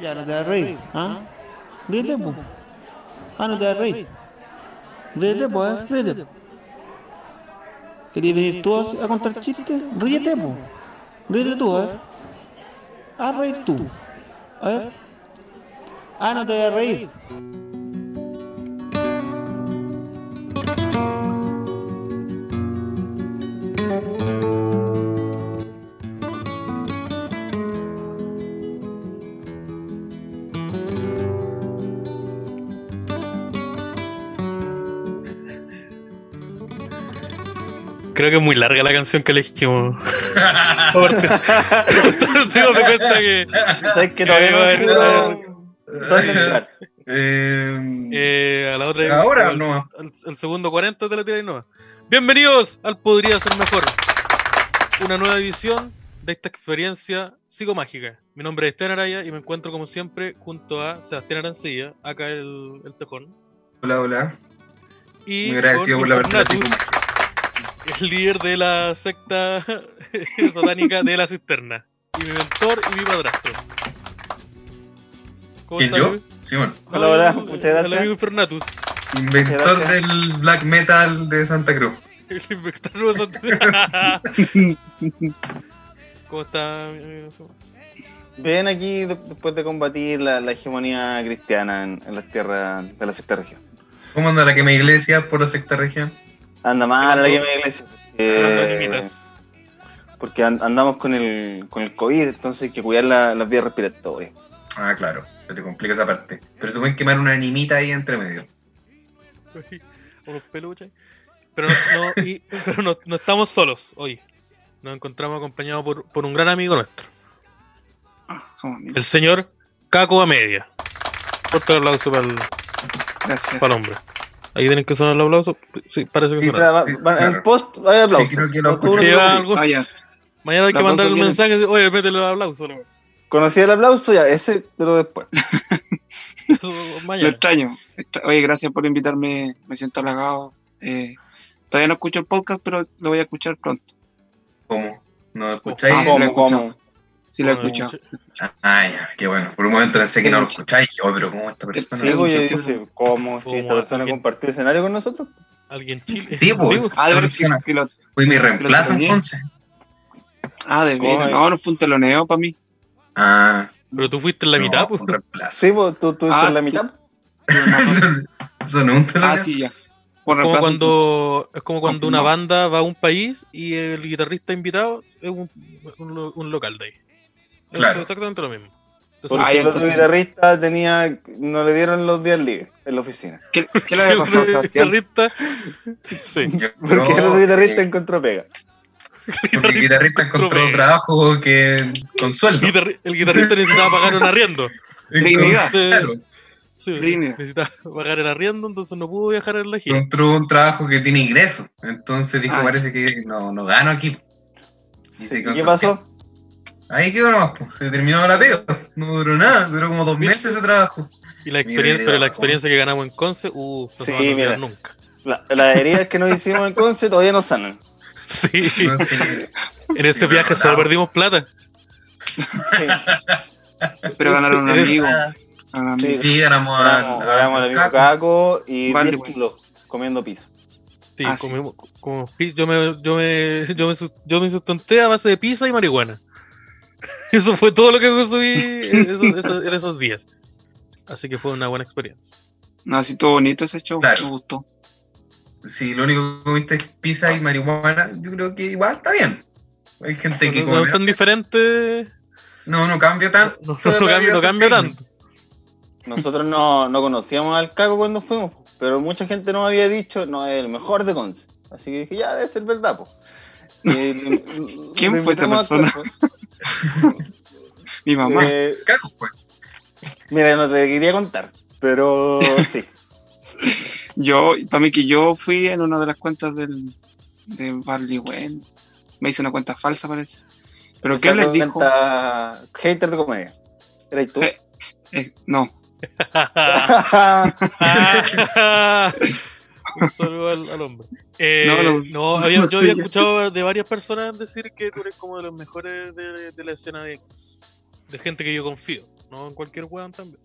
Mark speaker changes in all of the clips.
Speaker 1: Y Ana del Rey, ¿ah? Ríete, po. Ana del Rey. Ríete, po, ¿eh? Ríete, po. ¿Querías venir tú a a contar chistes? Ríete, po. Ríete tú, ¿eh? A reír tú. A ver. Eh? Ana, te voy a reír.
Speaker 2: Creo que es muy larga la canción que elegimos. Aparte, aparte me cuenta que.
Speaker 3: ¿Sabes que
Speaker 2: que iba a
Speaker 3: todavía
Speaker 2: haber-
Speaker 3: no ¿Dónde entrar?
Speaker 4: Eh,
Speaker 2: eh, a la otra.
Speaker 4: Ahora,
Speaker 2: al,
Speaker 4: no.
Speaker 2: al- al segundo 40 te la tiras y no. Bienvenidos al Podría Ser Mejor. Una nueva edición de esta experiencia psicomágica. Mi nombre es Esteban Araya y me encuentro, como siempre, junto a Sebastián Arancilla, acá el, el tejón.
Speaker 4: Hola, hola.
Speaker 2: Y
Speaker 4: Muy agradecido
Speaker 2: con
Speaker 4: por la apertura.
Speaker 2: Ignatus, el líder de la secta satánica de la cisterna. Y mi mentor y mi padrastro. ¿Cómo
Speaker 4: ¿Quién
Speaker 2: estás,
Speaker 4: yo?
Speaker 2: Luis?
Speaker 4: Simón,
Speaker 3: Hola, hola,
Speaker 2: el-
Speaker 3: muchas
Speaker 2: El
Speaker 3: gracias.
Speaker 2: amigo Fernatus.
Speaker 4: inventor
Speaker 3: Gracias.
Speaker 4: del black metal de Santa Cruz.
Speaker 2: El inventor de Santa- ¿Cómo está, mi amigo?
Speaker 3: Ven aquí de- después de combatir la, la hegemonía cristiana en, en las tierras de la sexta región.
Speaker 4: ¿Cómo anda la quema iglesia por la sexta región?
Speaker 3: Anda mal la quema de iglesia.
Speaker 2: Hablando de
Speaker 3: eh,
Speaker 2: limitas.
Speaker 3: porque an- andamos con el, con el COVID, entonces hay que cuidar la- las vías respiratorias.
Speaker 4: Ah, claro, se te complica esa parte. Pero se pueden quemar una animita ahí entre medio.
Speaker 2: O los peluches. Pero, no, no- y- pero no, no estamos solos hoy. Nos encontramos acompañados por, por un gran amigo nuestro.
Speaker 5: Ah, somos amigos.
Speaker 2: El señor Caco Amedia. Fuerte el aplauso para el,
Speaker 5: Gracias.
Speaker 2: para el hombre. Ahí tienen que sonar los aplausos. Sí, parece que
Speaker 4: Sí,
Speaker 2: sonaron.
Speaker 3: Va- va- va-
Speaker 4: claro.
Speaker 3: En post hay aplausos.
Speaker 4: Sí, creo que lo
Speaker 3: No, tú no
Speaker 4: escuché.
Speaker 3: te-
Speaker 2: Lleva algo-
Speaker 5: Ah, ya.
Speaker 2: Mañana hay que
Speaker 3: Los
Speaker 2: mandar un
Speaker 3: aplausos
Speaker 2: mensaje. Oye, métele el aplauso. loco".
Speaker 3: Conocí el aplauso ya, ese, pero después.
Speaker 2: Eso
Speaker 5: Lo
Speaker 2: Mañana.
Speaker 5: extraño. Extra- Oye, gracias por invitarme. Me siento halagado. Eh, todavía no escucho el podcast, pero lo voy a escuchar pronto.
Speaker 4: ¿Cómo? ¿No lo escucháis?
Speaker 5: Ah, sí.
Speaker 3: ¿Cómo, cómo?
Speaker 5: Sí, lo he
Speaker 2: Bueno,
Speaker 5: escuchado.
Speaker 4: Ah, ya, qué bueno. Por un momento pensé que no lo escucháis. Dije, Oh, pero ¿cómo esta persona?
Speaker 3: Sí,
Speaker 5: Algo
Speaker 3: yo
Speaker 5: chiste.
Speaker 3: dije, ¿cómo? Si
Speaker 2: ¿Cómo?
Speaker 3: esta persona
Speaker 2: ¿Alguien?
Speaker 3: compartió escenario con nosotros.
Speaker 2: Alguien chile.
Speaker 4: Sí, pues.
Speaker 5: Ah, de verdad, sí,
Speaker 4: Persona.
Speaker 5: que lo-
Speaker 4: Fui mi reemplazo
Speaker 5: Lo extrañé.
Speaker 4: entonces.
Speaker 5: Ah, de
Speaker 3: ¿Cómo
Speaker 5: veras.
Speaker 3: es?
Speaker 5: No, no fue un teloneo para mí.
Speaker 4: Ah,
Speaker 2: Pero tú fuiste en la
Speaker 4: no,
Speaker 2: mitad,
Speaker 4: fue
Speaker 2: pues.
Speaker 4: un reemplazo.
Speaker 3: Sí, vos, tú tú
Speaker 5: Ah,
Speaker 3: en la
Speaker 5: sí.
Speaker 3: mitad.
Speaker 5: Pero no, no.
Speaker 4: Eso eso no es un teléfono.
Speaker 5: Ah, sí, ya.
Speaker 2: como
Speaker 5: Con reemplazo,
Speaker 2: cuando es como cuando una
Speaker 5: Confirmado.
Speaker 2: banda va a un país y el guitarrista invitado es un, un lo- un local de ahí. Es
Speaker 4: Claro.
Speaker 2: exactamente lo mismo. Entonces,
Speaker 3: Porque
Speaker 5: Ah, ya,
Speaker 3: el otro
Speaker 5: entonces-
Speaker 3: guitarrista tenía, no le dieron los días libres en la oficina.
Speaker 5: entonces. ¿Qué, qué le había pasado a
Speaker 2: el
Speaker 5: Sebastián?
Speaker 2: guitarrista, sí, el
Speaker 4: Yo-
Speaker 3: Porque
Speaker 4: yo,
Speaker 3: el otro guitarrista
Speaker 4: eh,
Speaker 3: encontró pega.
Speaker 4: porque el guitarrista encontró trabajo que con sueldo.
Speaker 2: guitarri- el guitarrista necesitaba pagar un arriendo.
Speaker 5: Dignidad.
Speaker 4: Claro,
Speaker 2: Sí,
Speaker 5: Dignidad.
Speaker 2: necesitaba pagar el arriendo, entonces no pudo viajar en la gira.
Speaker 4: encontró un trabajo que tiene ingreso. Entonces dijo,
Speaker 5: Ah.
Speaker 4: parece que no, no gano aquí. Y se
Speaker 3: ¿Y qué
Speaker 4: consolidó.
Speaker 3: pasó?
Speaker 4: Ahí quedó nomás, pues, se terminó la pega. No duró nada, duró como dos meses ese trabajo.
Speaker 2: Y la experiencia, pero la experiencia que ganamos en Conce, uff, no se
Speaker 3: Sí,
Speaker 2: va a olvidar
Speaker 3: mira.
Speaker 2: nunca.
Speaker 3: La- las heridas que nos hicimos en Conce todavía no sanan.
Speaker 2: Sí,
Speaker 4: Entonces,
Speaker 2: en ese
Speaker 4: Sí,
Speaker 2: viaje
Speaker 4: bravo.
Speaker 2: solo perdimos plata.
Speaker 3: Sí,
Speaker 5: Pero ganaron un
Speaker 2: Eres-
Speaker 5: amigo. ganaron un
Speaker 3: Ah, Sí.
Speaker 5: amigo.
Speaker 4: sí, ganamos a.
Speaker 3: ganamos ganamos al amigo Caco y
Speaker 5: ah, Vale,
Speaker 3: 10
Speaker 5: güey.
Speaker 3: kilos comiendo piso.
Speaker 2: Sí,
Speaker 5: Ah, sí.
Speaker 2: comimos- comimos pizza. Yo me, yo, me, yo, me, sus- yo me sustenté a base de pizza y marihuana. Eso fue todo lo que consumí esos- esos- en esos días. Así que fue una buena experiencia.
Speaker 5: No, así todo bonito ese show.
Speaker 4: Claro.
Speaker 5: Me gustó.
Speaker 4: Si lo único que comiste es pizza y marihuana, yo creo que igual está bien. Hay gente que
Speaker 2: No, no
Speaker 4: come.
Speaker 2: es tan diferente.
Speaker 4: No, no cambia tanto.
Speaker 2: No, no- no cambia, no cambia tanto.
Speaker 3: Nosotros no, no conocíamos al Caco cuando fuimos, pero mucha gente nos había dicho, no, es el mejor de Conce. Así que dije, ya debe ser verdad, po. Eh, lo-
Speaker 5: ¿Quién
Speaker 3: lo
Speaker 5: fue esa
Speaker 3: invitamos a actuar, po.
Speaker 5: Mi mamá.
Speaker 3: Eh,
Speaker 4: Caco, pues.
Speaker 3: mira, no te quería contar, pero sí.
Speaker 5: Yo, para mí que yo fui en una de las cuentas del, de Barley Wen. Me hice una cuenta falsa, parece. Pero
Speaker 3: O
Speaker 5: ¿qué
Speaker 3: sea,
Speaker 5: les
Speaker 3: con
Speaker 5: dijo?
Speaker 3: tanta- Hater de comedia. ¿Eres tú?
Speaker 5: Je- Eh, no.
Speaker 2: Un saludo al, al hombre. Eh,
Speaker 5: No,
Speaker 2: no,
Speaker 5: no,
Speaker 2: había-
Speaker 5: no
Speaker 2: yo había
Speaker 5: soy yo.
Speaker 2: escuchado de varias personas decir que tú eres como de los mejores de, de la escena de X. De gente que yo confío, no en cualquier weón también.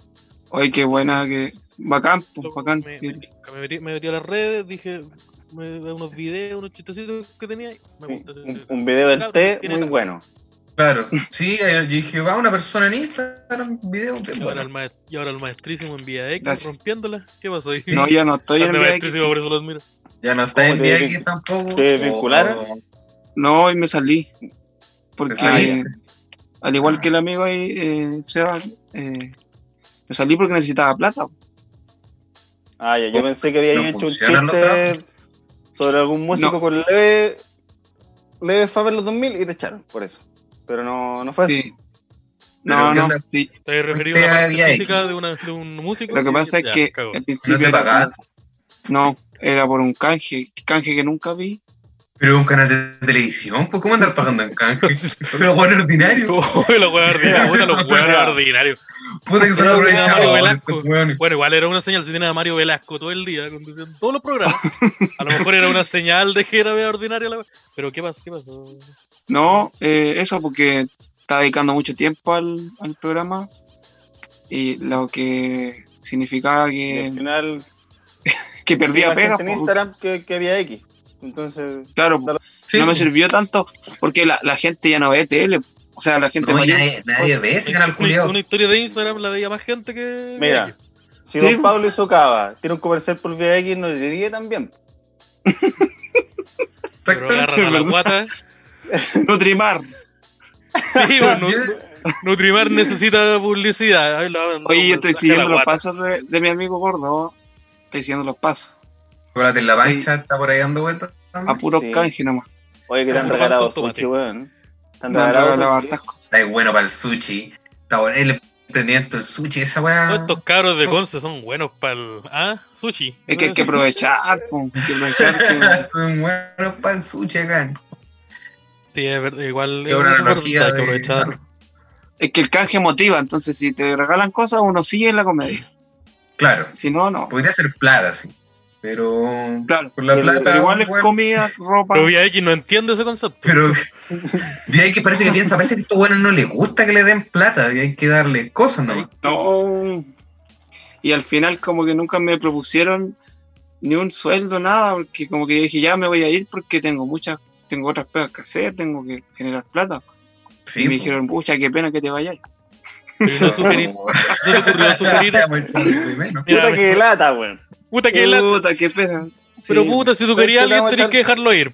Speaker 5: Oye, qué buena, que bacán, pues, bacán.
Speaker 2: me, me- me metí, me metí a las redes, dije me da unos videos, unos chistecitos que tenía y me
Speaker 3: Sí,
Speaker 2: gustó.
Speaker 3: un, un video del té muy bueno.
Speaker 4: Claro, sí, eh, yo dije, va una persona en Instagram, video. bien
Speaker 2: Y ahora,
Speaker 4: bueno.
Speaker 2: el maest- y ahora el maestrísimo en Vía X
Speaker 5: Gracias.
Speaker 2: rompiéndola. ¿Qué pasó ahí?
Speaker 5: No, ya no estoy
Speaker 2: Grande
Speaker 5: en VX.
Speaker 2: maestrísimo, por eso lo admiro.
Speaker 4: Ya no está en
Speaker 3: ¿Cómo te
Speaker 4: VX
Speaker 3: desvin-
Speaker 4: tampoco.
Speaker 3: te desvincularon?
Speaker 4: Oh,
Speaker 5: No, hoy me salí.
Speaker 4: Te
Speaker 5: Porque
Speaker 4: saliste.
Speaker 5: al igual que
Speaker 2: Ah.
Speaker 5: el amigo ahí, eh, Seba, eh, me salí porque necesitaba plata. pues.
Speaker 3: Ah, ya,
Speaker 5: Oh,
Speaker 3: yo pensé que había
Speaker 4: No
Speaker 3: hecho un
Speaker 4: funcionan los
Speaker 3: chiste sobre algún músico
Speaker 5: No.
Speaker 3: con leve, leve fama en los 2000 y te echaron por eso. Pero no, no fue así.
Speaker 5: Sí. No,
Speaker 4: Pues, Pero, ¿qué
Speaker 5: no,
Speaker 4: onda?
Speaker 5: sí.
Speaker 2: Te habías referido a
Speaker 4: Usted
Speaker 2: una
Speaker 4: había
Speaker 2: parte
Speaker 4: hecho.
Speaker 2: física de, una- de un músico.
Speaker 5: Lo que
Speaker 2: y-
Speaker 5: pasa es
Speaker 2: ya,
Speaker 5: que
Speaker 2: cagó.
Speaker 5: al
Speaker 4: No
Speaker 5: principio
Speaker 4: te pagaban.
Speaker 5: no, era por un canje, canje que nunca vi.
Speaker 4: Pero un canal de televisión, pues ¿cómo andar pagando en canje? Pero bueno, ordinario.
Speaker 2: Uy, los huevos ordinarios, puta, los huevos ordinarios.
Speaker 4: Puta que se lo
Speaker 2: Creo
Speaker 4: pues,
Speaker 2: que era Mario
Speaker 4: aprovechaban
Speaker 2: Velasco.
Speaker 4: estos weones.
Speaker 2: Bueno, igual era una señal, si tiene a Mario Velasco todo el día, conduciendo todos los programas. A lo mejor era una señal de que era wea ordinaria la wea. Pero ¿qué pasó? ¿Qué pasó?
Speaker 5: No, eh, eso porque estaba dedicando mucho tiempo al, al programa y lo que significaba
Speaker 3: Y al
Speaker 5: que,
Speaker 3: final
Speaker 5: que perdía
Speaker 3: la
Speaker 5: eh, pega. pues,
Speaker 3: gente en
Speaker 5: po.
Speaker 3: Instagram que, que había X. Entonces,
Speaker 5: claro, po.
Speaker 4: Sí,
Speaker 5: no me
Speaker 4: pues.
Speaker 5: sirvió tanto porque la, la gente ya no ve tele. po. O sea, la gente
Speaker 4: No, y
Speaker 5: mayor-
Speaker 4: nadie, nadie ve ese canal
Speaker 2: una,
Speaker 4: culiado.
Speaker 2: una historia de Instagram la veía más gente que.
Speaker 3: mira, si
Speaker 5: Sí.
Speaker 3: Don Pablo hizo Cava, tiene un comercial por vía X, no diría también.
Speaker 2: Pero agarran a la
Speaker 5: ¿verdad?
Speaker 2: guata.
Speaker 5: Nutrimar.
Speaker 2: Sí, bueno, Nutrimar necesita publicidad. Ahí lo- pues,
Speaker 5: Oye, yo estoy
Speaker 2: la
Speaker 5: siguiendo los
Speaker 2: guata.
Speaker 5: pasos de, de mi amigo gordo. Estoy siguiendo los pasos.
Speaker 4: Chocolate en la pancha está por ahí dando vueltas.
Speaker 5: A
Speaker 4: también.
Speaker 5: puros
Speaker 3: Sí.
Speaker 5: canje nomás.
Speaker 3: Oye, que te han
Speaker 2: Pan con
Speaker 3: regalado
Speaker 2: tomate.
Speaker 3: sushi, weón. Te han
Speaker 5: Me han regalado
Speaker 3: regalado sushi.
Speaker 5: hartas cosas.
Speaker 4: Está bueno para el sushi. Está bueno el emprendimiento del sushi, esa
Speaker 2: Todos
Speaker 4: weá.
Speaker 2: Estos cabros de Conce son buenos para el. ¿Ah? Sushi.
Speaker 5: Es que hay que aprovechar, po, hay que aprovechar que-
Speaker 4: Son buenos para el sushi acá.
Speaker 2: Sí, es verdad, igual
Speaker 4: Es una
Speaker 2: es verdad,
Speaker 4: analogía
Speaker 2: hay que
Speaker 4: de-
Speaker 2: aprovechar.
Speaker 5: es que el canje motiva, entonces si te regalan cosas, uno sigue en la comedia.
Speaker 4: Claro,
Speaker 5: Si no, no.
Speaker 4: podría ser plata, sí. Pero.
Speaker 5: Claro.
Speaker 4: Por Pues la plata.
Speaker 3: Pero-
Speaker 5: Eh, Pero igual es
Speaker 4: weón.
Speaker 5: comida, ropa.
Speaker 2: Pero Vía X no entiende ese concepto.
Speaker 4: Pero. Y hay que parece que piensa, parece que a estos buenos no les gusta que le den plata. Y hay que darle cosas, ¿no?
Speaker 5: No. Y al final como que nunca me propusieron ni un sueldo, nada, porque como que dije, ya me voy a ir porque tengo muchas, tengo otras pegas que hacer, tengo que generar plata.
Speaker 4: Sí. pues.
Speaker 5: y me
Speaker 4: po.
Speaker 5: dijeron, pucha, qué pena que te vayas.
Speaker 2: Pero no sugerir-
Speaker 4: Oh,
Speaker 2: ¿Se te ocurrió sugerir?
Speaker 4: pues, Primero.
Speaker 2: Mira,
Speaker 3: Puta que lata, weón.
Speaker 2: Puta que la.
Speaker 5: Puta, qué pena.
Speaker 2: Pero
Speaker 5: Sí.
Speaker 2: puta, si tú
Speaker 3: Pero
Speaker 2: querías a
Speaker 3: te
Speaker 2: alguien
Speaker 3: Pues vamos a
Speaker 2: tenés
Speaker 3: echar-
Speaker 2: que dejarlo ir.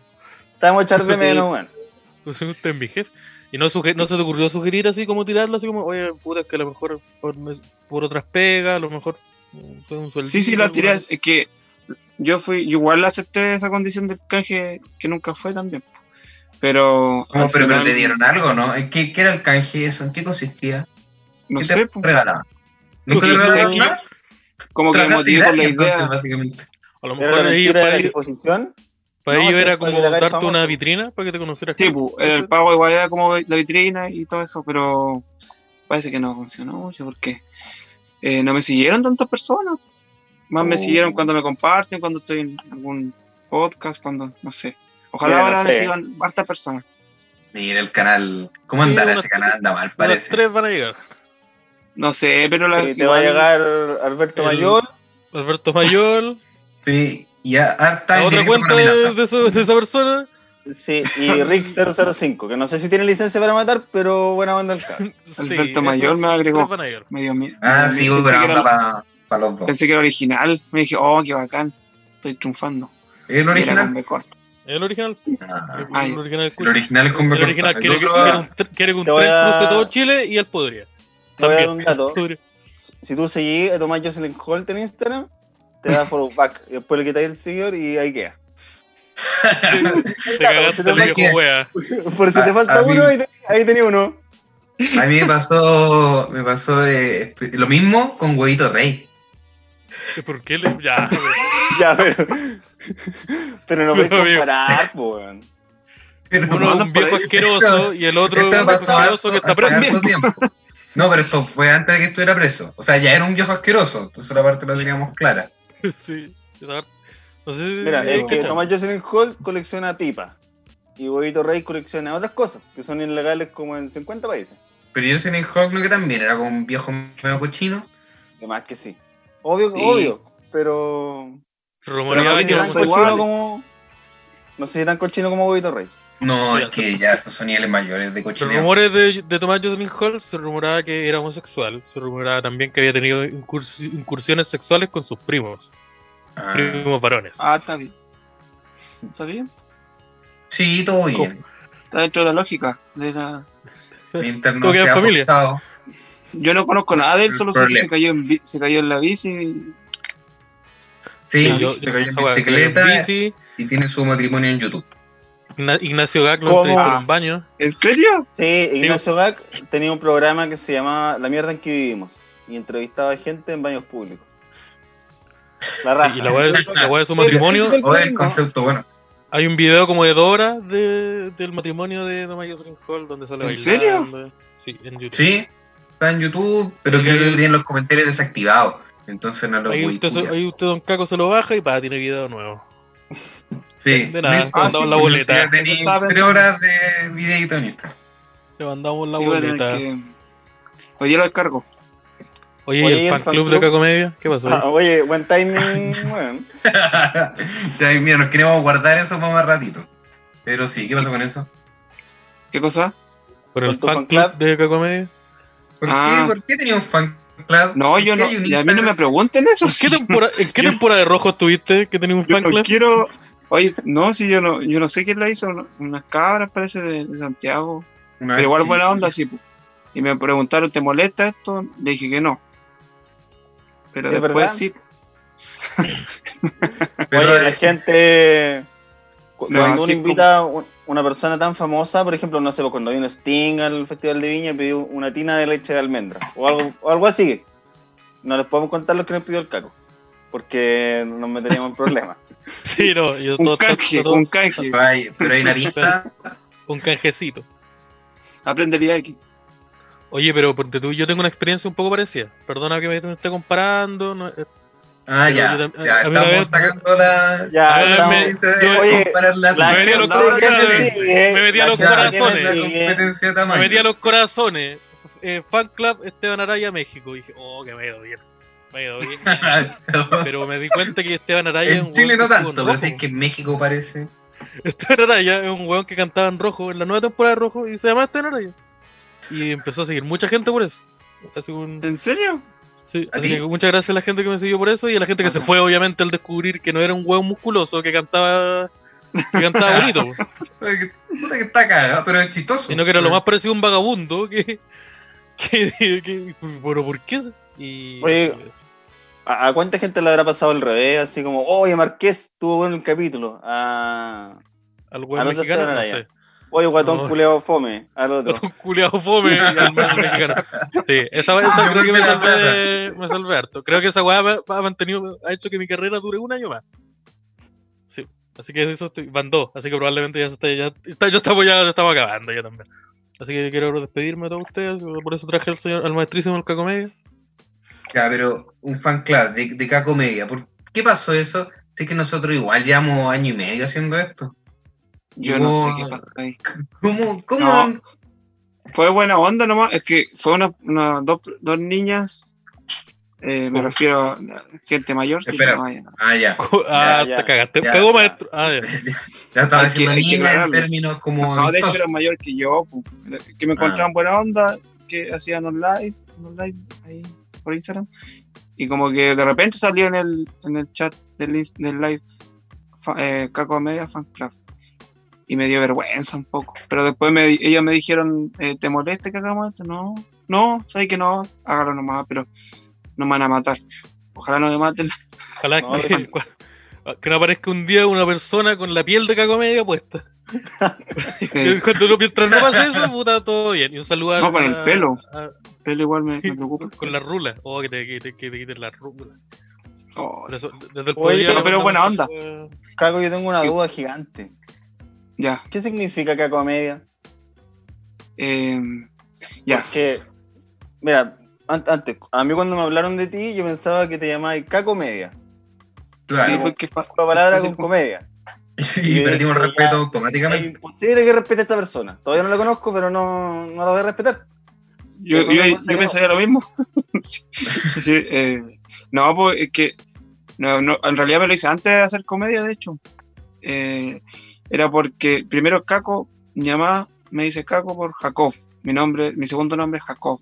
Speaker 3: Estamos echar de menos, weón.
Speaker 2: Pues usted es mi jefe. Y no, suge- no se te ocurrió sugerir así como tirarlo, así como, oye, puta, es que a lo mejor por, por otras pegas, a lo mejor mm, fue un sueldo.
Speaker 5: Sí, sí, la tiré. Es que yo fui, yo igual acepté esa condición del canje que nunca fue también. po. Pero.
Speaker 4: No,
Speaker 5: al
Speaker 4: Oh, pero, pero
Speaker 5: final,
Speaker 4: te dieron algo, ¿no? ¿Qué, qué era el canje eso? ¿En qué consistía?
Speaker 5: No
Speaker 4: ¿Qué
Speaker 5: sé, pues.
Speaker 4: te
Speaker 5: po,
Speaker 4: regalaban?
Speaker 2: No
Speaker 4: ¿Nunca
Speaker 2: sé,
Speaker 4: te regalaron
Speaker 2: aquí-
Speaker 4: nada?
Speaker 5: como que me
Speaker 4: Tragaste
Speaker 5: motivé por la
Speaker 4: gratis, entonces,
Speaker 5: idea.
Speaker 4: básicamente.
Speaker 2: A lo
Speaker 3: Era
Speaker 2: mejor
Speaker 3: la
Speaker 2: ahí
Speaker 3: mentira de
Speaker 2: para
Speaker 3: la
Speaker 2: ellos
Speaker 3: exposición.
Speaker 2: para
Speaker 3: No,
Speaker 2: ellos
Speaker 3: sí,
Speaker 2: era
Speaker 3: para
Speaker 2: como
Speaker 3: que le hagáis
Speaker 2: darte una
Speaker 3: famoso.
Speaker 2: vitrina para que te conocieras.
Speaker 5: Sí, pues, eh, po, el pago igual era como la vitrina y todo eso, pero parece que no funcionó mucho porque eh, no me siguieron tantas personas. Más me
Speaker 4: Oh.
Speaker 5: siguieron cuando me comparten, cuando estoy en algún podcast, cuando, no sé. Ojalá
Speaker 3: Mira, no
Speaker 5: ahora me
Speaker 3: sé.
Speaker 5: sigan hartas personas.
Speaker 4: Mira el canal. ¿Cómo
Speaker 2: Sí,
Speaker 4: andará
Speaker 2: unos
Speaker 4: ese canal? Anda mal,
Speaker 2: Las
Speaker 4: parece.
Speaker 2: tres van a llegar.
Speaker 5: No sé, pero la,
Speaker 3: Y te va a
Speaker 5: igual-
Speaker 3: llegar Alberto
Speaker 2: El-
Speaker 3: Mayor.
Speaker 2: Alberto Mayor,
Speaker 4: Sí, y ah, a- harta
Speaker 2: la
Speaker 4: en
Speaker 2: otra
Speaker 4: directo con
Speaker 2: cuenta de,
Speaker 4: amenaza.
Speaker 2: de eso- de esa persona.
Speaker 3: Sí, y Rick 005, que no sé si tiene licencia para matar, pero buena onda el cabrón.
Speaker 2: Sí,
Speaker 5: Alberto
Speaker 2: esas
Speaker 5: Mayor me
Speaker 2: tres
Speaker 5: agregó.
Speaker 2: van a llegar.
Speaker 5: medio miedo.
Speaker 4: Ah, sí, pero
Speaker 5: pensé, que
Speaker 4: anda
Speaker 5: era,
Speaker 4: para los dos.
Speaker 5: pensé que era original. Me dije, oh, qué bacán. Estoy triunfando.
Speaker 4: ¿El
Speaker 5: Y era con
Speaker 4: original?
Speaker 5: B corta.
Speaker 2: El original.
Speaker 4: Ah,
Speaker 5: Ah,
Speaker 2: el
Speaker 5: ya.
Speaker 2: original,
Speaker 4: El original es con
Speaker 2: El
Speaker 4: B
Speaker 2: original
Speaker 4: corta.
Speaker 2: quiere,
Speaker 4: El
Speaker 2: que,
Speaker 4: otro-
Speaker 2: quiere un, tre- quiere que un
Speaker 3: Te
Speaker 2: tren
Speaker 3: voy a-
Speaker 2: cruce todo Chile y él podría.
Speaker 3: Te voy a dar
Speaker 2: También.
Speaker 3: un dato.
Speaker 2: Podría.
Speaker 3: Si tú seguís a Tomás Jocelyn Holt en Instagram, te da follow back. Y después le quitáis el seguidor y ahí queda.
Speaker 2: Te cagaste,
Speaker 3: Pero
Speaker 2: viejo
Speaker 4: ¿sabes qué?
Speaker 2: wea.
Speaker 3: Por si
Speaker 4: A-
Speaker 3: te
Speaker 4: a
Speaker 3: falta
Speaker 4: mí-
Speaker 3: uno, ahí, te- ahí tenía uno.
Speaker 4: A mí me pasó, me pasó eh, lo mismo con Huevito Rey.
Speaker 2: ¿Por qué le.? Ya.
Speaker 3: Ya, pero. Pero no puedes
Speaker 2: Pero, amigo.
Speaker 3: comparar, po, weón.
Speaker 4: Pero
Speaker 2: Uno es un
Speaker 5: andan por
Speaker 2: viejo
Speaker 5: ahí.
Speaker 2: asqueroso y el otro es un
Speaker 4: Esto
Speaker 2: viejo
Speaker 4: pasó
Speaker 2: asqueroso que
Speaker 4: harto-
Speaker 2: está
Speaker 4: hace
Speaker 2: preso.
Speaker 4: harto tiempo. No, pero esto fue antes de que estuviera preso. O sea, ya era un viejo asqueroso. Entonces la parte la teníamos clara.
Speaker 2: Sí, esa parte. No sé si
Speaker 3: Mira,
Speaker 2: eh,
Speaker 3: es que
Speaker 2: cachado.
Speaker 3: Thomas Jocelyn Hall colecciona pipas y Huevito Rey colecciona otras cosas que son ilegales como en 50 países.
Speaker 4: Pero yo soy en el Hulk, ¿no? que también era como un viejo medio cochino.
Speaker 3: De más que sí. Obvio,
Speaker 5: Sí.
Speaker 3: obvio, pero.
Speaker 2: Rumoreaba
Speaker 3: no sé
Speaker 5: Pero Oye,
Speaker 2: que
Speaker 3: si
Speaker 5: yo
Speaker 2: era
Speaker 3: tan
Speaker 5: tanto
Speaker 2: homosexual.
Speaker 3: cochino
Speaker 5: igual.
Speaker 3: como. No sé si tan cochino como Huevito Rey.
Speaker 4: No,
Speaker 2: Mira,
Speaker 4: es que ya esos son niveles mayores de
Speaker 2: Los
Speaker 4: cochineo.
Speaker 2: rumores de, de Thomas Jocelyn Hall se rumoraba que era homosexual, se rumoraba también que había tenido incurs- incursiones sexuales con sus primos,
Speaker 4: Ah.
Speaker 2: primos varones.
Speaker 5: Ah, está bien. Está bien.
Speaker 4: Sí, todo bien.
Speaker 5: Está dentro de la lógica. de la-
Speaker 4: Mientras
Speaker 2: Todo
Speaker 4: no
Speaker 2: queda en
Speaker 4: sea
Speaker 2: familia.
Speaker 4: forzado.
Speaker 5: Yo no conozco nada de él,
Speaker 4: El
Speaker 5: solo sé que
Speaker 4: problema.
Speaker 5: se cayó, en, bi- se cayó en la bici.
Speaker 4: Sí,
Speaker 5: Sí,
Speaker 4: yo,
Speaker 5: yo-
Speaker 4: se cayó en
Speaker 2: esa weá,
Speaker 4: bicicleta
Speaker 2: en bici,
Speaker 4: y tiene su matrimonio en YouTube.
Speaker 2: Igna- Ignacio Gac lo
Speaker 3: ¿Cómo?
Speaker 2: entrevistó en
Speaker 5: Ah.
Speaker 2: un baño.
Speaker 5: ¿En serio?
Speaker 3: Sí, pues. Ignacio Gac tenía un programa que se llamaba La mierda en que vivimos y entrevistaba a gente en baños públicos. La raja. Ah,
Speaker 2: Sí, y la weá de- la weá de su matrimonio
Speaker 3: El- el-
Speaker 4: O el concepto, bueno.
Speaker 2: Hay un video como de dos horas de- del matrimonio de Thomas Jocelyn Hall donde sale
Speaker 5: ¿En
Speaker 2: bailando. Sí, en YouTube.
Speaker 4: Sí, está en YouTube, pero
Speaker 2: Sí.
Speaker 4: creo que tienen los comentarios desactivados. Entonces no lo
Speaker 2: ahí,
Speaker 4: voy
Speaker 2: usted, se-
Speaker 4: putear.
Speaker 2: ahí usted, don Caco, se lo baja y para, tiene video nuevo.
Speaker 4: Sí,
Speaker 2: de nada,
Speaker 4: no importa,
Speaker 5: ah, sí,
Speaker 2: la
Speaker 4: porque
Speaker 2: boleta.
Speaker 4: Ya tenéis
Speaker 5: Estaba
Speaker 4: tres
Speaker 5: pensando.
Speaker 4: horas de videíto en Instagram.
Speaker 2: Le mandamos la
Speaker 5: Sí, bueno,
Speaker 2: boleta.
Speaker 5: que- Pues yo lo descargo.
Speaker 2: Oye, ¿y
Speaker 3: Oye,
Speaker 2: el fan club de Cacomedia? ¿Qué pasó? ahí?
Speaker 3: Ah, oye, buen timing, weón.
Speaker 4: Ya, y Mira, nos queremos guardar eso para más ratito. Pero sí, ¿qué pasó con eso?
Speaker 5: ¿Qué cosa?
Speaker 2: ¿Por el
Speaker 3: ¿Con tu
Speaker 2: fan
Speaker 3: fan
Speaker 2: club
Speaker 3: club?
Speaker 2: de Cacomedia?
Speaker 4: ¿Por,
Speaker 5: Ah.
Speaker 4: qué, ¿Por qué tenía un fan club?
Speaker 5: No,
Speaker 4: ¿Por
Speaker 5: yo
Speaker 4: qué
Speaker 5: no.
Speaker 4: hay un
Speaker 5: Y a mí no me
Speaker 4: Instagram?
Speaker 5: pregunten eso.
Speaker 2: ¿En qué,
Speaker 5: sí.
Speaker 2: tempora- en qué temporada de rojo estuviste que tenías un
Speaker 5: Yo
Speaker 2: fan
Speaker 5: no
Speaker 2: club?
Speaker 5: quiero. Oye, no, si yo no, yo no sé quién la hizo. una- Unas cabras, parece, de, de Santiago.
Speaker 4: Una
Speaker 5: Pero
Speaker 4: vez
Speaker 5: igual
Speaker 4: que-
Speaker 5: buena onda, sí. po. Y me preguntaron, ¿te molesta esto? Le dije que no. Pero
Speaker 3: ¿Es
Speaker 5: después
Speaker 3: verdad?
Speaker 5: sí.
Speaker 4: Pero,
Speaker 3: Oye, la gente. cu-
Speaker 5: No,
Speaker 3: cuando
Speaker 5: así
Speaker 3: uno
Speaker 5: como-
Speaker 3: invita a un- una persona tan famosa, por ejemplo, no sé, pues, cuando vino Sting al Festival de Viña, pidió una tina de leche de almendra o algo, o algo así. No les podemos contar lo que nos pidió el caco, porque nos meteríamos en problemas.
Speaker 2: Sí, no, yo
Speaker 5: Un
Speaker 2: todo- todo-
Speaker 5: canje,
Speaker 2: todo-
Speaker 5: un canje.
Speaker 4: pero hay, pero hay una pista.
Speaker 2: un canjecito.
Speaker 5: Aprendería aquí.
Speaker 2: Oye, pero ponte tú, yo tengo una experiencia un poco parecida. Perdona que me me esté comparando. no, eh,
Speaker 4: Ah, ya.
Speaker 2: Yo también-
Speaker 4: ya
Speaker 2: a mí una
Speaker 4: estamos
Speaker 2: vez-
Speaker 4: sacando la.
Speaker 3: Ya,
Speaker 2: A ver,
Speaker 4: la
Speaker 2: Ah,
Speaker 3: estamos-
Speaker 2: me-
Speaker 4: competencia de
Speaker 2: yo-
Speaker 3: oye,
Speaker 4: comparar la-
Speaker 3: la
Speaker 2: me metí a los
Speaker 3: gente
Speaker 2: corazones,
Speaker 3: sigue,
Speaker 2: me metí a
Speaker 3: la
Speaker 2: los
Speaker 4: Ya,
Speaker 3: gente
Speaker 4: tienen la
Speaker 2: corazones.
Speaker 3: sigue.
Speaker 4: competencia de
Speaker 2: Me
Speaker 4: tamaño.
Speaker 2: metí a los corazones. Eh, fan club Esteban Araya, México. Y dije, oh, que me ha ido bien. Me ha ido bien. Pero me di cuenta que Esteban Araya es
Speaker 4: en
Speaker 2: un
Speaker 4: Chile
Speaker 2: weón
Speaker 4: no
Speaker 2: que estuvo en
Speaker 4: tanto, pero sí
Speaker 2: Rojo.
Speaker 4: que en México parece.
Speaker 2: Esteban Araya es un weón que cantaba en rojo, en la nueva temporada de rojo, y se llama Esteban Araya. Y empezó a seguir mucha gente por eso. Así, un-
Speaker 5: ¿En serio?
Speaker 2: sí,
Speaker 4: ¿A
Speaker 2: así
Speaker 4: ti?
Speaker 2: que muchas gracias a la gente que me siguió por eso y a la gente que se
Speaker 4: Ajá.
Speaker 2: fue, obviamente, al descubrir que no era un weón musculoso que cantaba, que cantaba bonito. po.
Speaker 4: Ay, que- Puta que está cagado, pero es chistoso.
Speaker 2: Sino que era lo más parecido a un vagabundo que. que, que- pero ¿por qué? Y. pues,
Speaker 3: Oye. ¿A, a cuánta gente le habrá pasado al revés? Así como, oye, Marqués, tuvo bueno el capítulo. Ah,
Speaker 2: Al
Speaker 3: A
Speaker 2: weón
Speaker 3: los de
Speaker 2: mexicano,
Speaker 3: Esteban
Speaker 2: no
Speaker 3: Araya.
Speaker 2: sé.
Speaker 3: oye, guatón
Speaker 2: No.
Speaker 3: culeo fome. Al otro.
Speaker 2: Otro culiado fome y al weón mexicano. Sí, esa, esa
Speaker 4: Yo
Speaker 2: creo que me
Speaker 4: creo que la
Speaker 2: salvé, de- me salvé harto. Creo que esa weá me- ha mantenido, ha hecho que mi carrera dure un año más. Sí. Así que eso estoy, van dos, así que probablemente ya se está, ya, está- ya estamos, ya, estamos acabando ya también. Así que quiero despedirme de todos ustedes, por eso traje al señor, al maestrísimo del Cacomedia.
Speaker 4: Ya, pero un fan club de, de K-Comedia. ¿Por qué pasó eso? Sé que nosotros igual llevamos año y medio haciendo esto.
Speaker 5: Yo no sé
Speaker 4: Wow.
Speaker 5: qué pasa ahí.
Speaker 4: ¿Cómo? ¿Cómo?
Speaker 5: No. Fue buena onda nomás, es que fue una, una- dos, dos niñas, eh, me refiero a gente mayor, sí,
Speaker 4: Espera.
Speaker 5: no vaya nada.
Speaker 4: Ah, ya.
Speaker 2: Ah,
Speaker 3: ya,
Speaker 2: te cagaste.
Speaker 4: ya.
Speaker 2: Cagó maestro. Ah, ya.
Speaker 4: Ya estaba
Speaker 5: Hay que-
Speaker 4: diciendo
Speaker 5: hay que
Speaker 4: niña en
Speaker 5: ganarlo.
Speaker 4: términos como.
Speaker 5: No, de hecho
Speaker 4: amistosos.
Speaker 5: era mayor que yo, pu. que me encontraban buena onda, que hacían un live, un live ahí por Instagram, y como que de repente salió en el, en el chat del, ins- del live fa- eh, Caco Media Fan Club. Y me dio vergüenza un poco. Pero después me, di- ellos me dijeron, eh, ¿te molesta que hagamos esto? No, no, sabes que no, hágalo nomás, pero no me van a matar. Ojalá no me maten.
Speaker 2: Ojalá
Speaker 3: No,
Speaker 2: que, que no aparezca un día una persona con la piel de cacomedia puesta.
Speaker 5: Eh,
Speaker 2: Cuando no, mientras no pase eso, puta, todo bien. Y un saludo a-
Speaker 5: No, con el pelo.
Speaker 2: a-
Speaker 5: pero igual me,
Speaker 2: Sí,
Speaker 5: me preocupa.
Speaker 2: con las rulas. Oh, que te, que te- que te quiten las rulas.
Speaker 5: Oh,
Speaker 2: Por eso, desde el
Speaker 3: Oye,
Speaker 2: podría
Speaker 5: pero
Speaker 2: mandamos
Speaker 5: buena onda.
Speaker 2: saludo a-
Speaker 3: Caco, yo tengo una duda gigante.
Speaker 5: ya.
Speaker 3: ¿Qué significa cacomedia?
Speaker 5: eh, ya.
Speaker 3: Que, mira, an- antes, a mí cuando me hablaron de ti, yo pensaba que te llamabas Cacomedia.
Speaker 5: Sí,
Speaker 4: Claro.
Speaker 5: porque fa-
Speaker 3: La palabra
Speaker 5: Sí, sí,
Speaker 3: con
Speaker 5: sí.
Speaker 3: comedia.
Speaker 4: y perdimos el
Speaker 3: la-
Speaker 4: respeto
Speaker 3: Es
Speaker 4: automáticamente.
Speaker 3: imposible que respete a esta persona. Todavía no la conozco, pero no, no la voy a respetar.
Speaker 5: yo, yo, yo pensaría lo mismo. Sí, sí, eh, no, pues es que no, no, en realidad me lo hice antes de hacer comedia, de hecho. Eh, era porque primero Caco, mi mamá me dice Caco por Jacob. Mi nombre, mi segundo nombre es Jacob.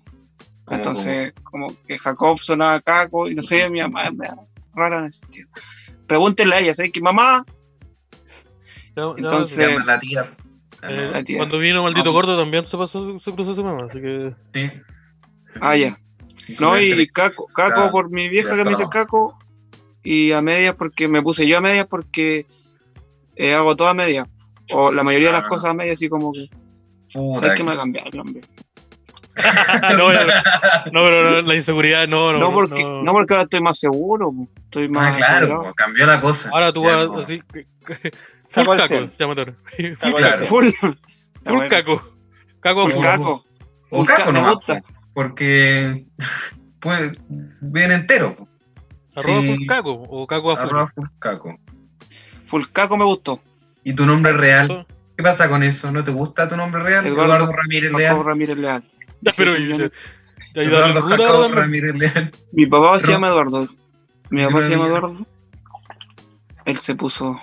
Speaker 4: Como-
Speaker 5: Entonces, como que Jacob sonaba Caco y no sé, mi mamá me rara en ese sentido. Pregúntenle a ella, ¿sabes que mamá?
Speaker 2: No, no,
Speaker 4: como-
Speaker 5: Entonces-
Speaker 4: se llama la tía. Ah,
Speaker 2: eh,
Speaker 4: no,
Speaker 5: la tía.
Speaker 2: cuando vino Maldito
Speaker 5: Ah.
Speaker 2: Gordo también se pasó, se cruzó su mamá, así que.
Speaker 4: sí.
Speaker 5: Ah, ya. No, y Caco, Caco
Speaker 4: Claro,
Speaker 5: por mi vieja
Speaker 4: ya
Speaker 5: que me dice
Speaker 4: estaba.
Speaker 5: Caco y a medias porque me puse yo a medias porque eh, hago todo a medias. O la mayoría de las
Speaker 4: Ah.
Speaker 5: cosas a medias, así como que.
Speaker 4: Puta,
Speaker 5: ¿Sabes que me va a cambiar el nombre?
Speaker 2: no, no, no, No, pero no, la inseguridad, no, no.
Speaker 5: No, porque,
Speaker 2: no.
Speaker 5: no. porque ahora estoy más seguro, po. estoy
Speaker 4: Ah,
Speaker 5: más.
Speaker 4: claro,
Speaker 5: cuadrado.
Speaker 4: po, cambió la cosa.
Speaker 2: Ahora tú
Speaker 4: Ya,
Speaker 2: vas
Speaker 4: po.
Speaker 2: así. que- que- Full
Speaker 3: Saco al
Speaker 2: caco,
Speaker 3: cien.
Speaker 2: llámate ahora. Full
Speaker 3: Saco al
Speaker 4: claro.
Speaker 3: cien.
Speaker 5: Full.
Speaker 2: Full caco. Caco
Speaker 5: Full
Speaker 2: full.
Speaker 5: Caco.
Speaker 4: O
Speaker 5: Full
Speaker 4: caco
Speaker 5: Caco, me
Speaker 4: nomás,
Speaker 5: gusta.
Speaker 4: po, porque pues, viene entero. po.
Speaker 2: Arroba
Speaker 4: Sí.
Speaker 2: full caco o caco a full.
Speaker 4: Arroba full caco.
Speaker 5: Full Caco me gustó.
Speaker 4: ¿Y tu nombre real?
Speaker 2: Exacto.
Speaker 4: ¿Qué pasa con eso? ¿No te gusta tu nombre real?
Speaker 5: Eduardo-
Speaker 4: Eduardo, Ramírez
Speaker 5: Jacob
Speaker 4: Leal.
Speaker 5: Ramírez Leal.
Speaker 2: Ya,
Speaker 5: Sí,
Speaker 2: pero.
Speaker 5: sí, yo no-
Speaker 2: ya hay
Speaker 4: Eduardo
Speaker 2: David Ruda,
Speaker 4: Jacob
Speaker 2: David-
Speaker 4: Ramírez Leal.
Speaker 5: Mi papá se
Speaker 4: Ro-
Speaker 5: llama Eduardo. Mi
Speaker 4: Sí,
Speaker 5: papá se llama
Speaker 4: Ramírez.
Speaker 5: Eduardo. Él se puso.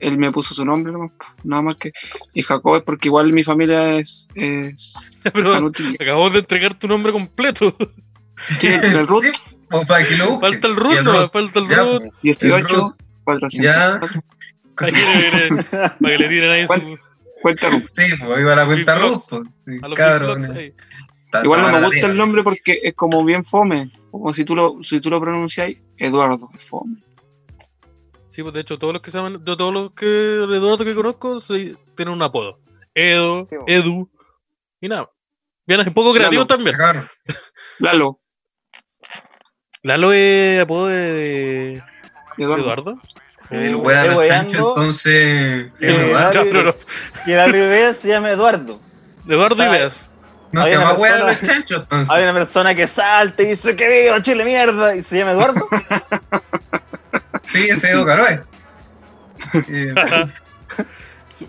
Speaker 5: Él me puso su nombre, nomás, pf, nada más que. Y Jacob es porque igual mi familia es. es
Speaker 2: Pero
Speaker 5: canutilla.
Speaker 2: acabamos de entregar tu nombre completo.
Speaker 5: Tiene el root
Speaker 4: Sí, po, para que lo busques.
Speaker 2: Falta el
Speaker 4: Y
Speaker 2: root, no, falta el
Speaker 4: Ya, pues.
Speaker 2: root.
Speaker 4: po.
Speaker 5: 18 404.
Speaker 2: Para que le- para que le tiren ahí su.
Speaker 5: Cuenta root.
Speaker 4: Sí, pues iba la cuenta
Speaker 2: Big
Speaker 4: root. po. Sí,
Speaker 2: A los
Speaker 4: Cabrón. eh.
Speaker 2: Big Blocks, ahí.
Speaker 4: Está-
Speaker 5: Igual no
Speaker 4: está
Speaker 5: me
Speaker 4: mala
Speaker 5: gusta el
Speaker 4: pega.
Speaker 5: nombre porque es como bien fome. Como si tú lo, si tú lo pronunciáis, Eduardo. es Fome.
Speaker 2: Sí, pues de hecho, todos los que se llaman, yo todos los que de Eduardo que conozco se- tienen un apodo. Edo,
Speaker 3: Sí, po.
Speaker 2: Edu, y nada. Bien, es un poco creativo
Speaker 5: Lalo.
Speaker 2: también.
Speaker 4: Cabrón.
Speaker 5: Lalo.
Speaker 2: Lalo es apodo de de
Speaker 5: Eduardo.
Speaker 2: Eduardo.
Speaker 4: El
Speaker 2: Oh.
Speaker 4: wea de los
Speaker 3: Estoy
Speaker 4: chanchos,
Speaker 3: hueando.
Speaker 4: entonces. se
Speaker 2: Eh,
Speaker 4: llama Eduardo.
Speaker 2: ya, pero no.
Speaker 3: Y la Rivera se llama Eduardo.
Speaker 2: Eduardo y
Speaker 3: Sabe.
Speaker 2: Veas.
Speaker 4: No
Speaker 3: Hay
Speaker 4: se
Speaker 3: una
Speaker 4: llama wea de
Speaker 3: persona-
Speaker 4: los chanchos, entonces.
Speaker 3: Hay una persona que salta y dice que viva Chile, mierda. Y se llama Eduardo.
Speaker 4: Sí, ese
Speaker 5: Sí.
Speaker 4: Edo Caroe. Eh,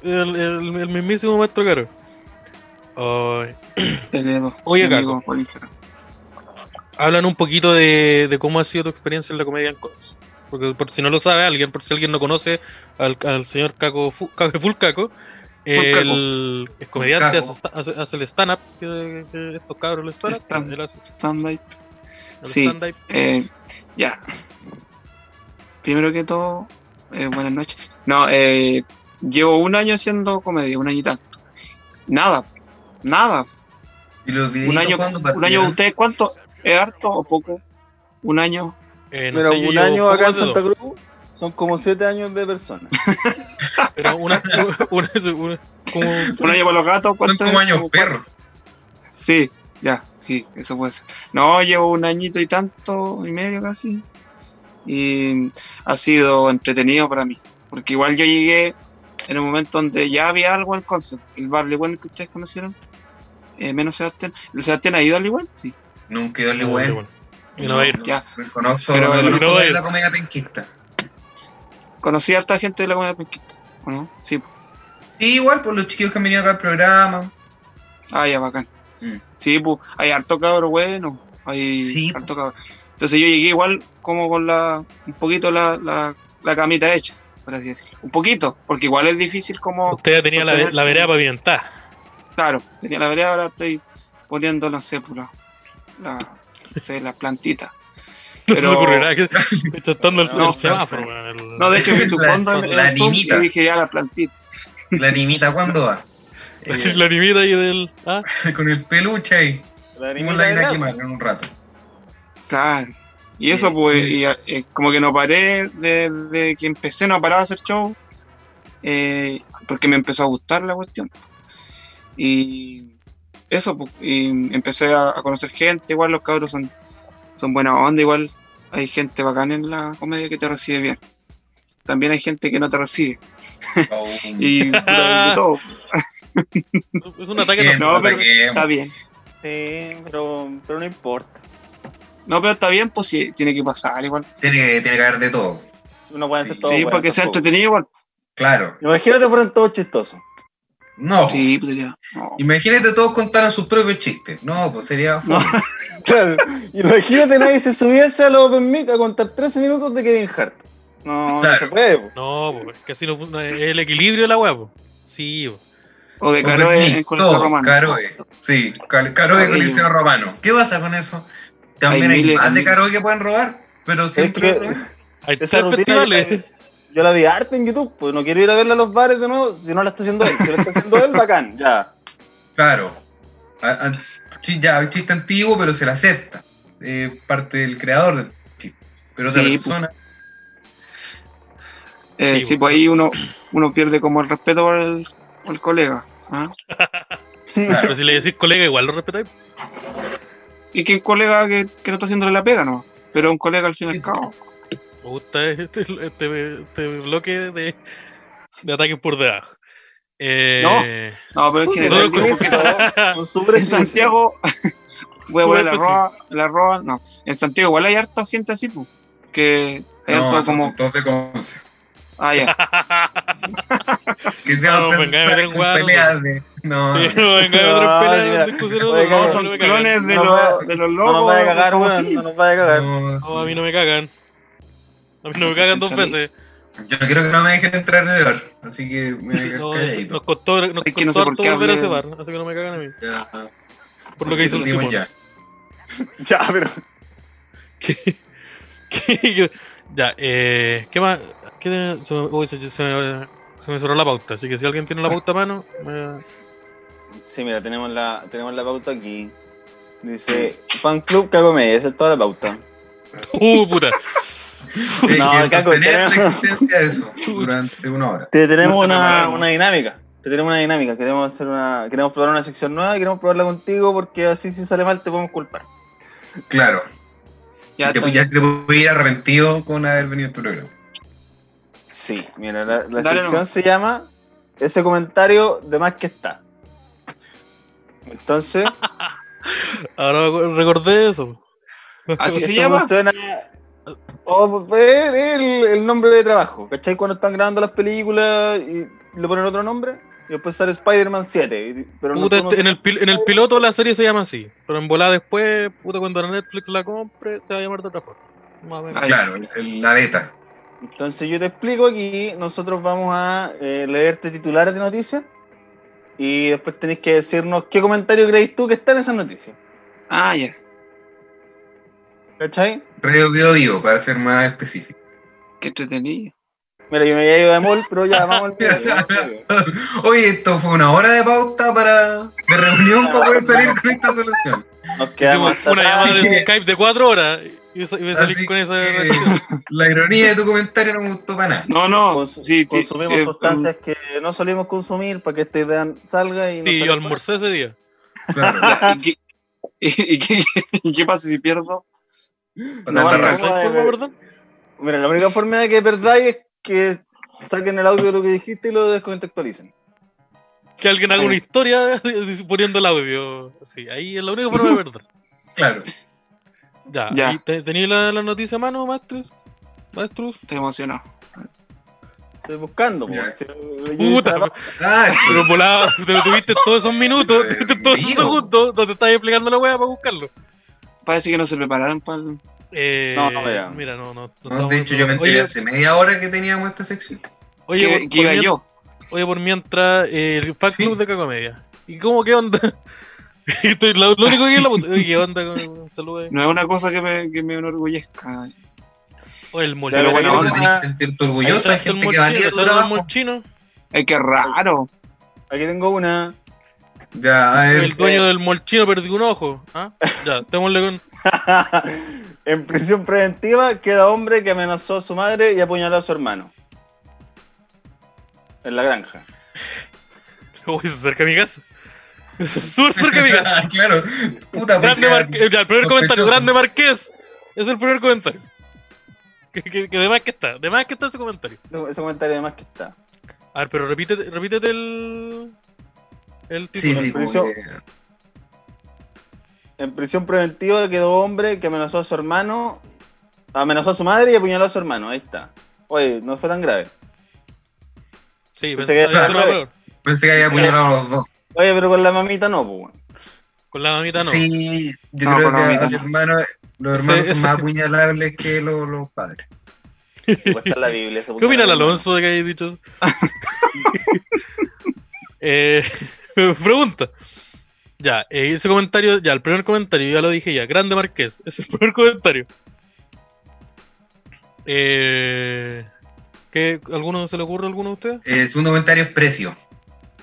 Speaker 2: El, el, el mismísimo maestro caro. Ay.
Speaker 5: El Edo.
Speaker 2: Oye,
Speaker 5: mi amigo por Instagram.
Speaker 2: hablan un poquito de, de cómo ha sido tu experiencia en la comedia en Conce. Porque por si no lo sabe alguien, por si alguien no conoce al, al señor Caco, Fu- Caco Full Caco, el es comediante,
Speaker 4: Full
Speaker 2: hace, sta- hace- hace el stand-up, que, que estos cabros el stand-up,
Speaker 5: Stand-up.
Speaker 2: él hace
Speaker 5: Stand-by.
Speaker 2: el
Speaker 5: Sí.
Speaker 2: stand-up.
Speaker 5: Eh, ya. Primero que todo, eh, buenas noches. No, eh, llevo un año haciendo comedia, un año y tanto. Nada, nada.
Speaker 4: y los
Speaker 5: Un año,
Speaker 4: videitos cuando
Speaker 5: un año, ¿ustedes cuánto? ¿Es harto o poco? Un año.
Speaker 2: Eh, no
Speaker 3: Pero
Speaker 2: sé, yo
Speaker 3: un
Speaker 2: llevo
Speaker 3: año
Speaker 2: poco
Speaker 3: acá en
Speaker 2: más de
Speaker 3: Santa
Speaker 2: dos,
Speaker 3: Cruz son como siete años de personas.
Speaker 2: Pero una, una, una- como,
Speaker 5: Un año para los gatos,
Speaker 4: Son
Speaker 5: ¿cuánto
Speaker 4: como
Speaker 5: es?
Speaker 4: años
Speaker 5: Como cuatro.
Speaker 4: perros.
Speaker 5: Sí, ya, sí, eso puede ser. No, llevo un añito y tanto, y medio casi. Y ha sido entretenido para mí. Porque igual yo llegué en un momento donde ya había algo en concepto. El Barley One que ustedes conocieron. eh, menos Sebastián. ¿El Sebastián ha ido al igual? Sí.
Speaker 4: Nunca yo le
Speaker 2: Bueno,
Speaker 4: wea.
Speaker 2: bueno. Y no va a ir.
Speaker 5: Ya.
Speaker 4: Me conozco,
Speaker 5: Pero
Speaker 4: me
Speaker 5: el-
Speaker 4: conozco
Speaker 2: no va a
Speaker 4: de
Speaker 2: ir.
Speaker 4: la comedia penquista.
Speaker 5: Conocí a harta gente de la comunidad Penquista. ¿O no? Sí. po.
Speaker 4: Sí, igual por los chiquillos que han venido acá al programa.
Speaker 5: Ah, ya, bacán.
Speaker 4: Mm.
Speaker 5: Sí, pues, hay harto cabro bueno. Hay
Speaker 4: Sí, po.
Speaker 5: harto cabro. Entonces yo llegué igual como con la, un poquito la, la, la camita hecha, por así decirlo. Un poquito, porque igual es difícil como,
Speaker 2: Usted ya tenía la, la vereda pavimentada.
Speaker 5: claro, tenía la vereda, ahora estoy poniendo, no sé, pues, la, la, no sé, la plantita.
Speaker 2: No se
Speaker 5: Pero-
Speaker 2: me ocurrirá que estoy chantando el,
Speaker 5: No,
Speaker 2: el semáforo. weón, el-
Speaker 5: No, de hecho vi tu
Speaker 4: La-
Speaker 5: fondo en
Speaker 4: la
Speaker 5: el Zoom y
Speaker 4: nimita.
Speaker 5: dije ya la plantita.
Speaker 4: La animita, ¿cuándo va? Eh,
Speaker 2: la animita ahí del. Ah,
Speaker 4: con el peluche ahí.
Speaker 3: La
Speaker 4: Vamos
Speaker 3: animita
Speaker 4: la
Speaker 3: de
Speaker 4: ir a
Speaker 3: Lalo.
Speaker 4: quemar en un rato.
Speaker 5: Claro. Y eso,
Speaker 4: Sí,
Speaker 5: pues,
Speaker 4: sí.
Speaker 5: y, eh, como que no paré desde que empecé, no paraba de hacer show, eh, porque me empezó a gustar la cuestión. Y eso, pues, y empecé a, a conocer gente, igual los cabros son, son buena onda, igual hay gente bacana en la comedia que te recibe bien. También hay gente que no te recibe.
Speaker 4: Oh,
Speaker 5: Y puta, de todo,
Speaker 2: es un ataque.
Speaker 4: siempre
Speaker 5: no, pero-
Speaker 4: ataquemos.
Speaker 5: está bien.
Speaker 3: Sí, pero, pero no importa.
Speaker 5: No, pero está bien, pues sí, tiene que pasar igual.
Speaker 4: tiene, que- tiene que haber de todo.
Speaker 3: no pueden ser
Speaker 4: Sí,
Speaker 3: todos
Speaker 5: sí,
Speaker 3: buenos
Speaker 5: porque se ha
Speaker 3: tampoco.
Speaker 5: entretenido igual.
Speaker 4: Claro.
Speaker 3: Imagínate fueran todos chistosos.
Speaker 4: No.
Speaker 5: Sí, pues ya. No.
Speaker 4: Imagínate todos contaran sus propios chistes. No, pues sería.
Speaker 5: No.
Speaker 3: Claro. Imagínate nadie se subiese a los Open Mic a contar 13 minutos de Kevin Hart. No,
Speaker 4: Claro.
Speaker 3: no se puede. po.
Speaker 2: No, po, es que así no fun- no, es el equilibrio de la weá, po. Sí, po.
Speaker 5: O de Caroe en Coliseo
Speaker 4: Todo,
Speaker 5: Romano.
Speaker 4: Caroe. Sí, Cal- Caroe
Speaker 5: Caroe.
Speaker 4: Coliseo Romano. ¿Qué pasa con eso? También hay,
Speaker 5: Hay miles,
Speaker 4: más de
Speaker 5: miles.
Speaker 4: Caroe que pueden robar, pero siempre.
Speaker 3: que-
Speaker 4: roban.
Speaker 2: Hay
Speaker 3: Esa
Speaker 2: tres
Speaker 3: rutina yo
Speaker 2: festivales.
Speaker 3: la- Yo la vi harta en YouTube, pues no quiero ir a verla a los bares de nuevo, si no la está haciendo él. Si la está haciendo él, bacán, ya.
Speaker 4: Claro. A- a- chi- ya, un chiste antiguo, pero se le acepta. Eh, parte del creador del chiste. Pero otra
Speaker 5: Sí, pues,
Speaker 4: persona.
Speaker 5: Eh,
Speaker 2: Sí,
Speaker 5: sí, pues ahí uno, uno pierde como el respeto por el, por el colega. ¿ah?
Speaker 4: claro.
Speaker 2: Pero si le decís colega, igual lo respetáis.
Speaker 5: Y que un colega que, que no está haciéndole la pega, ¿no? Pero un colega al fin y al cabo.
Speaker 2: Me gusta este, este- este bloque de, de ataques por debajo. Eh,
Speaker 5: No, pero es que...
Speaker 3: Sí,
Speaker 2: Todo
Speaker 5: de-
Speaker 2: el
Speaker 5: de-
Speaker 2: cuerpo.
Speaker 3: Son súper
Speaker 5: en Santiago, voy
Speaker 2: Súper
Speaker 5: a poner la roba, la roba, no. En Santiago igual hay harta gente así, pues. Que hay
Speaker 4: No,
Speaker 5: harto
Speaker 4: esos
Speaker 5: como.
Speaker 4: son todos de Conce.
Speaker 5: Ah, ya.
Speaker 4: Que se van
Speaker 2: No, pues, venga,
Speaker 4: a empezar
Speaker 2: me meten
Speaker 4: con
Speaker 2: guados.
Speaker 4: peleas de. No,
Speaker 2: pues. Sí, no venga de
Speaker 3: No,
Speaker 2: otras peleas,
Speaker 3: mira,
Speaker 2: discusiones,
Speaker 3: oiga,
Speaker 2: no,
Speaker 5: No,
Speaker 2: no
Speaker 5: son
Speaker 2: me cagan.
Speaker 5: clones de,
Speaker 3: No
Speaker 5: los-
Speaker 3: me-
Speaker 5: de los
Speaker 3: No
Speaker 5: locos.
Speaker 3: nos vaya a cagar, weón,
Speaker 5: Sí.
Speaker 3: no nos vaya a cagar.
Speaker 4: no,
Speaker 2: No, a
Speaker 4: sí.
Speaker 2: mí no me cagan. A mí no me cagan dos veces.
Speaker 4: Yo creo que no me dejen entrar de bar, así que me voy a quedar
Speaker 2: No, eso- nos
Speaker 4: calladito.
Speaker 2: costó, nos
Speaker 5: Es que no sé
Speaker 2: costó
Speaker 5: por qué
Speaker 2: harto volver a ese
Speaker 5: hablé.
Speaker 2: bar, así que no me cagan a mí.
Speaker 4: Ya,
Speaker 2: Por lo que hizo el
Speaker 4: discutimos
Speaker 2: Simón.
Speaker 4: ya.
Speaker 3: Ya, pero.
Speaker 2: Que- que yo- ya, eh, ¿qué más? ¿Qué tiene- se, me, uy, se- se me- se me cerró la pauta, así que si alguien tiene la pauta a mano, me-
Speaker 3: Sí, mira, tenemos la, tenemos la pauta aquí. Dice, fan club Cago Media, esa es toda la pauta.
Speaker 2: ¡Uh, puta!
Speaker 4: Hay
Speaker 3: No,
Speaker 4: que
Speaker 3: acá
Speaker 4: sostener la
Speaker 3: tenemos-
Speaker 4: existencia de eso durante una hora.
Speaker 3: Te tenemos
Speaker 5: No se
Speaker 3: una,
Speaker 5: prepararon.
Speaker 3: una dinámica. Te tenemos una dinámica. Queremos hacer una, queremos probar una sección nueva y queremos probarla contigo porque así si sale mal te podemos culpar.
Speaker 4: Claro.
Speaker 5: Ya,
Speaker 4: Y te-
Speaker 5: está
Speaker 4: ya
Speaker 5: bien.
Speaker 4: se te puede ir arrepentido con haber venido a este programa.
Speaker 3: Sí, mira, la, la
Speaker 5: Dale
Speaker 3: sección
Speaker 5: nomás.
Speaker 3: se llama Ese comentario de más que está. Entonces,
Speaker 2: Ahora recordé eso.
Speaker 5: Así se
Speaker 3: esto
Speaker 5: llama.
Speaker 3: funciona- o el, el- el nombre de trabajo. ¿Cachai? Cuando están grabando las películas y le ponen otro nombre y después sale Spider-Man 7. y- Pero
Speaker 2: Puta,
Speaker 3: nosotros
Speaker 2: este- en, el pil- en el piloto la serie se llama así, pero en volada después, puta, cuando la Netflix la compre, se va a llamar de otra forma. Más o menos.
Speaker 5: Ay.
Speaker 4: Claro, el- el- la beta.
Speaker 3: Entonces yo te explico aquí, nosotros vamos a eh, leerte titulares de noticias y después tenés que decirnos qué comentario crees tú que está en esas noticias.
Speaker 5: Ah, ya.
Speaker 3: ¿Cachai?
Speaker 4: Radio Bio Vivo, para ser más específico.
Speaker 5: Qué entretenido.
Speaker 3: Mira, yo me había ido de mol, pero ya vamos al video.
Speaker 4: Oye, esto fue una hora de pauta para de reunión para poder salir con esta solución.
Speaker 3: Nos
Speaker 2: Hicimos
Speaker 3: quedamos hasta
Speaker 2: una llamada
Speaker 3: tarde.
Speaker 2: de Skype de cuatro horas y, y me salí
Speaker 4: Así
Speaker 2: con esa
Speaker 4: que,
Speaker 2: reacción.
Speaker 4: Eh, la ironía de tu comentario no me gustó para nada.
Speaker 5: No, no.
Speaker 3: Cons-
Speaker 5: Sí, sí,
Speaker 3: consumimos
Speaker 5: eh,
Speaker 3: sustancias que no solemos consumir para que esta idea salga y no
Speaker 2: Sí,
Speaker 3: salga
Speaker 2: yo
Speaker 3: mal.
Speaker 2: almorcé ese día.
Speaker 4: Claro,
Speaker 5: ya, ¿y qué- y- y qué- ¿Y qué pasa si pierdo?
Speaker 4: para dar
Speaker 5: No,
Speaker 4: la
Speaker 5: no,
Speaker 4: raja.
Speaker 2: ¿Sabes
Speaker 3: Ay,
Speaker 2: cómo,
Speaker 3: güey.
Speaker 2: perdón?
Speaker 3: Mira, la única forma de que perdáis es que saquen el audio de lo que dijiste y lo descontextualicen.
Speaker 2: Que alguien haga una historia poniendo el audio. Sí, ahí es la única forma de perder.
Speaker 4: Claro.
Speaker 2: Ya,
Speaker 5: Ya.
Speaker 2: ¿y te- ¿tenéis la, la noticia a mano, maestros? ¿Maestros?
Speaker 5: Estoy emocionado.
Speaker 3: Estoy buscando, po.
Speaker 4: Ya.
Speaker 3: Si- yo hice
Speaker 2: Puta,
Speaker 3: la-
Speaker 4: Ah,
Speaker 2: pero volaba, te tuviste todos esos minutos, tuviste todos esos
Speaker 4: Amigo.
Speaker 2: segundos donde estabas explicando la weá para buscarlo.
Speaker 5: Parece que no se prepararon para el.
Speaker 2: Eh,
Speaker 3: No, no, ya.
Speaker 2: Mira, no, no. no
Speaker 4: no,
Speaker 2: estamos-
Speaker 4: de hecho, yo me enteré
Speaker 2: Oye,
Speaker 4: hace media hora que teníamos esta sección.
Speaker 2: Oye,
Speaker 5: Que,
Speaker 2: por,
Speaker 5: que iba
Speaker 2: por mien-
Speaker 5: yo.
Speaker 2: oye, por mientras, eh, el fan
Speaker 4: Sí.
Speaker 2: club de Cacomedia. ¿Y cómo qué onda? Estoy, lo, lo único que es la puta. Oye, ¿qué onda? con- eh? Saludos.
Speaker 5: No es una cosa que me, que me enorgullezca.
Speaker 2: Oye, el molchino.
Speaker 3: Pero
Speaker 4: Pero bueno,
Speaker 3: bueno, ahora-
Speaker 4: tenés que sentirte orgulloso. Hay gente que valía tu
Speaker 2: el
Speaker 4: trabajo.
Speaker 2: molchino.
Speaker 5: Es que raro.
Speaker 3: Aquí tengo una.
Speaker 4: Ya, a ver.
Speaker 2: El dueño del molchino perdió un ojo. ¿ah? Ya, démosle con.
Speaker 3: en prisión preventiva queda hombre que amenazó a su madre y apuñaló a su hermano. En la granja.
Speaker 2: Uy, se acerca a mi casa. Súper cerca a mi casa.
Speaker 4: claro. Puta,
Speaker 2: Grande
Speaker 4: porque-
Speaker 2: Marqués. Ya, el primer comentario,
Speaker 4: Sospechoso.
Speaker 2: grande Marqués. Es el primer comentario. Que, que, que de más que está, de más que está ese comentario.
Speaker 3: Ese comentario además que está.
Speaker 2: A ver, pero repítete, repítete el. El
Speaker 4: Sí,
Speaker 2: título.
Speaker 4: sí, como
Speaker 3: Eso-
Speaker 4: que-
Speaker 3: En prisión preventiva quedó hombre que amenazó a su hermano. Amenazó a su madre y apuñaló a su hermano. Ahí está. Oye, no fue tan grave.
Speaker 2: Sí,
Speaker 3: Pensé que
Speaker 2: pensaba que era
Speaker 3: era al
Speaker 2: peor.
Speaker 4: Pensé que había apuñalado a los dos.
Speaker 3: Oye, pero con la mamita no, pues, weón.
Speaker 2: Con la mamita no.
Speaker 4: Sí, yo
Speaker 5: No,
Speaker 4: creo que
Speaker 5: con la
Speaker 4: a
Speaker 5: mitad
Speaker 4: los
Speaker 5: no.
Speaker 4: hermanos, los hermanos
Speaker 2: Ese-
Speaker 4: son más apuñalables que los, los padres.
Speaker 3: Si cuesta pues, la Biblia. esa
Speaker 2: ¿Qué
Speaker 3: puta
Speaker 2: opina el
Speaker 3: madre,
Speaker 2: Alonso de que hayas dicho eso? Eh, pregunta. Ya, eh, ese comentario, ya, el primer comentario, ya lo dije ya. Grande Marqués, ese es el primer comentario. Eh, ¿qué, ¿Alguno se le ocurre a alguno de ustedes?
Speaker 4: Eh, segundo comentario es precio,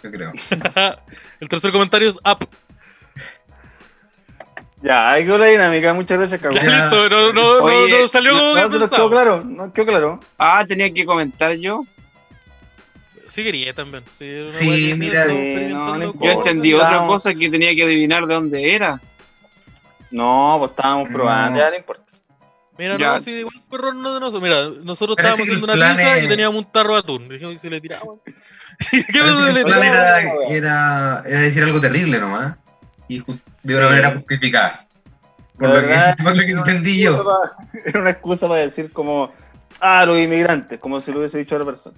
Speaker 4: yo creo.
Speaker 2: el tercer comentario es ah, up.
Speaker 3: weón. Ya, ahí quedó la dinámica. Muchas gracias,
Speaker 2: Ya,
Speaker 3: cabrón.
Speaker 4: Ya.
Speaker 2: listo, no, no, no,
Speaker 5: Oye,
Speaker 2: no salió como
Speaker 3: No,
Speaker 2: que
Speaker 3: se nos quedó
Speaker 2: pensaba.
Speaker 3: claro. No quedó claro.
Speaker 5: Ah, tenía que comentar yo.
Speaker 2: Sí quería también. Sí, era una
Speaker 4: Sí,
Speaker 2: buena idea,
Speaker 4: mira,
Speaker 2: estamos
Speaker 3: eh, no,
Speaker 2: experimentando
Speaker 3: no
Speaker 2: cosas.
Speaker 5: Yo entendí
Speaker 3: Vamos.
Speaker 5: otra cosa que tenía que adivinar de dónde era.
Speaker 3: No, pues estábamos
Speaker 4: No.
Speaker 3: probando. Ya no importa.
Speaker 2: Mira,
Speaker 5: Ya.
Speaker 2: no, sí, igual fue error no de nosotros. Mira, nosotros
Speaker 4: Parece
Speaker 2: estábamos
Speaker 4: que
Speaker 2: haciendo
Speaker 4: el
Speaker 2: una
Speaker 4: plan
Speaker 2: pizza
Speaker 4: es-
Speaker 2: y teníamos un tarro de atún. Dijimos, ¿y si le tiramos? ¿Qué
Speaker 4: Parece
Speaker 2: pasó si
Speaker 4: que
Speaker 2: le
Speaker 4: el plan
Speaker 2: tiramos?
Speaker 4: era,
Speaker 3: tiramos?
Speaker 4: era- era decir algo terrible nomás. Y ju- de una
Speaker 2: Sí.
Speaker 4: manera justificada. Por
Speaker 3: La
Speaker 4: lo,
Speaker 3: verdad,
Speaker 4: que, por lo que entendí yo.
Speaker 3: Era una excusa para decir como, ah, los inmigrantes, como si lo hubiese dicho otra persona.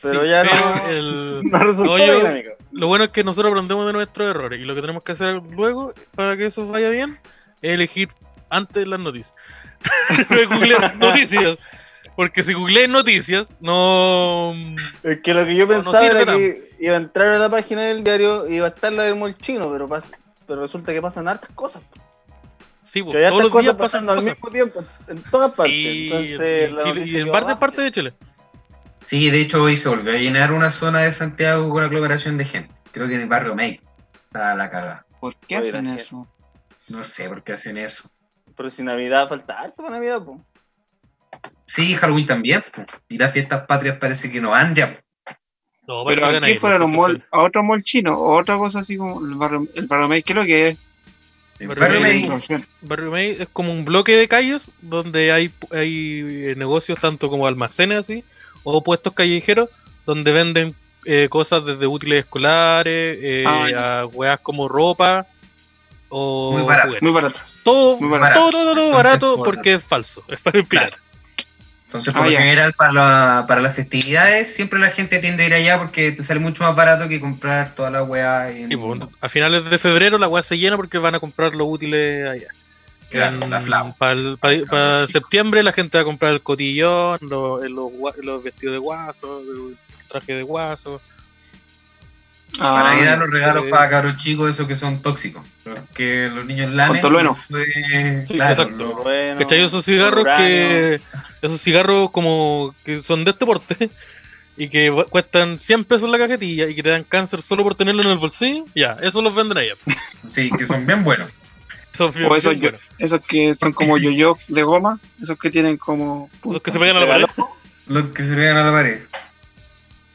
Speaker 3: Pero
Speaker 2: Sí,
Speaker 3: ya no-
Speaker 2: pero el-
Speaker 3: No resultó
Speaker 2: Oye,
Speaker 3: la dinámica.
Speaker 2: Lo bueno es que nosotros aprendemos de nuestros errores y lo que tenemos que hacer luego para que eso vaya bien es elegir antes las noticias. No es googlear noticias. Porque si googleé noticias, no.
Speaker 3: Es que lo que yo
Speaker 2: No, no
Speaker 3: pensaba
Speaker 2: sirve
Speaker 3: era que iba a entrar a la página del diario y iba a estar la del molchino, pero pas- pero resulta que pasan hartas cosas. po.
Speaker 2: Sí, pues,
Speaker 3: Que hay
Speaker 2: todos
Speaker 3: hartas
Speaker 2: los días
Speaker 3: cosas
Speaker 2: pasan
Speaker 3: pasando al
Speaker 2: cosas.
Speaker 3: mismo tiempo, en todas partes.
Speaker 2: Sí,
Speaker 3: Entonces,
Speaker 2: en
Speaker 3: la
Speaker 2: Chile-
Speaker 3: noticia
Speaker 2: y en
Speaker 3: que
Speaker 2: varias
Speaker 3: va-
Speaker 2: partes de Chile.
Speaker 4: Sí, de hecho hoy se volvió a llenar una zona de Santiago con aglomeración de gente. Creo que en el barrio May. Está la caga.
Speaker 5: ¿Por qué
Speaker 3: Oye,
Speaker 5: hacen
Speaker 3: la
Speaker 5: eso?
Speaker 4: No sé por qué hacen eso.
Speaker 3: Pero si Navidad falta harto para Navidad, po.
Speaker 4: Sí, Halloween también. po. Y las fiestas patrias parece que no han ya.
Speaker 2: No,
Speaker 5: Pero
Speaker 2: parece que
Speaker 5: aquí
Speaker 2: nadie,
Speaker 5: fueron
Speaker 2: por
Speaker 5: los
Speaker 2: cierto.
Speaker 5: mall, a otro mall chino, o otra cosa así como el barrio, el barrio May, ¿qué es lo que es?
Speaker 4: En
Speaker 2: Barrio
Speaker 4: barrio
Speaker 2: May.
Speaker 4: May.
Speaker 2: Barrio May es como un bloque de calles donde hay, hay eh, negocios tanto como almacenes así o puestos callejeros donde venden eh, cosas desde útiles escolares eh,
Speaker 5: Ah,
Speaker 2: a weas como ropa o
Speaker 4: Muy barato.
Speaker 2: juguetes.
Speaker 5: Muy barato.
Speaker 2: Todo,
Speaker 5: Muy
Speaker 2: todo,
Speaker 5: barato.
Speaker 2: todo, todo
Speaker 4: Entonces,
Speaker 2: barato
Speaker 4: por-
Speaker 2: porque es falso, es para el pirata.
Speaker 4: Entonces, por
Speaker 5: Ah,
Speaker 4: lo
Speaker 5: ya.
Speaker 4: general, para, la- para las festividades, siempre la gente tiende a ir allá porque te sale mucho más barato que comprar toda la weá. En...
Speaker 2: Y, pues, a finales de febrero la wea se llena porque van a comprar los útiles allá.
Speaker 4: Claro, la flama.
Speaker 2: Para
Speaker 4: Claro, sí.
Speaker 2: septiembre la gente va a comprar el cotillón, los, eh, los gua- los vestidos de guaso, el traje de guaso.
Speaker 4: Para ir a
Speaker 5: Ah,
Speaker 4: los regalos
Speaker 2: eh.
Speaker 4: para cabros chicos, esos que son tóxicos. Los que los niños lamen.
Speaker 5: Tolueno.
Speaker 4: pues,
Speaker 2: Sí,
Speaker 4: claro,
Speaker 2: exacto.
Speaker 4: los-
Speaker 3: Bueno,
Speaker 2: ¿Cachai? Esos cigarros
Speaker 3: uranio.
Speaker 2: que. Esos cigarros como. que son de este porte. Y que va- cuestan 100 pesos la cajetilla y que te dan cáncer solo por tenerlo en el bolsillo. Ya, eso los venden allá.
Speaker 4: sí, que son bien buenos.
Speaker 2: Son bien-
Speaker 5: O esos
Speaker 2: bien
Speaker 5: yo-
Speaker 2: buenos.
Speaker 5: esos que son como yo-yo de goma, esos que tienen como.
Speaker 2: Los que se pegan a la pared.
Speaker 3: Regalos.
Speaker 4: Los que se pegan a la pared.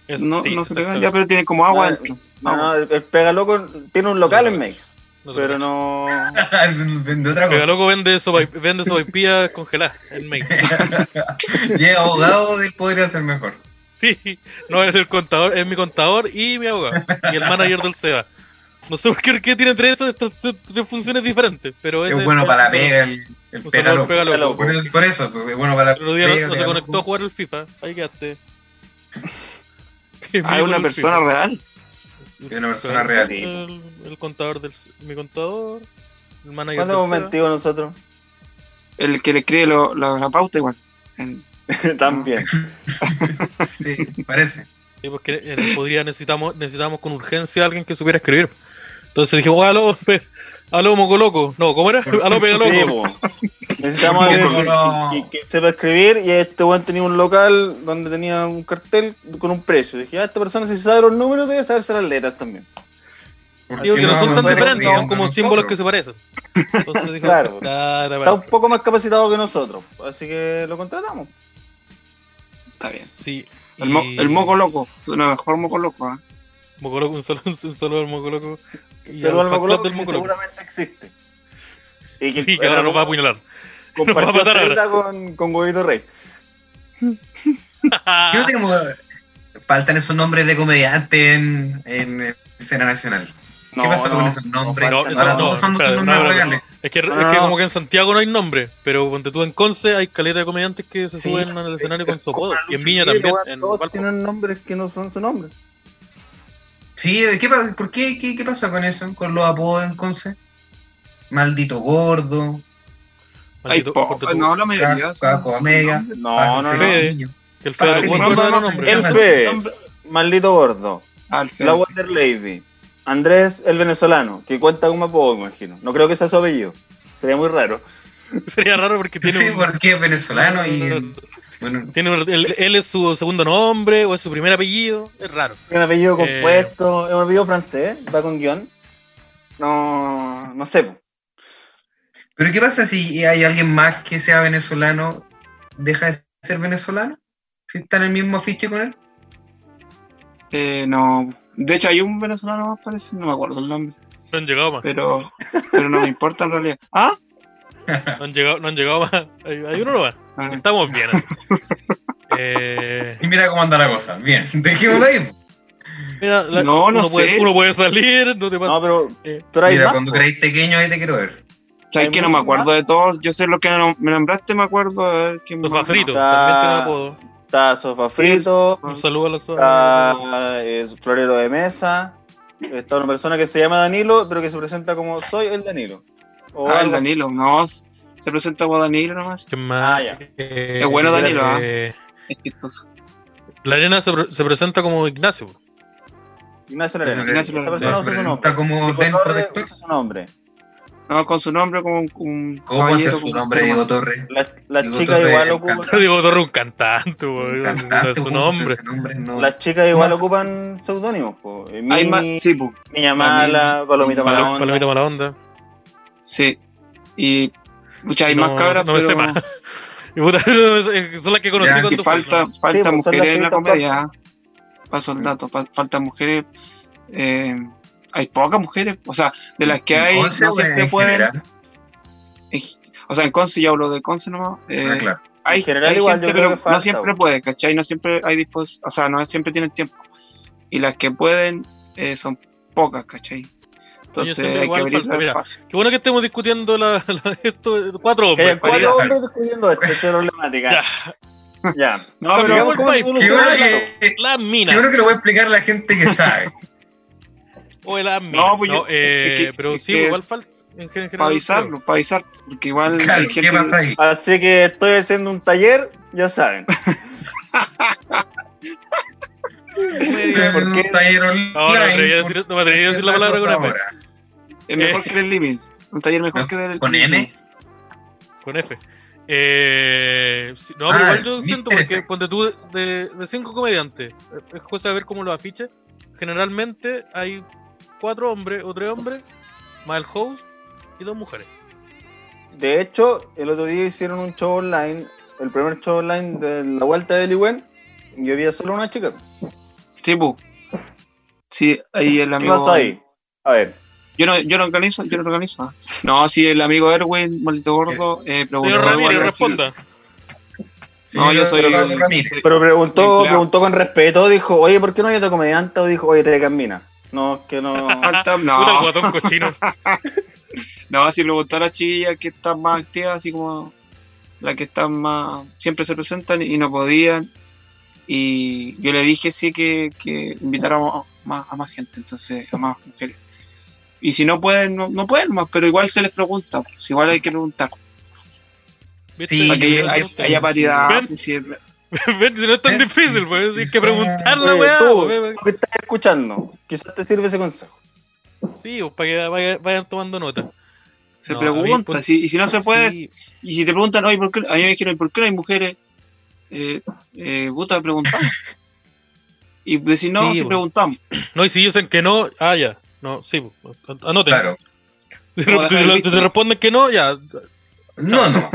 Speaker 2: Eso,
Speaker 5: No,
Speaker 2: sí,
Speaker 5: no se
Speaker 2: exacto.
Speaker 5: pegan ya, pero tienen como agua
Speaker 3: Ah,
Speaker 5: dentro.
Speaker 3: No, no, el, el Pegaloco tiene un local en México,
Speaker 2: No se
Speaker 3: pero
Speaker 2: pegan.
Speaker 3: no.
Speaker 4: de otra
Speaker 2: Pega
Speaker 4: cosa.
Speaker 2: loco vende sopa- vende sopaipillas congeladas en México.
Speaker 4: Y es abogado del podría ser mejor.
Speaker 2: Sí, no es el contador, es mi contador y mi abogado. Y el manager del SEBA. No sé por qué, qué tiene tres, estas tres- tres funciones diferentes, pero ese
Speaker 4: Es bueno para la
Speaker 2: un
Speaker 4: pega, el, el
Speaker 2: saludo- un saludo al
Speaker 4: pégalo.
Speaker 2: pega loco.
Speaker 3: Pégalo.
Speaker 4: Por eso, por eso, pues, es bueno para la
Speaker 2: El otro día no-
Speaker 4: pega,
Speaker 2: no, se
Speaker 4: pégalo.
Speaker 2: conectó a jugar el FIFA. Ahí quedaste.
Speaker 5: Hay una persona real.
Speaker 4: Hay una persona real.
Speaker 2: El, el contador del. Mi contador. El manager
Speaker 3: ¿Cuándo
Speaker 2: del
Speaker 3: hemos
Speaker 2: SEBA.
Speaker 3: mentido nosotros?
Speaker 5: El que le escribe lo- la, la pauta igual. En-
Speaker 3: También.
Speaker 4: Sí, parece.
Speaker 2: Sí, porque en el podría necesitamos, necesitamos con urgencia a alguien que supiera escribir. Entonces dijimos, aló, pe- aló, moco loco. No, ¿cómo era? Aló, pega loco.
Speaker 3: Sí, po. Necesitamos
Speaker 4: Sí,
Speaker 3: alguien
Speaker 4: po,
Speaker 3: que-
Speaker 4: no.
Speaker 3: que, que sepa escribir y este weón tenía un local donde tenía un cartel con un precio. Dije, ah, esta persona si sabe los números debe saberse las letras también.
Speaker 2: Digo
Speaker 4: Así
Speaker 2: que no son tan
Speaker 4: vamos a estar
Speaker 2: diferentes, son como
Speaker 4: escribiendo
Speaker 2: símbolos que
Speaker 4: nosotros.
Speaker 2: se parecen. Entonces dijo,
Speaker 3: Claro.
Speaker 2: "Ah, está
Speaker 3: Está
Speaker 2: bueno".
Speaker 3: un poco más capacitado que nosotros, así que lo contratamos.
Speaker 5: Está bien.
Speaker 2: Sí.
Speaker 5: El, mo-
Speaker 2: y-
Speaker 5: el moco loco. Lo mejor moco loco. ¿ah?
Speaker 2: Moco Loco, un saludo, un saludo al moco loco. Y
Speaker 3: Pero
Speaker 2: al
Speaker 3: el
Speaker 2: fan
Speaker 3: Moco
Speaker 2: club
Speaker 3: Loco
Speaker 2: del
Speaker 3: que
Speaker 2: moco loco.
Speaker 3: seguramente existe. Y
Speaker 2: Sí, que ahora nos va a apuñalar.
Speaker 3: compartió
Speaker 2: nos va a matar
Speaker 3: celda con, con Huevito Rey.
Speaker 4: Yo no tengo- Faltan esos nombres de comediante en, en escena nacional. ¿Qué pasó con esos nombres?
Speaker 2: no, eso
Speaker 4: Ahora
Speaker 2: no,
Speaker 4: todos son
Speaker 2: espérate,
Speaker 4: nombres
Speaker 2: no, no, no.
Speaker 4: reales.
Speaker 2: Es que,
Speaker 5: No,
Speaker 2: es que
Speaker 5: no.
Speaker 2: como que en Santiago no hay nombre, pero ponte tú en Conce hay caleta de comediantes que se
Speaker 4: Sí,
Speaker 2: suben al escenario con su apodo.
Speaker 4: como la
Speaker 2: Y en
Speaker 4: lucha
Speaker 2: Viña
Speaker 3: Sí,
Speaker 2: también,
Speaker 3: weón,
Speaker 2: en
Speaker 3: todos
Speaker 2: Valpo.
Speaker 3: tienen nombres que no son su nombre.
Speaker 4: Sí, ¿qué, pa- ¿por qué, qué, qué pasa con eso? Con los apodos entonces. Maldito gordo,
Speaker 5: Ay,
Speaker 2: Maldito,
Speaker 5: po- pues
Speaker 2: ponte tú,
Speaker 5: no, la mayoría.
Speaker 4: caco,
Speaker 5: son-
Speaker 4: caco, omega.
Speaker 3: No,
Speaker 4: Ah,
Speaker 3: no, no.
Speaker 4: Fernandinho.
Speaker 2: que el Fede
Speaker 5: Ah,
Speaker 2: no puede
Speaker 5: no,
Speaker 2: acordar
Speaker 5: no,
Speaker 2: los
Speaker 5: no,
Speaker 2: nombres.
Speaker 3: El
Speaker 4: Sí,
Speaker 3: Fede, maldito gordo.
Speaker 5: Alfred.
Speaker 3: La Wonder Lady. Andrés el venezolano, que cuenta como apodo, me imagino. No creo que sea su apellido. Sería muy raro.
Speaker 2: Sería raro porque tiene
Speaker 4: Sí,
Speaker 2: un-
Speaker 4: porque es venezolano
Speaker 2: No,
Speaker 4: y.
Speaker 2: no,
Speaker 4: Bueno,
Speaker 2: tiene un- él, él es su segundo nombre o es su primer apellido, es raro.
Speaker 3: Un apellido
Speaker 2: Eh.
Speaker 3: compuesto, es un apellido francés, va con guión. No, no sé. po.
Speaker 4: Pero ¿qué pasa si hay alguien más que sea venezolano? ¿Deja de ser venezolano? Si está en el mismo afiche con él.
Speaker 5: Eh, no. De hecho, hay un venezolano más, parece. No me acuerdo el nombre.
Speaker 2: No han llegado más.
Speaker 5: Pero, pero no me importa en realidad. ¿Ah?
Speaker 2: No han llegado, no han llegado más. Hay, hay uno nomás.
Speaker 5: Ah,
Speaker 2: Estamos bien. así. Eh,
Speaker 4: Y mira cómo anda la cosa. Bien, dejémoslo ahí.
Speaker 2: mira, la-
Speaker 5: No, no
Speaker 2: uno Puede,
Speaker 5: sé.
Speaker 2: uno puede salir, no te pasa.
Speaker 3: No, pero,
Speaker 2: Eh.
Speaker 3: pero hay
Speaker 4: Mira,
Speaker 3: más,
Speaker 4: cuando
Speaker 3: po.
Speaker 4: creéis pequeño ahí te quiero ver.
Speaker 5: ¿Sabes que no me acuerdo de todos? Yo sé lo que nom- me nombraste, me acuerdo. A ver quién
Speaker 2: Los
Speaker 5: más.
Speaker 2: Fafritos,
Speaker 3: Ah.
Speaker 2: también tiene apodo.
Speaker 3: Está sofá frito,
Speaker 2: Un saludo a los
Speaker 3: está eh, florero de mesa. Está una persona que se llama Danilo, pero que se presenta como soy el Danilo. O
Speaker 5: Ah, el
Speaker 3: algo así.
Speaker 5: Danilo, no. Se presenta como Danilo nomás.
Speaker 2: ¿Qué más?
Speaker 3: Ah, ya.
Speaker 2: Eh,
Speaker 5: Es bueno Danilo, ¿ah?
Speaker 2: eh,
Speaker 5: Es chistoso.
Speaker 2: La arena se, pre- se presenta como Ignacio.
Speaker 3: Ignacio Larena.
Speaker 5: Ignacio
Speaker 3: Esa
Speaker 5: Larena.
Speaker 3: persona usa su nombre.
Speaker 4: Está como
Speaker 3: Diego
Speaker 4: Den
Speaker 3: Torres
Speaker 4: Protector.
Speaker 3: usa su nombre.
Speaker 5: No, con su nombre como un. un
Speaker 4: ¿Cómo hace
Speaker 5: caballero,
Speaker 4: su
Speaker 5: como-
Speaker 4: nombre Diego Torres?
Speaker 3: La, la
Speaker 4: Diego
Speaker 3: chica
Speaker 4: Torres,
Speaker 3: igual
Speaker 4: el
Speaker 3: ocupa.
Speaker 4: cantante.
Speaker 2: Digo, Torre un cantante, weón, no sé
Speaker 4: Cantante,
Speaker 2: su
Speaker 4: ¿cómo se
Speaker 2: nombre.
Speaker 4: ese nombre? No
Speaker 3: Las chicas igual
Speaker 4: No sé.
Speaker 3: ocupan seudónimos, po. Eh,
Speaker 5: Hay más.
Speaker 3: Mini,
Speaker 5: Sí, pu,
Speaker 3: Niña Mala, Palomita
Speaker 2: Palo-
Speaker 3: Mala Onda.
Speaker 2: Palomita mala onda.
Speaker 5: sí. Y. Muchas hay
Speaker 2: No-
Speaker 5: más cabras,
Speaker 2: no me
Speaker 5: pero.
Speaker 2: sé más. Y puta, son las que conocí
Speaker 4: Ya, que
Speaker 5: que
Speaker 2: cuando fui,
Speaker 5: falta,
Speaker 2: ¿no?
Speaker 5: falta
Speaker 3: pues, son las
Speaker 5: mujeres en la
Speaker 3: que
Speaker 5: comedia. ¿ah? Paso el dato, fal- falta mujeres. eh, hay pocas mujeres, o sea, de las que hay,
Speaker 4: Once,
Speaker 5: no
Speaker 4: güey,
Speaker 5: siempre
Speaker 4: en
Speaker 5: pueden.
Speaker 4: general.
Speaker 5: O sea, en Conce, yo hablo de Conce nomás. eh,
Speaker 4: Ah, claro.
Speaker 5: Hay,
Speaker 3: En general
Speaker 5: hay
Speaker 3: igual
Speaker 5: gente,
Speaker 3: yo creo
Speaker 5: pero
Speaker 3: que falta,
Speaker 5: no siempre
Speaker 3: güey.
Speaker 5: puede, ¿cachai? No siempre hay dispos, o sea, no siempre tienen tiempo. Y las que pueden eh, son pocas, ¿cachai? Entonces
Speaker 2: siempre
Speaker 5: hay que
Speaker 2: igual
Speaker 5: abrir
Speaker 2: falta, mira.
Speaker 5: espacio.
Speaker 2: Qué bueno que estemos discutiendo la- la- esto. eh, Cuatro
Speaker 3: Que
Speaker 2: hombres.
Speaker 3: haya cuatro
Speaker 4: Cualidad.
Speaker 3: hombres discutiendo esto, esta es la problemática. Ya.
Speaker 5: No,
Speaker 2: Cambiamos
Speaker 5: pero
Speaker 2: el país.
Speaker 4: Qué
Speaker 3: evoluciona
Speaker 4: bueno
Speaker 3: el relato?
Speaker 4: que,
Speaker 2: Las
Speaker 4: qué bueno
Speaker 2: minas.
Speaker 4: que lo voy a explicar a la gente que sabe.
Speaker 2: O las minas.
Speaker 5: No, pues yo-
Speaker 2: No, eh,
Speaker 5: es que-
Speaker 2: pero
Speaker 5: es
Speaker 2: sí,
Speaker 5: que-
Speaker 2: igual falta. En gen- en general,
Speaker 5: para avisarlo, para avisar, porque igual
Speaker 4: Claro,
Speaker 5: hay gente
Speaker 4: ¿qué pasa ahí?
Speaker 3: Así que estoy haciendo un taller, ya saben.
Speaker 5: pues.
Speaker 2: creo.
Speaker 3: ¿por qué?
Speaker 4: Un taller online,
Speaker 2: No, no me atreví a decir, no me atreví a decir la
Speaker 4: hacer
Speaker 2: palabra
Speaker 4: cosa
Speaker 2: con F.
Speaker 4: ahora.
Speaker 5: es mejor que el living. Un taller mejor
Speaker 4: No,
Speaker 5: que el
Speaker 4: ¿Con N?
Speaker 2: Con F. Eh, sí, no, pero
Speaker 4: Ah,
Speaker 2: igual yo
Speaker 4: Mr.
Speaker 2: siento porque
Speaker 4: F.
Speaker 2: ponte tú de, de cinco comediantes, es cosa de ver cómo los afiches. Generalmente hay cuatro hombres o tres hombres, más el host y dos mujeres.
Speaker 3: De hecho, el otro día hicieron un show online, el primer show online de la vuelta de Liwen, y yo vi a solo una chica.
Speaker 5: Sí, pu. Sí, ahí el
Speaker 3: ¿Qué
Speaker 5: amigo.
Speaker 3: pasó ahí? A ver,
Speaker 5: Yo no, yo no organizo, yo no organizo. ah. No, si el amigo Erwin, maldito gordo, eh, preguntó.
Speaker 2: Señor Ramírez,
Speaker 5: igual,
Speaker 2: responda.
Speaker 4: Sí,
Speaker 5: No, yo soy-
Speaker 4: Eduardo Ramírez.
Speaker 3: pero preguntó,
Speaker 5: Sí, claro.
Speaker 3: preguntó con respeto, dijo, oye, ¿por qué no hay otro comediante? O dijo, oye, te camina. No, es que no.
Speaker 2: Puta
Speaker 5: Falta-
Speaker 2: el
Speaker 5: no,
Speaker 2: guatón cochino.
Speaker 5: no, si preguntó a la chilla que está más activa, así como la que está más. Siempre se presentan y no podían. Y yo le dije sí que, que invitáramos a más, a más gente, entonces a más mujeres. Y si no pueden, no, no pueden más, pero igual se les pregunta, pues, igual hay que preguntar.
Speaker 2: ¿Viste?
Speaker 4: Sí,
Speaker 5: Para que
Speaker 4: yo-
Speaker 5: hay-
Speaker 4: yo-
Speaker 5: haya variedad.
Speaker 2: Ven.
Speaker 5: pues, si-
Speaker 2: Ven, si no es tan
Speaker 5: Eh,
Speaker 4: Ven.
Speaker 2: difícil, pues, hay que
Speaker 4: Son-
Speaker 2: preguntar la
Speaker 3: Oye,
Speaker 2: weá.
Speaker 3: tú,
Speaker 2: pues, ve,
Speaker 3: tú que estás escuchando, quizás te sirve ese consejo.
Speaker 2: ve. Sí, pues, para que vaya- vayan tomando nota.
Speaker 5: Se
Speaker 2: No, a mí,
Speaker 5: pregunta,
Speaker 2: pues,
Speaker 5: si- y si no se puede,
Speaker 2: Sí,
Speaker 5: Y si te preguntan, oye, ¿por qué? A mí me dijeron, ¿por qué no hay mujeres? Eh, eh, puta, preguntar. Y decir, no,
Speaker 2: Sí, pues.
Speaker 5: si
Speaker 2: bueno.
Speaker 5: preguntamos.
Speaker 2: No, y si dicen que no, ah, ya. No, sí, pues, an- anoten.
Speaker 4: Claro.
Speaker 2: Si
Speaker 5: Como
Speaker 2: te-
Speaker 5: dejar el
Speaker 2: te-
Speaker 5: visto.
Speaker 2: te responden que no, ya,
Speaker 4: No, no.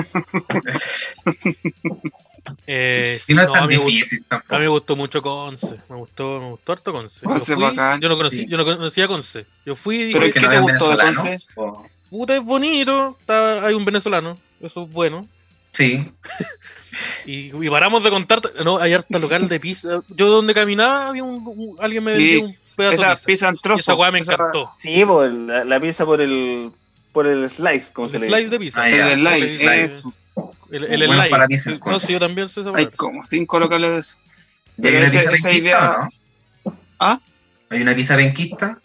Speaker 2: Eh,
Speaker 4: Si no es
Speaker 2: a,
Speaker 4: tan
Speaker 2: mí me gustó,
Speaker 4: difícil
Speaker 2: a mí
Speaker 4: tampoco.
Speaker 2: me gustó mucho Conce. Me gustó, me gustó harto Conce. Yo
Speaker 5: Conce
Speaker 2: fui-
Speaker 5: bacán.
Speaker 2: Yo no conocía,
Speaker 4: Sí.
Speaker 2: yo no conocía a Conce. Yo fui y dije,
Speaker 5: Pero es
Speaker 4: Porque
Speaker 5: que
Speaker 4: no
Speaker 5: te
Speaker 4: había
Speaker 5: gustó de
Speaker 4: venezolano.
Speaker 5: Conce.
Speaker 4: o-
Speaker 2: puta, es bonito. está- hay un venezolano. Eso es bueno.
Speaker 4: Sí.
Speaker 2: Y, y paramos de contar. No, hay harta local de pizza. Yo donde caminaba había un, un- alguien me
Speaker 5: Sí.
Speaker 2: vendía un pedazo de
Speaker 5: Esa
Speaker 2: pizza.
Speaker 5: pizza en
Speaker 2: Y
Speaker 5: trozo.
Speaker 2: esa weá me
Speaker 5: esa-
Speaker 2: encantó.
Speaker 3: Sí, po, la, la pizza por el, por el slice, como
Speaker 2: El
Speaker 3: se le
Speaker 2: slice
Speaker 3: dice.
Speaker 2: de pizza.
Speaker 4: Ah, ya.
Speaker 5: El slice,
Speaker 2: Slice.
Speaker 5: eso.
Speaker 2: El, el
Speaker 4: Bueno,
Speaker 2: slice.
Speaker 4: para ti se encuentra.
Speaker 2: no, sí, yo también sé esa
Speaker 5: Hay
Speaker 2: weá.
Speaker 5: como cinco locales de eso.
Speaker 4: ¿Y hay
Speaker 5: Pero
Speaker 4: una
Speaker 5: ese-
Speaker 4: pizza
Speaker 5: esa
Speaker 4: penquista
Speaker 5: idea-
Speaker 4: o no?
Speaker 5: ¿Ah?
Speaker 4: ¿Hay una pizza penquista?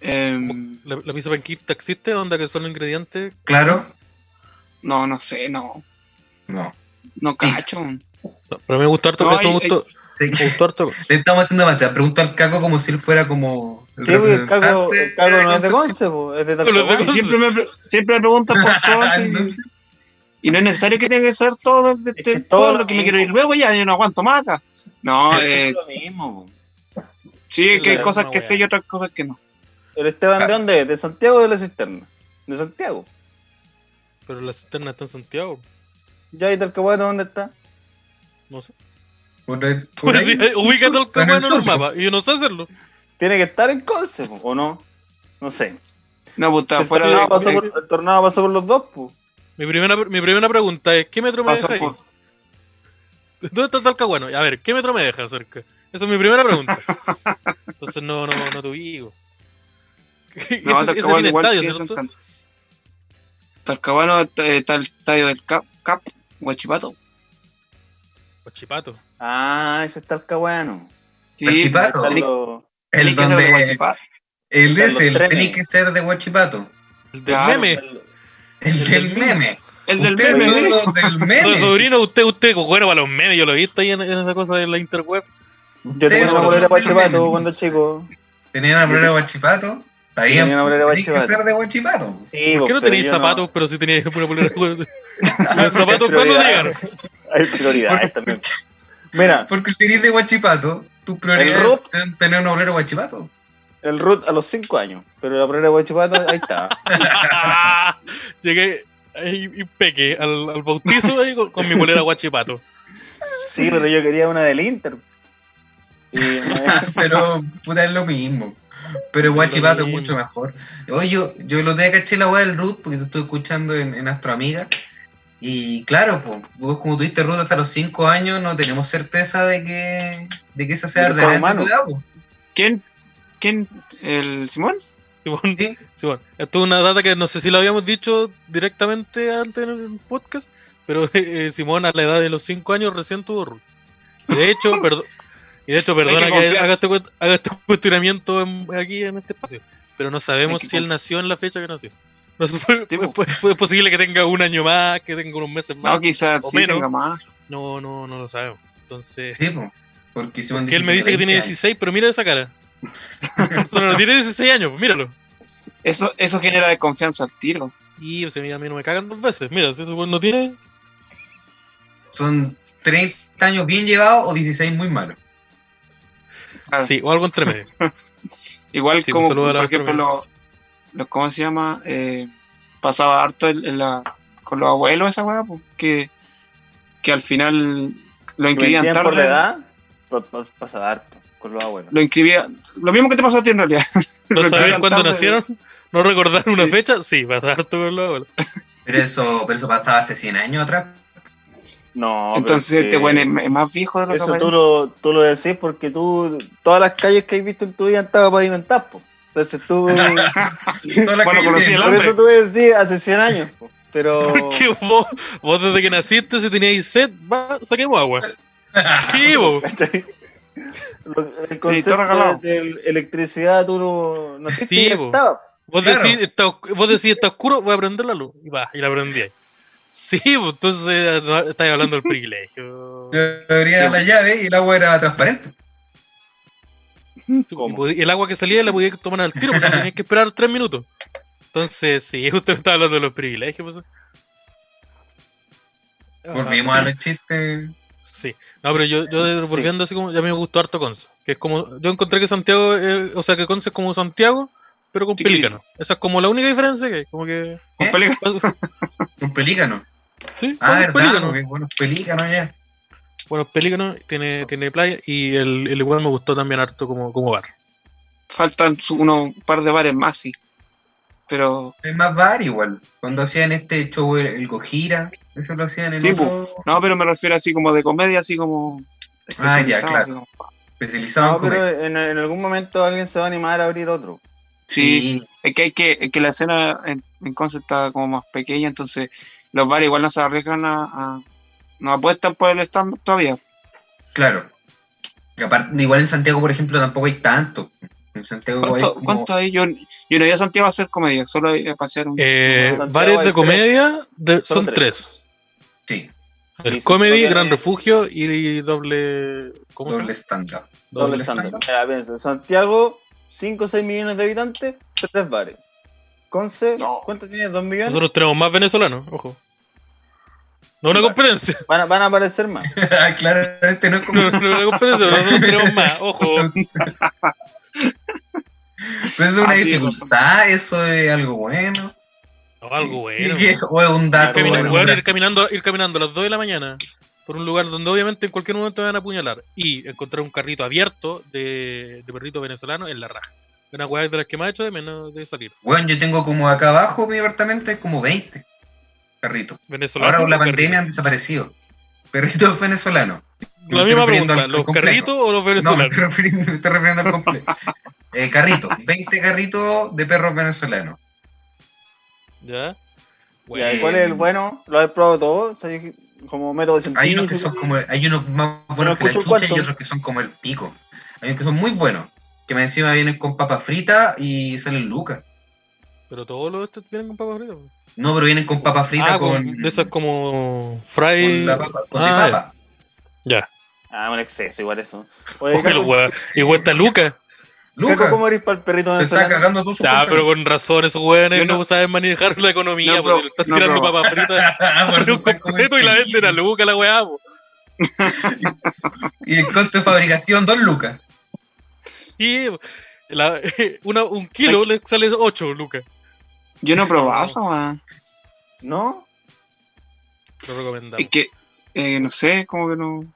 Speaker 5: Em,
Speaker 2: La, la pizza panquita existe, onda que son ingredientes.
Speaker 4: Claro.
Speaker 5: no, no sé, no.
Speaker 4: No.
Speaker 5: No
Speaker 4: Pizza.
Speaker 5: cacho.
Speaker 2: No, pero me gustó harto
Speaker 5: No,
Speaker 2: que eso
Speaker 5: hay-
Speaker 2: me gustó,
Speaker 4: Sí.
Speaker 2: me gustó harto.
Speaker 4: Le estamos haciendo demasiadas preguntas al Caco como si él fuera como. el
Speaker 3: Sí, po, el cago,
Speaker 4: representante
Speaker 3: el cago
Speaker 4: de
Speaker 3: no es de
Speaker 4: Concepción.
Speaker 3: Conce, po, es de
Speaker 2: No, los de
Speaker 3: Talcahuano.
Speaker 5: Y siempre me, pre- siempre me preguntan por todas y, y no es necesario que tenga que ser todo, de- de-
Speaker 3: que
Speaker 5: todo
Speaker 3: todo
Speaker 5: lo que me
Speaker 3: mismo.
Speaker 5: quiero ir luego, ya yo no aguanto más acá. No,
Speaker 3: Es
Speaker 5: eh,
Speaker 3: lo mismo, po.
Speaker 5: sí, es que hay
Speaker 2: la
Speaker 5: cosas
Speaker 2: misma
Speaker 5: que
Speaker 2: weá.
Speaker 5: sé y otras cosas que no.
Speaker 3: ¿El
Speaker 2: Ah.
Speaker 3: Esteban de dónde es? ¿De Santiago o de la Cisterna? De Santiago.
Speaker 2: Pero la cisterna está en Santiago.
Speaker 3: ¿Ya y Talcahuano dónde está?
Speaker 2: No sé.
Speaker 4: Por ahí- por
Speaker 2: Pues sí,
Speaker 4: ahí.
Speaker 2: eh, ubica
Speaker 4: Sur,
Speaker 2: todo el
Speaker 4: en
Speaker 2: campo en
Speaker 4: sur, pues,
Speaker 2: el mapa. Y yo no sé hacerlo.
Speaker 3: Tiene que estar en Conce, po, ¿o no? No sé.
Speaker 5: No, pues está
Speaker 3: El
Speaker 5: fuera
Speaker 3: tornado,
Speaker 5: de.
Speaker 3: pasó
Speaker 5: Pasó
Speaker 3: por, el tornado pasó por los dos, po.
Speaker 2: Mi primera, mi primera pregunta es: ¿qué metro me deja ahí?
Speaker 5: por-
Speaker 2: ¿Dónde está Talcahuano? A ver, ¿qué metro me deja cerca? Esa es mi primera pregunta. Entonces no, no, no te ubico.
Speaker 5: No,
Speaker 2: ese, ese
Speaker 5: Talcahuano
Speaker 2: tiene
Speaker 5: igual
Speaker 2: estadio,
Speaker 5: que
Speaker 2: ¿cierto?
Speaker 5: Talcahuano. Talcahuano eh, está el estadio del Cap, Cap Guachipato.
Speaker 2: Cochipato.
Speaker 3: Ah, ese es Talcahuano.
Speaker 5: Sí,
Speaker 4: Guachipato.
Speaker 3: Están
Speaker 5: Tenéis-
Speaker 3: los-
Speaker 4: El
Speaker 5: tenéis que ser de
Speaker 4: donde.
Speaker 5: Guachipato.
Speaker 4: El
Speaker 3: Están
Speaker 4: es
Speaker 3: los
Speaker 4: el.
Speaker 3: trenes.
Speaker 4: Tenés que ser de Huachipato.
Speaker 2: El del
Speaker 5: Claro,
Speaker 2: meme.
Speaker 4: El
Speaker 2: El
Speaker 4: del
Speaker 2: del
Speaker 4: meme.
Speaker 5: El del
Speaker 4: Ustedes
Speaker 5: meme.
Speaker 4: son
Speaker 5: ¿no?
Speaker 4: los del
Speaker 2: No,
Speaker 4: meme.
Speaker 2: sobrino, usted, usted, bueno, para los memes, yo lo he visto ahí en, en esa cosa de la interweb.
Speaker 3: Yo tenía
Speaker 4: Ustedes
Speaker 3: una
Speaker 4: son
Speaker 3: bolera
Speaker 4: los del
Speaker 3: Guachipato
Speaker 4: meme.
Speaker 3: cuando chico.
Speaker 4: Tenían una bolera de Huachipato. Está bien.
Speaker 3: Tenía una bolera de
Speaker 4: Tenés que
Speaker 3: Huachipato.
Speaker 4: ser de Huachipato.
Speaker 2: ¿Por
Speaker 3: Sí, po,
Speaker 2: qué no
Speaker 3: pero
Speaker 2: tenéis
Speaker 3: yo no-
Speaker 2: zapatos, pero sí teníais una polera? ¿Los zapatos
Speaker 3: Pero
Speaker 2: cuándo
Speaker 3: ya-
Speaker 2: llegaron?
Speaker 3: Hay prioridades también. Mira,
Speaker 4: Porque si eres de Huachipato, tu
Speaker 3: El
Speaker 4: prioridad
Speaker 3: Rup.
Speaker 4: es tener una bolera de Huachipato.
Speaker 3: el root a los 5 años, pero la primera de Guachipato, ahí está.
Speaker 2: Llegué ahí y pequé al, al bautizo ahí con, con mi polera guachipato.
Speaker 3: Sí, pero yo quería una del Inter. Y me-
Speaker 4: Pero puta, es lo mismo. Pero Guachipato es
Speaker 2: mismo.
Speaker 4: mucho mejor. Oye, yo, yo lo tenía caché la weá del Ruth porque te estuve escuchando en, en Astro Amiga. Y claro, pues, vos como tuviste Ruth hasta los 5 años, no tenemos certeza de que, de que esa sea
Speaker 3: De que sea
Speaker 4: verdaderamente
Speaker 3: humano.
Speaker 4: tu edad, po.
Speaker 5: ¿Quién? ¿Quién? ¿El Simón?
Speaker 2: Simón,
Speaker 4: Sí.
Speaker 2: Simón, esto es una data que no sé si lo habíamos dicho directamente antes en el podcast, pero eh, Simón a la edad de los 5 años recién tuvo Ruth. De hecho, perdo- y de hecho, perdona
Speaker 5: que
Speaker 2: que,
Speaker 5: confiar.
Speaker 2: haga este, cuest- haga este cuestionamiento en- aquí en este espacio, pero no sabemos
Speaker 5: Hay que
Speaker 2: si él
Speaker 5: confiar.
Speaker 2: nació en la fecha que nació. No sé, fue-
Speaker 5: Sí,
Speaker 2: fue-
Speaker 5: po.
Speaker 2: fue- fue- es posible que tenga un año más, que tenga unos meses
Speaker 5: No,
Speaker 2: más.
Speaker 5: quizás
Speaker 2: o
Speaker 5: sí
Speaker 2: menos.
Speaker 5: tenga más.
Speaker 2: No, no, no lo sabemos. Entonces,
Speaker 4: Sí, po. Porque si
Speaker 2: que él me dice que tiene 16, pero mira esa cara. Solo no tiene 16 años, pues míralo.
Speaker 5: Eso, eso genera desconfianza al tiro.
Speaker 2: Y o sea, a mí no me cagan dos veces. Mira, si ese weón no tiene,
Speaker 4: Son 30 años bien llevados o 16 muy malos.
Speaker 5: Ah.
Speaker 2: Sí, o algo entre medio.
Speaker 5: Igual
Speaker 2: Sí, un
Speaker 5: como,
Speaker 2: saludo a la
Speaker 5: por ejemplo,
Speaker 2: enfermera.
Speaker 5: los, los- ¿cómo se llama? Eh, pasaba harto en- en la- con los abuelos esa weá, pues, que, que al final lo
Speaker 3: me
Speaker 5: inscribían
Speaker 3: decían
Speaker 5: tarde.
Speaker 3: por la edad, pa- pa- pasaba harto con los abuelos.
Speaker 5: Lo inscribían, lo mismo que te pasó a ti en realidad.
Speaker 2: No
Speaker 5: Lo
Speaker 2: saber
Speaker 5: inscribían
Speaker 2: cuándo
Speaker 5: tarde.
Speaker 2: nacieron, no recordar una
Speaker 5: Sí.
Speaker 2: fecha, sí, vas a dar tu verlo abuelo.
Speaker 4: Pero eso, pero eso pasaba hace 100 años atrás.
Speaker 3: No, pero
Speaker 5: Entonces
Speaker 3: es
Speaker 5: este
Speaker 3: que
Speaker 5: weón es, es más viejo de lo que
Speaker 3: Eso
Speaker 5: parece.
Speaker 3: tú lo, tú lo decís porque tú, todas las calles que has visto en tu vida han estado pavimentadas, po. Entonces tú,
Speaker 4: Todas las
Speaker 5: Bueno,
Speaker 4: que-
Speaker 5: conocí el
Speaker 3: por eso tú decís hace 100 años, po. Pero,
Speaker 2: Porque vos, vos desde que naciste, si teníais sed, va, saquemos agua. Sí, vos.
Speaker 3: ¿cachai? Lo- el
Speaker 5: todo regalado.
Speaker 3: concepto de de electricidad tú no, no sé
Speaker 2: Sí,
Speaker 3: que
Speaker 2: po.
Speaker 3: estaba.
Speaker 2: Vos,
Speaker 4: Claro.
Speaker 2: decís, está, oscu- vos decís, está oscuro, voy a prender la luz. Y va, y la prendí ahí. Sí, pues entonces eh, no, estáis hablando del privilegio.
Speaker 4: Yo abría la llave y el agua era transparente.
Speaker 2: Y
Speaker 3: ¿Cómo?
Speaker 2: podí- el agua que salía la podías tomar al tiro porque no tenías que esperar tres minutos. Entonces, sí, usted me está hablando de los privilegios. Pues.
Speaker 5: Ah,
Speaker 4: Volvimos a los chistes.
Speaker 2: Sí, no, pero yo, yo
Speaker 3: Sí.
Speaker 2: volviendo así como, ya me gustó harto Conce, que es como, yo encontré que Santiago, eh, o sea, que Conce es como Santiago, pero con
Speaker 5: Chiquitito.
Speaker 2: pelícano. Esa es como la única diferencia que hay, como que... pues,
Speaker 5: Con
Speaker 4: ¿Eh?
Speaker 5: peligro.
Speaker 4: Un pelícano.
Speaker 2: Sí,
Speaker 4: Ah,
Speaker 2: como un
Speaker 4: verdad.
Speaker 2: pelícano.
Speaker 4: porque, bueno, pelícano ya.
Speaker 2: Bueno, pelícano, tiene, tiene playa y el, el igual me gustó también harto como, como bar.
Speaker 5: Faltan su- unos par de bares más, sí. Pero,
Speaker 4: Es más bar igual. Cuando hacían este show el, el Gojira, eso lo hacían en
Speaker 5: Sí,
Speaker 4: otro.
Speaker 5: no, pero me refiero así como de comedia, así como.
Speaker 4: Ah, ya,
Speaker 5: especializado,
Speaker 4: claro.
Speaker 5: digamos.
Speaker 4: especializado
Speaker 3: No,
Speaker 4: en comer.
Speaker 3: pero en, en algún momento alguien se va a animar a abrir otro.
Speaker 5: Sí, es que, hay que, es que la escena en, en Concept está como más pequeña, entonces los bares igual no se arriesgan a, a- no apuestan por el stand todavía.
Speaker 4: claro. Y aparte, igual en Santiago, por ejemplo, tampoco hay tanto. En Santiago hay
Speaker 5: ¿Cuánto,
Speaker 4: como-
Speaker 5: cuánto hay? Yo, yo no iba a Santiago a hacer comedia, solo iba a pasear un...
Speaker 2: Eh,
Speaker 3: Santiago
Speaker 2: bares
Speaker 3: hay
Speaker 2: de
Speaker 3: tres.
Speaker 2: comedia de-
Speaker 3: Son
Speaker 2: son tres.
Speaker 4: Sí,
Speaker 3: Y
Speaker 2: El
Speaker 3: si no
Speaker 2: Comedy,
Speaker 3: tiene-
Speaker 2: Gran Refugio y doble... ¿Cómo se
Speaker 4: doble
Speaker 2: llama?
Speaker 4: estándar.
Speaker 3: Doble
Speaker 4: Doble
Speaker 3: estándar.
Speaker 4: estándar.
Speaker 3: Ya, piensa, Santiago, 5 o 6 millones de habitantes, 3 bares. Conce,
Speaker 5: No.
Speaker 3: ¿cuánto tienes? ¿2 millones?
Speaker 2: Nosotros tenemos más venezolanos, ojo. No es una
Speaker 3: Vale.
Speaker 2: competencia.
Speaker 3: Van a, van a aparecer más.
Speaker 4: Claramente no es como...
Speaker 2: No, no es una competencia, pero nosotros tenemos más, ojo.
Speaker 4: Pero eso es una
Speaker 5: Ah, sí,
Speaker 4: dificultad, eso es algo bueno.
Speaker 2: No, Oh, algo bueno.
Speaker 4: Y que- o es un dato.
Speaker 2: Camina-
Speaker 4: o es
Speaker 2: weón,
Speaker 4: una-
Speaker 2: ir, caminando, ir caminando a las 2 de la mañana por un lugar donde obviamente en cualquier momento me van a apuñalar y encontrar un carrito abierto de, de perrito venezolano en la raja. Una weá de las que más he hecho de menos de salir.
Speaker 4: Weón, yo tengo como acá abajo mi apartamento, hay como 20 perritos.
Speaker 2: Venezolano.
Speaker 4: Ahora con la
Speaker 2: los
Speaker 4: pandemia han desaparecido. Perritos venezolanos.
Speaker 2: carritos.
Speaker 4: Me
Speaker 2: La
Speaker 4: estoy
Speaker 2: misma pregunta,
Speaker 4: refiriendo al- al
Speaker 2: ¿los
Speaker 4: complejo.
Speaker 2: carritos o los
Speaker 4: No, me
Speaker 2: venezolanos?
Speaker 4: estoy refiriendo, me estoy refiriendo al completo. El carrito, 20 carritos de perros venezolanos.
Speaker 2: ¿Ya?
Speaker 3: Ya,
Speaker 4: Bueno.
Speaker 3: ¿y ¿Cuál es el bueno? ¿Lo has probado todo? ¿Soy como método científico?
Speaker 4: Hay unos que son como, hay unos más buenos que la
Speaker 3: escucho un
Speaker 4: chucha y
Speaker 3: cuarto.
Speaker 4: otros que son como el pico. Hay unos que son muy buenos, que más encima vienen con papa frita y salen lucas.
Speaker 2: Pero todos los estos tienen con papa frita.
Speaker 4: No, pero vienen con papa frita
Speaker 2: Ah,
Speaker 4: con,
Speaker 2: con, de esas como
Speaker 4: con
Speaker 2: fry.
Speaker 4: la papa, con de
Speaker 2: Ah,
Speaker 4: papa.
Speaker 2: Ya.
Speaker 3: Ah, un exceso, igual eso.
Speaker 2: Oye,
Speaker 3: Oye, Caco,
Speaker 2: los weá- Y cuesta Lucas.
Speaker 4: Lucas,
Speaker 3: ¿cómo eres para el perrito
Speaker 4: se está
Speaker 3: venezolano?
Speaker 4: cagando tú su
Speaker 2: Ya, pero con razón, esos weones
Speaker 5: Yo
Speaker 2: no,
Speaker 5: no-
Speaker 2: saben manejar la economía
Speaker 5: No,
Speaker 2: porque
Speaker 5: bro,
Speaker 2: le estás
Speaker 5: no,
Speaker 2: tirando
Speaker 5: bro.
Speaker 2: papas fritas. Abre un completo y la venden a Luca, la weá. po.
Speaker 4: Y el costo de fabricación, dos lucas.
Speaker 2: Y la- una- un kilo le sale 8 lucas.
Speaker 5: Yo no he probado esa, weón.
Speaker 3: ¿No?
Speaker 2: Lo recomendamos.
Speaker 5: Es que, eh, no sé, como que no...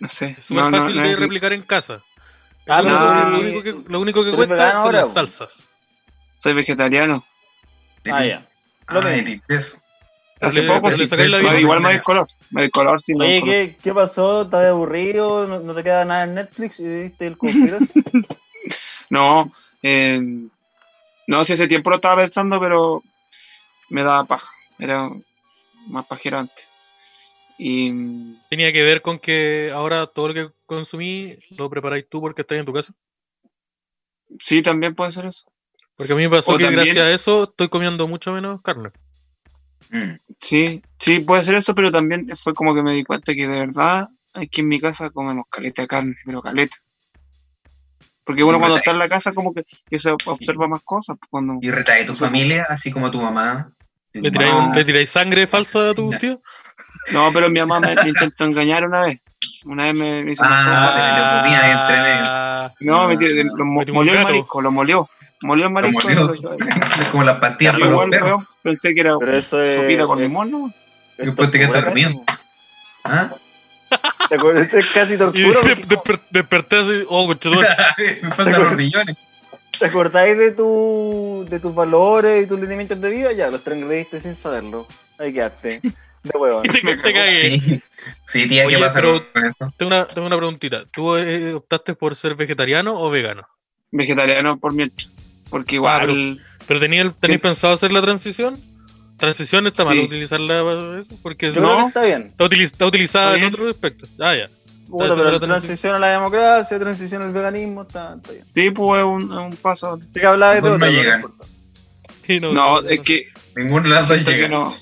Speaker 5: No sé.
Speaker 2: Es súper
Speaker 5: no, no,
Speaker 2: fácil
Speaker 5: no
Speaker 2: de
Speaker 5: es-
Speaker 2: replicar en casa.
Speaker 3: Ah,
Speaker 2: lo, único, lo
Speaker 5: pero-
Speaker 2: único que, lo único que
Speaker 3: pero es
Speaker 2: cuesta son
Speaker 3: vegano ahora,
Speaker 2: las
Speaker 3: po.
Speaker 2: salsas.
Speaker 5: soy vegetariano.
Speaker 3: Ah, ya. Lo
Speaker 4: Ah,
Speaker 3: mismo.
Speaker 4: eres de eso.
Speaker 5: Hace
Speaker 2: Le-
Speaker 5: poco
Speaker 2: le
Speaker 5: sí,
Speaker 2: sacáis la
Speaker 5: pero
Speaker 2: vida.
Speaker 5: igual me doy color. Me doy color si no.
Speaker 3: Oye,
Speaker 5: color.
Speaker 3: ¿qué, qué pasó? ¿Estás aburrido? ¿No, no te queda nada en Netflix? ¿Y viste el conspiracy?
Speaker 5: No, eh, no sé, hace tiempo lo estaba pensando, pero me daba paja. Era más pajero antes. Y mm,
Speaker 2: Tenía que ver con que ahora todo lo que consumí lo preparáis tú porque estás en tu casa.
Speaker 5: sí, también puede ser eso.
Speaker 2: Porque a mí me pasó
Speaker 5: O
Speaker 2: que
Speaker 5: también-
Speaker 2: gracias a eso estoy comiendo mucho menos carne.
Speaker 4: Mm.
Speaker 5: Sí, sí, puede ser eso, pero también fue como que me di cuenta que de verdad aquí en mi casa comemos caleta de carne, pero caleta. Porque uno cuando está en la casa como que, que se observa más cosas. pues, Cuando...
Speaker 4: Y retae a tu
Speaker 5: Eso como-
Speaker 4: familia, así como a tu mamá.
Speaker 2: ¿Le tiráis,
Speaker 5: Ah.
Speaker 2: le tiráis sangre falsa a tu
Speaker 4: Ya.
Speaker 2: tío?
Speaker 5: No, pero mi mamá me, me intentó engañar una vez. Una vez me, me hizo una
Speaker 4: Ah,
Speaker 5: sopa.
Speaker 4: le- le ponía ahí entre medio.
Speaker 2: Ah,
Speaker 5: No,
Speaker 4: Ah.
Speaker 5: me tiré- lo mo-
Speaker 2: Metió un
Speaker 5: molió el
Speaker 2: gato.
Speaker 5: marisco, lo molió. Molió el marisco. y
Speaker 4: molió.
Speaker 5: lo echó ahí.
Speaker 4: Es como las pastillas
Speaker 5: Pero
Speaker 4: para los
Speaker 5: igual,
Speaker 4: perros.
Speaker 5: weón, pensé que era
Speaker 3: Pero eh, eso es...
Speaker 5: sopita con
Speaker 3: es-
Speaker 5: limón, ¿no?
Speaker 3: es
Speaker 4: Después te quedaste
Speaker 3: tortura,
Speaker 4: dormido. ¿Ah?
Speaker 3: ¿no? ¿Te acuerdas? Esto es casi
Speaker 2: Y
Speaker 3: tortura.
Speaker 2: de-
Speaker 3: porque
Speaker 2: desper- desperté así, oh, conchetumare.
Speaker 4: Me faltan los riñones.
Speaker 3: ¿Te acordáis de, tu, de tus valores y tus lineamientos de vida? Ya, los transgrediste sin saberlo. Ahí quedaste. De huevón.
Speaker 2: Y te,
Speaker 5: Me
Speaker 2: te
Speaker 5: cagó.
Speaker 2: cagué.
Speaker 4: Sí, sí, tía, ¿qué
Speaker 2: Oye,
Speaker 4: pasa
Speaker 2: pero-
Speaker 4: con eso?
Speaker 2: Tengo una, tengo una preguntita. ¿Tú eh, optaste por ser vegetariano o vegano?
Speaker 5: Vegetariano por mientras. Porque igual.
Speaker 2: ¿Pero tenías el- tenías
Speaker 5: Sí.
Speaker 2: pensado hacer la transición? ¿Transición está mal
Speaker 5: Sí.
Speaker 2: utilizarla para eso? Porque no,
Speaker 3: Yo creo
Speaker 5: No.
Speaker 3: que está bien.
Speaker 2: está, utiliz- está utilizada
Speaker 5: Está
Speaker 2: en
Speaker 5: bien.
Speaker 2: otro aspecto. Ah, ya.
Speaker 3: Puta,
Speaker 2: Entonces,
Speaker 3: pero
Speaker 2: pero tenés-
Speaker 3: transición a la democracia, transición al veganismo, está, está bien.
Speaker 5: Sí, pues es un, es un paso.
Speaker 3: Así que hablaba de
Speaker 4: Pues
Speaker 3: todo.
Speaker 4: no
Speaker 3: pero
Speaker 4: llegan.
Speaker 3: importa.
Speaker 2: Sí,
Speaker 5: No, es que,
Speaker 4: Ningún lazo
Speaker 5: siento que
Speaker 4: llega.
Speaker 5: no.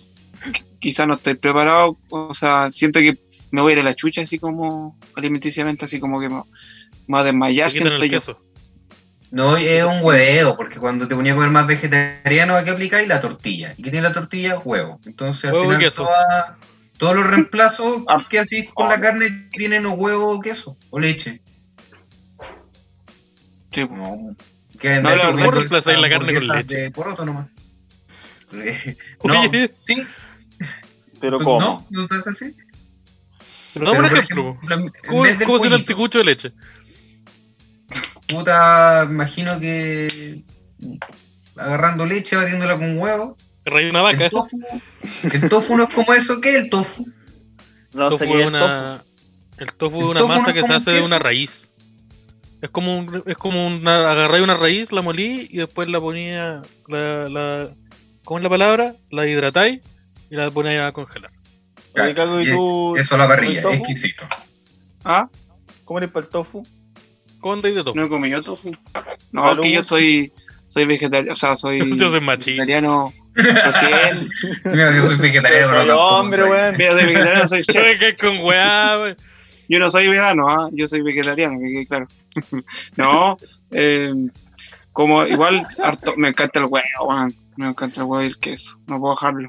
Speaker 5: Quizás no estoy preparado. O sea, siento que me voy a ir a la chucha, así como alimenticiamente, así como que me, me voy a
Speaker 2: Te
Speaker 5: desmayar.
Speaker 2: quitan
Speaker 5: Siento
Speaker 2: el
Speaker 5: yo.
Speaker 2: queso.
Speaker 4: No, es un hueveo, porque cuando te ponía a comer más vegetariano, ¿a qué aplicáis? La tortilla. ¿Y qué tiene la tortilla? Huevo. Entonces, al
Speaker 2: Huevo y
Speaker 4: final,
Speaker 2: queso.
Speaker 4: toda- todos los reemplazos
Speaker 5: Ah.
Speaker 4: que hacís con la carne tienen o huevo o queso o leche.
Speaker 5: Sí, pues.
Speaker 4: No, que
Speaker 5: No, la verdad-
Speaker 2: ¿Cómo reemplazáis la carne con leche?
Speaker 4: De poroto nomás. No,
Speaker 2: Oye,
Speaker 4: sí,
Speaker 3: Pero
Speaker 4: ¿Tú
Speaker 3: ¿cómo?
Speaker 4: Pues, no, no estás así.
Speaker 2: pero dame un
Speaker 4: Pero, por
Speaker 2: ejemplo.
Speaker 4: ejemplo, en
Speaker 2: ¿Cómo,
Speaker 4: vez del
Speaker 2: cómo hacer
Speaker 4: pollito,
Speaker 2: anticucho de leche?
Speaker 4: Puta, imagino que agarrando leche, batiéndola con huevo.
Speaker 2: Rey una
Speaker 4: El
Speaker 2: vaca.
Speaker 4: tofu, el tofu no es como eso, ¿qué es el tofu?
Speaker 3: No
Speaker 2: Tofu
Speaker 3: sé qué
Speaker 2: es
Speaker 3: es tofu.
Speaker 2: una. El tofu es
Speaker 4: El
Speaker 2: una
Speaker 4: tofu no
Speaker 2: masa
Speaker 4: es
Speaker 2: que se
Speaker 4: como un
Speaker 2: hace de una
Speaker 4: queso.
Speaker 2: raíz. Es como un, es como una, agarré una raíz, la molí y después la ponía, la, la- ¿cómo es la palabra? La hidratáis y la ponía a congelar.
Speaker 3: Oye, Caco, ¿y
Speaker 4: Cacho,
Speaker 3: tú
Speaker 4: Eso a la parrilla,
Speaker 3: ¿El tofu?
Speaker 4: exquisito.
Speaker 5: ¿Ah?
Speaker 3: cómo eres para el tofu?
Speaker 2: Con de todo.
Speaker 5: No he comido tofu. No,
Speaker 3: Malú.
Speaker 5: que yo soy, soy vegetariano, o sea, soy
Speaker 2: Ah, Yo soy machista.
Speaker 5: vegetariano recién.
Speaker 4: Mira, yo soy vegetariano.
Speaker 3: Pero soy
Speaker 4: tampoco
Speaker 3: hombre,
Speaker 4: soy-
Speaker 3: weón.
Speaker 5: Mira, soy vegetariano, soy
Speaker 2: Yo
Speaker 5: chef.
Speaker 2: me quedé con weá, wey.
Speaker 5: Yo no soy vegano, ¿ah? yo soy vegetariano, que quede claro. no, eh, como igual, harto, me encanta el huevo, weón. me encanta el huevo y el queso, no puedo dejarlo.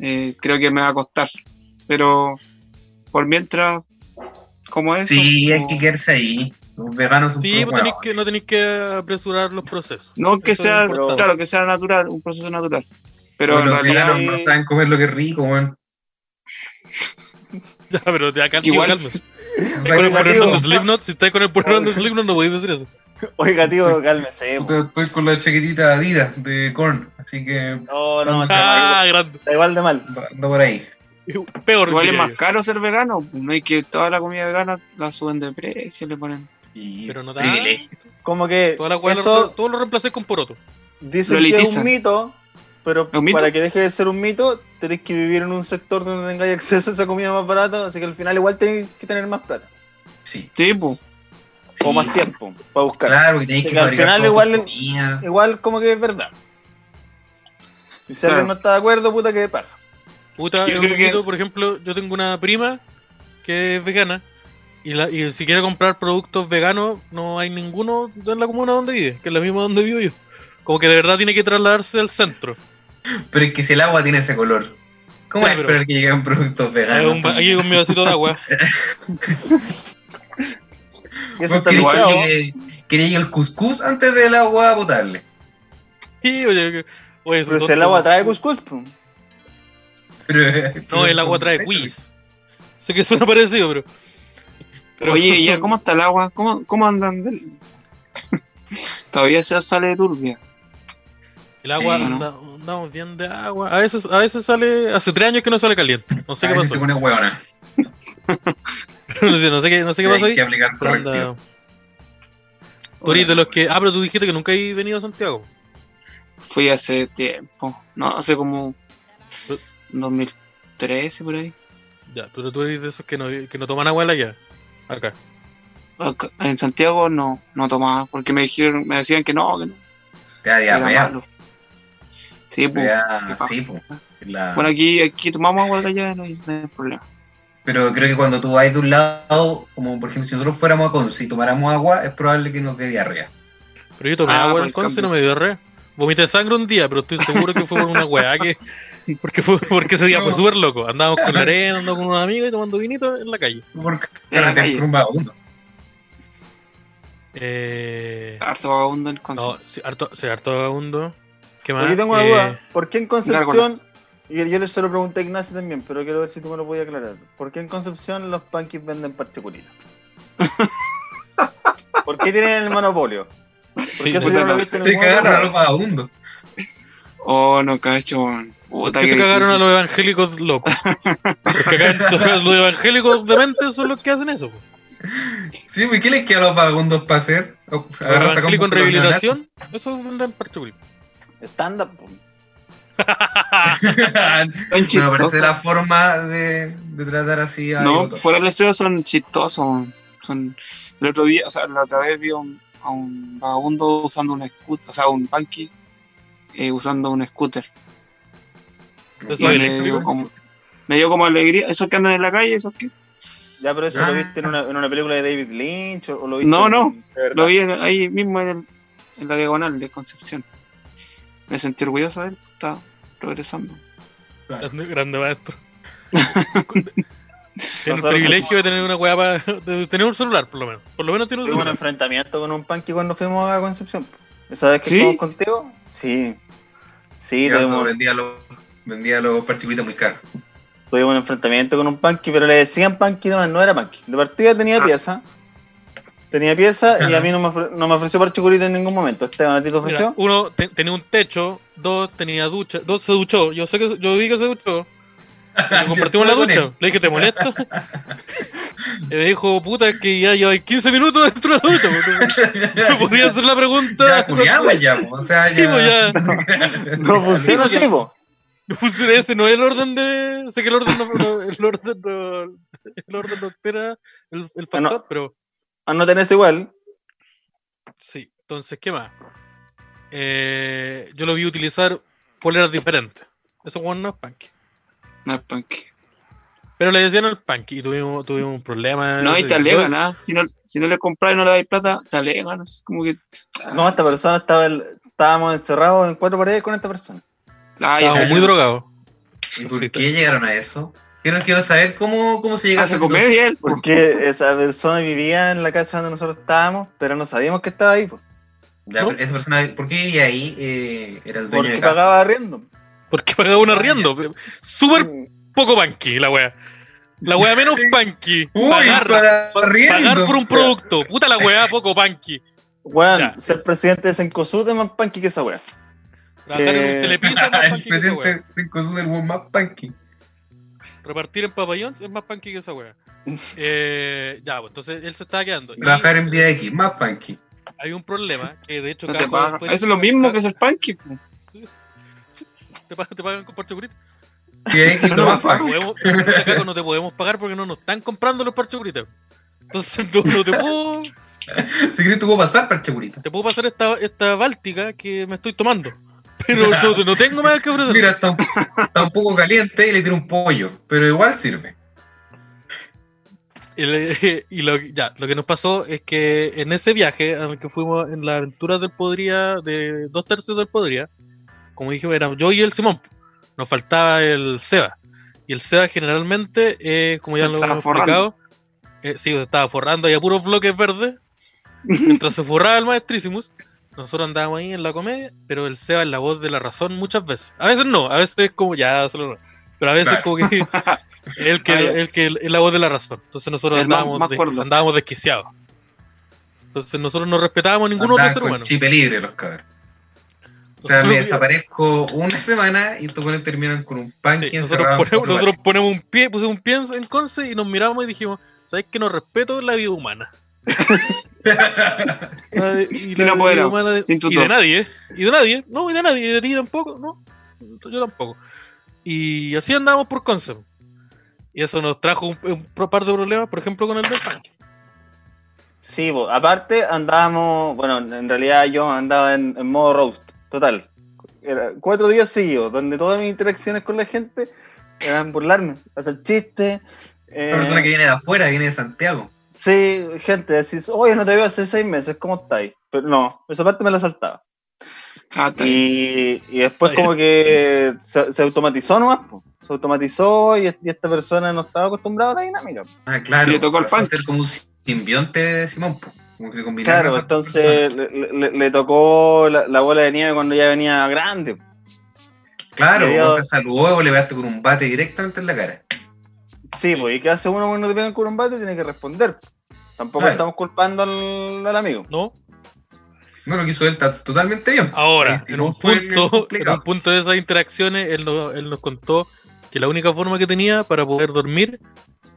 Speaker 5: Eh, creo que me va a costar, pero por mientras, como eso.
Speaker 4: Sí, hay
Speaker 5: como-
Speaker 4: que quedarse ahí. Los veganos son
Speaker 2: Sí,
Speaker 4: puros
Speaker 2: pues tenés
Speaker 4: huevones.
Speaker 2: que, no tenéis que apresurar los procesos.
Speaker 5: No que
Speaker 2: Eso es
Speaker 5: sea,
Speaker 2: importante.
Speaker 5: claro, que sea natural, un proceso natural. Pero
Speaker 4: Todos
Speaker 5: en
Speaker 4: los
Speaker 5: realidad,
Speaker 4: veganos no saben comer lo que es rico, weón.
Speaker 2: Ya, pero de acá tío,
Speaker 5: Igual-
Speaker 2: cálmese.
Speaker 4: No
Speaker 2: Estáis con el
Speaker 4: saben-
Speaker 2: porrón de
Speaker 3: negativo.
Speaker 2: Slipknot, si estáis con el porrón de Slipknot no podéis decir eso.
Speaker 3: Oiga, tío, cálmese. po.
Speaker 4: Puta, Estoy con la chaquetita Adidas de Korn, así que
Speaker 3: Oh, No, no,
Speaker 2: Ah,
Speaker 3: está
Speaker 2: grande.
Speaker 3: igual de mal.
Speaker 4: va- anda por ahí.
Speaker 2: Peor.
Speaker 5: igual es
Speaker 2: diría
Speaker 5: más
Speaker 2: yo.
Speaker 5: caro ser vegano. pues, No hay que toda la comida vegana la suben de precio, le ponen.
Speaker 4: Y
Speaker 2: Pero no da.
Speaker 4: privilegio.
Speaker 3: Como que
Speaker 2: Toda la weá,
Speaker 3: eso
Speaker 2: todo lo reemplacé con poroto.
Speaker 3: dicen
Speaker 5: Lo
Speaker 3: que es
Speaker 5: elitizan.
Speaker 3: un mito, pero
Speaker 5: ¿Es un mito?
Speaker 3: para que deje de ser un mito, tenés que vivir en un sector donde tengáis acceso a esa comida más barata, así que al final igual tenéis que tener más plata.
Speaker 4: Sí.
Speaker 5: Tipo,
Speaker 3: O
Speaker 4: Sí.
Speaker 3: más tiempo para buscar.
Speaker 4: Claro, que tenéis que
Speaker 3: Porque al
Speaker 4: fabricar
Speaker 3: final
Speaker 4: toda tu
Speaker 3: igual-
Speaker 4: comida.
Speaker 3: Igual como que es verdad. Y si
Speaker 5: Claro.
Speaker 3: alguien no está de acuerdo, puta que paja.
Speaker 2: Puta,
Speaker 5: Yo
Speaker 2: es
Speaker 5: creo
Speaker 2: un
Speaker 5: que-
Speaker 2: mito, por ejemplo, yo tengo una prima que es vegana y, la, y si quiere comprar productos veganos no hay ninguno en la comuna donde vive, que es la misma donde vivo yo. Como que de verdad tiene que trasladarse al centro.
Speaker 4: Pero es que si el agua tiene ese color, ¿cómo
Speaker 2: Ya,
Speaker 4: esperar que lleguen productos
Speaker 2: Hay
Speaker 4: veganos?
Speaker 2: un, va- hay un vasito de agua.
Speaker 3: Y eso
Speaker 4: Vos
Speaker 3: está
Speaker 4: querés
Speaker 5: igual,
Speaker 4: que
Speaker 3: licuado.
Speaker 4: llegue- querés llegue el cuscús antes del agua a botarle.
Speaker 2: Sí, oye, que- oye,
Speaker 3: Pero
Speaker 2: son
Speaker 3: si el
Speaker 2: dos-
Speaker 3: agua trae cuscús, pum.
Speaker 4: Pero-
Speaker 2: No,
Speaker 4: pero
Speaker 2: el agua
Speaker 4: son
Speaker 2: trae
Speaker 4: insectos.
Speaker 2: quiz. Sé que suena parecido, pero... pero-
Speaker 5: oye, ¿y ya cómo está el agua? ¿Cómo, cómo andan? del- Todavía se sale turbia.
Speaker 2: El agua,
Speaker 4: Sí.
Speaker 2: anda- andamos bien de agua. A veces, a veces sale... Hace tres años que no sale caliente. No sé
Speaker 4: A
Speaker 2: qué
Speaker 4: veces Ah,
Speaker 2: pasó.
Speaker 4: se pone hueona.
Speaker 2: No sé, no sé qué, no sé qué
Speaker 4: Hay
Speaker 2: pasó ahí.
Speaker 4: que aplicar
Speaker 2: Pero
Speaker 4: correctivo.
Speaker 2: anda- Tú eres de los que. Ah, pero tú dijiste que nunca he venido a Santiago.
Speaker 5: Fui hace tiempo, no, hace como 2013 por ahí.
Speaker 2: Ya, tú, tú eres de esos que no, que no toman agua en la llave. Acá.
Speaker 5: Acá- en Santiago no, no tomaba, porque me dijeron, me decían que no, que no,
Speaker 4: Te da
Speaker 5: que era
Speaker 4: diarrea.
Speaker 5: malo. Sí,
Speaker 4: te
Speaker 5: pues.
Speaker 4: da- sí, po. La-
Speaker 5: Bueno, aquí, aquí tomamos agua de allá, no hay, no hay problema.
Speaker 4: Pero creo que cuando tú vas de un lado, como por ejemplo, si nosotros fuéramos a Conce y tomáramos agua, es probable que nos dé diarrea.
Speaker 2: Pero yo tomé
Speaker 5: Ah,
Speaker 2: agua
Speaker 5: por
Speaker 2: en
Speaker 5: el
Speaker 2: Conce y no
Speaker 5: cambio.
Speaker 2: me dio re. Vomité sangre un día, pero estoy seguro que fue por una weá que. Porque, fue, porque ese día fue
Speaker 4: No.
Speaker 2: súper loco. Andábamos con la arena, andábamos con unos amigos y tomando vinito en la calle.
Speaker 4: Porque
Speaker 5: En la
Speaker 4: claro, te
Speaker 5: calle.
Speaker 4: enferma uno.
Speaker 2: Eh.
Speaker 5: Harto vagabundo en Conce.
Speaker 2: No, sí, harto, sí, harto vagabundo. ¿Qué más?
Speaker 3: Aquí tengo una
Speaker 2: Eh,
Speaker 3: duda. ¿Por qué en Concepción?
Speaker 5: gárgolas.
Speaker 3: Y yo le- se lo pregunté a Ignacio también, pero quiero ver si tú me lo puedes aclarar. ¿Por qué en Concepción los panquis venden particulares? ¿Por qué tienen el monopolio? ¿Por
Speaker 2: sí,
Speaker 3: qué
Speaker 2: ¿por
Speaker 3: se
Speaker 5: puta,
Speaker 3: dieron la
Speaker 5: no.
Speaker 3: vista en
Speaker 4: Se
Speaker 3: ningún otro
Speaker 4: cagaron a
Speaker 3: lado?
Speaker 4: los vagabundos.
Speaker 5: Oh, no, cacho, weón. Puta,
Speaker 2: qué
Speaker 5: qué
Speaker 2: se cagaron a
Speaker 5: difícil.
Speaker 2: los evangélicos locos? Porque acá en- los evangélicos dementes son los que hacen eso. po.
Speaker 4: Sí, pues ¿qué les queda a los vagabundos para hacer?
Speaker 2: Ahora
Speaker 4: sacamos
Speaker 2: con
Speaker 4: los neonazis.
Speaker 2: rehabilitación, eso es en particular.
Speaker 3: Stand-up. po.
Speaker 5: Son
Speaker 4: Ah, no me parece
Speaker 5: chistosos.
Speaker 4: la forma de, de tratar así a
Speaker 5: No,
Speaker 4: los-
Speaker 5: por el estilo son chistosos. weón. Son... El otro día, o sea, la otra vez vi a un, a un vagabundo usando un scooter, o sea, un punky eh, usando un scooter.
Speaker 2: Eso
Speaker 5: Y
Speaker 2: es
Speaker 5: me dio,
Speaker 2: eléctrico.
Speaker 5: como, me dio como alegría. ¿Esos que andan en la calle? ¿Esos que?
Speaker 3: Ya, pero eso
Speaker 4: Ah.
Speaker 3: lo viste en una, en una película de David Lynch o, o lo viste
Speaker 5: No,
Speaker 3: en-
Speaker 5: no,
Speaker 3: de verdad.
Speaker 5: Lo vi en- ahí mismo en, el- en la diagonal de Concepción. Me sentí orgulloso de él, está regresando.
Speaker 2: Grande, grande maestro. Tiene el
Speaker 3: Nosotros-
Speaker 2: privilegio de tener una weá para. de tener un celular, por lo menos. Por lo menos tiene un
Speaker 3: Tuve un
Speaker 2: celular.
Speaker 3: enfrentamiento con un punky cuando fuimos a Concepción. po. ¿Esa vez que
Speaker 5: ¿Sí?
Speaker 3: fuimos contigo? Sí. Sí,
Speaker 4: Yo
Speaker 3: tuvimos,
Speaker 4: vendía los, vendía los parchilitos muy caros.
Speaker 3: tuvimos un enfrentamiento con un punky, pero le decían punky, no, no era punky. De partida tenía
Speaker 5: Ah.
Speaker 3: pieza. Tenía pieza y
Speaker 4: Ajá.
Speaker 3: a mí no me, ofre- no me ofreció particulita en ningún momento. Esteban, ¿a ti te
Speaker 2: Mira,
Speaker 3: ofreció?
Speaker 2: uno te- tenía un techo, dos tenía ducha, dos se duchó. Yo sé que yo vi que se duchó. y
Speaker 4: Yo
Speaker 2: Compartimos la
Speaker 4: estuve con
Speaker 2: ducha.
Speaker 4: él.
Speaker 2: Le dije, ¿te molesto? Y me dijo, puta, es que ya lleváis 15 minutos dentro de la ducha. pues, No podía hacer la
Speaker 4: Ya
Speaker 2: pregunta.
Speaker 4: culiamos ya, po, o sea,
Speaker 2: Sí, pues,
Speaker 4: ya.
Speaker 2: ya.
Speaker 3: No funciona así, po.
Speaker 2: No funciona ese, no es el orden de. Sé que el orden no. no- el orden no. El orden no altera el, el
Speaker 3: Ah, no.
Speaker 2: factor, pero
Speaker 3: A no tenerse igual.
Speaker 2: sí. Entonces, ¿qué más? Eh, yo lo vi utilizar poleras diferentes. Eso, weón, no es punk.
Speaker 5: No, es punk.
Speaker 2: Pero le decían al punk y tuvimos, tuvimos un problema.
Speaker 5: No, y
Speaker 2: Yo-
Speaker 5: te alegan, ¿ah? Si no, si no le compras y no le dais plata, te alegan. Es como que.
Speaker 4: Ah,
Speaker 3: No, esta persona estaba. el- Estábamos encerrados en cuatro paredes con esta persona.
Speaker 5: Ah, ya
Speaker 2: Estábamos
Speaker 5: salió.
Speaker 2: muy drogados.
Speaker 4: ¿Y por qué llegaron a eso? Quiero, quiero saber cómo, cómo se llega
Speaker 5: Hace
Speaker 4: esa
Speaker 5: comedia él. pues. po.
Speaker 3: Porque esa persona vivía en la casa donde nosotros estábamos, pero no sabíamos que estaba ahí, po,
Speaker 4: situación. Ya,
Speaker 2: ¿No?
Speaker 4: pero Esa persona, ¿por qué vivía ahí? Eh, era el dueño
Speaker 3: porque
Speaker 4: de casa.
Speaker 3: pagaba arriendo.
Speaker 2: Porque pagaba un arriendo. Súper poco punky la wea. La wea menos punky.
Speaker 4: Uy,
Speaker 2: pagar,
Speaker 4: para
Speaker 2: pa-
Speaker 4: arriendo.
Speaker 2: pagar por un producto. Puta la wea, poco punky.
Speaker 3: Weón,
Speaker 2: Ya.
Speaker 3: ser presidente de Sencosud es más punky que esa wea.
Speaker 2: Trabajar en
Speaker 3: Eh,
Speaker 2: un telepizza es más
Speaker 4: el
Speaker 2: punky que esa wea.
Speaker 4: presidente se consume el buen más punky.
Speaker 2: Repartir en papayón es más punky que esa wea. Eh, ya, pues, entonces él se estaba quedando. Y
Speaker 4: Trabajar en Vía X, más punky.
Speaker 2: hay un problema que de hecho
Speaker 5: No te
Speaker 2: Caco
Speaker 5: pagan.
Speaker 2: fue-
Speaker 5: Eso es lo mismo que ser punky. po.
Speaker 2: te pagan, te pagan con parche curita.
Speaker 4: Vía X,
Speaker 2: No,
Speaker 4: lo más
Speaker 2: no, te
Speaker 4: punky.
Speaker 2: podemos, Caco, no te podemos pagar porque no nos están comprando los parches curitas. Entonces no, no te puedo
Speaker 4: Si querés, tú puedo pasar, parche curita.
Speaker 2: te puedo pasar esta, esta báltica que me estoy tomando. Pero no, no tengo más que ofrecer.
Speaker 4: Mira, está un, está un poco caliente y le tiro un pollo, pero igual sirve.
Speaker 2: Y, le- y lo, que- ya, lo que nos pasó es que en ese viaje en el que fuimos en la aventura del Podría, de dos tercios del Podría, como dije, era yo y el Simón. Nos faltaba el Seba. Y el Seba generalmente, eh, como ya
Speaker 5: Se
Speaker 2: lo
Speaker 5: estaba
Speaker 2: hemos explicado, eh, sí, se estaba forrando ahí a puros bloques verdes. Mientras se forraba el maestrissimus, nosotros andábamos ahí en la comedia, pero el Seba es la voz de la razón muchas veces. A veces no, a veces como ya, solo no. Pero a veces
Speaker 4: Claro.
Speaker 2: como que el que,
Speaker 5: Ah, ya.
Speaker 2: el que es la voz de la razón. Entonces nosotros
Speaker 5: El más-
Speaker 2: andábamos,
Speaker 5: más
Speaker 2: de-
Speaker 5: cuerdo.
Speaker 2: andábamos desquiciados. Entonces nosotros no respetábamos a ningún otro
Speaker 4: Andaban
Speaker 2: ser
Speaker 4: con
Speaker 2: humano.
Speaker 4: chipe libre los cabros. O sea, me
Speaker 2: Nosotros-
Speaker 4: desaparezco una semana y estos buenos terminan con un punky
Speaker 2: sí, nosotros,
Speaker 4: encerrado. en
Speaker 2: ponemos,
Speaker 4: cuatro
Speaker 2: nosotros ponemos un pie, pusimos un pie en Conce y nos miramos y dijimos, ¿sabes que no respeto la vida humana?
Speaker 4: paredes.
Speaker 2: Ay, Y
Speaker 5: no puedo,
Speaker 2: humana de,
Speaker 5: sin
Speaker 2: y
Speaker 5: tutor.
Speaker 2: de nadie, ¿eh? y de nadie, no, y de nadie, y de ti tampoco, no, yo tampoco. Y así andábamos por Conce. Y eso nos trajo un, un par de problemas, por ejemplo, con el del punk.
Speaker 3: Sí, po. aparte andábamos, bueno, en realidad yo andaba en, en modo roast, total. Era cuatro días seguidos, donde todas mis interacciones con la gente eran burlarme, hacer chistes. eh,
Speaker 4: Una persona que viene de afuera, viene de Santiago.
Speaker 3: Sí, gente, decís, oye, no te veo hace seis meses, ¿cómo estáis? Pero no, esa parte me la saltaba.
Speaker 5: Ah, está bien.
Speaker 3: Y, y después
Speaker 2: Está bien.
Speaker 3: como que se, se automatizó nomás, po. se automatizó y, y esta persona no estaba acostumbrada a la dinámica. po.
Speaker 4: Ah, claro.
Speaker 5: Le tocó el
Speaker 4: pasó a
Speaker 5: punk.
Speaker 4: ser como un simbionte de Simón. po. Como que se combinaron
Speaker 3: Claro,
Speaker 4: esas
Speaker 3: entonces le, le- le tocó la, la bola de nieve cuando ya venía grande. po.
Speaker 4: personas. Claro,
Speaker 3: Yo-
Speaker 4: vos te saludó o le pegaste con un bate directamente en la cara.
Speaker 3: Sí, pues, ¿y qué hace uno cuando te pegan con un bate? Tiene que responder. po. Tampoco
Speaker 4: Claro.
Speaker 3: estamos culpando al, al amigo.
Speaker 2: ¿No?
Speaker 4: No, lo quiso él está totalmente bien.
Speaker 2: Ahora,
Speaker 4: Ahí sí
Speaker 2: en
Speaker 4: no
Speaker 2: un,
Speaker 4: fue el
Speaker 2: punto, en
Speaker 4: complicado.
Speaker 2: un punto de esas interacciones, él, no- él nos contó que la única forma que tenía para poder dormir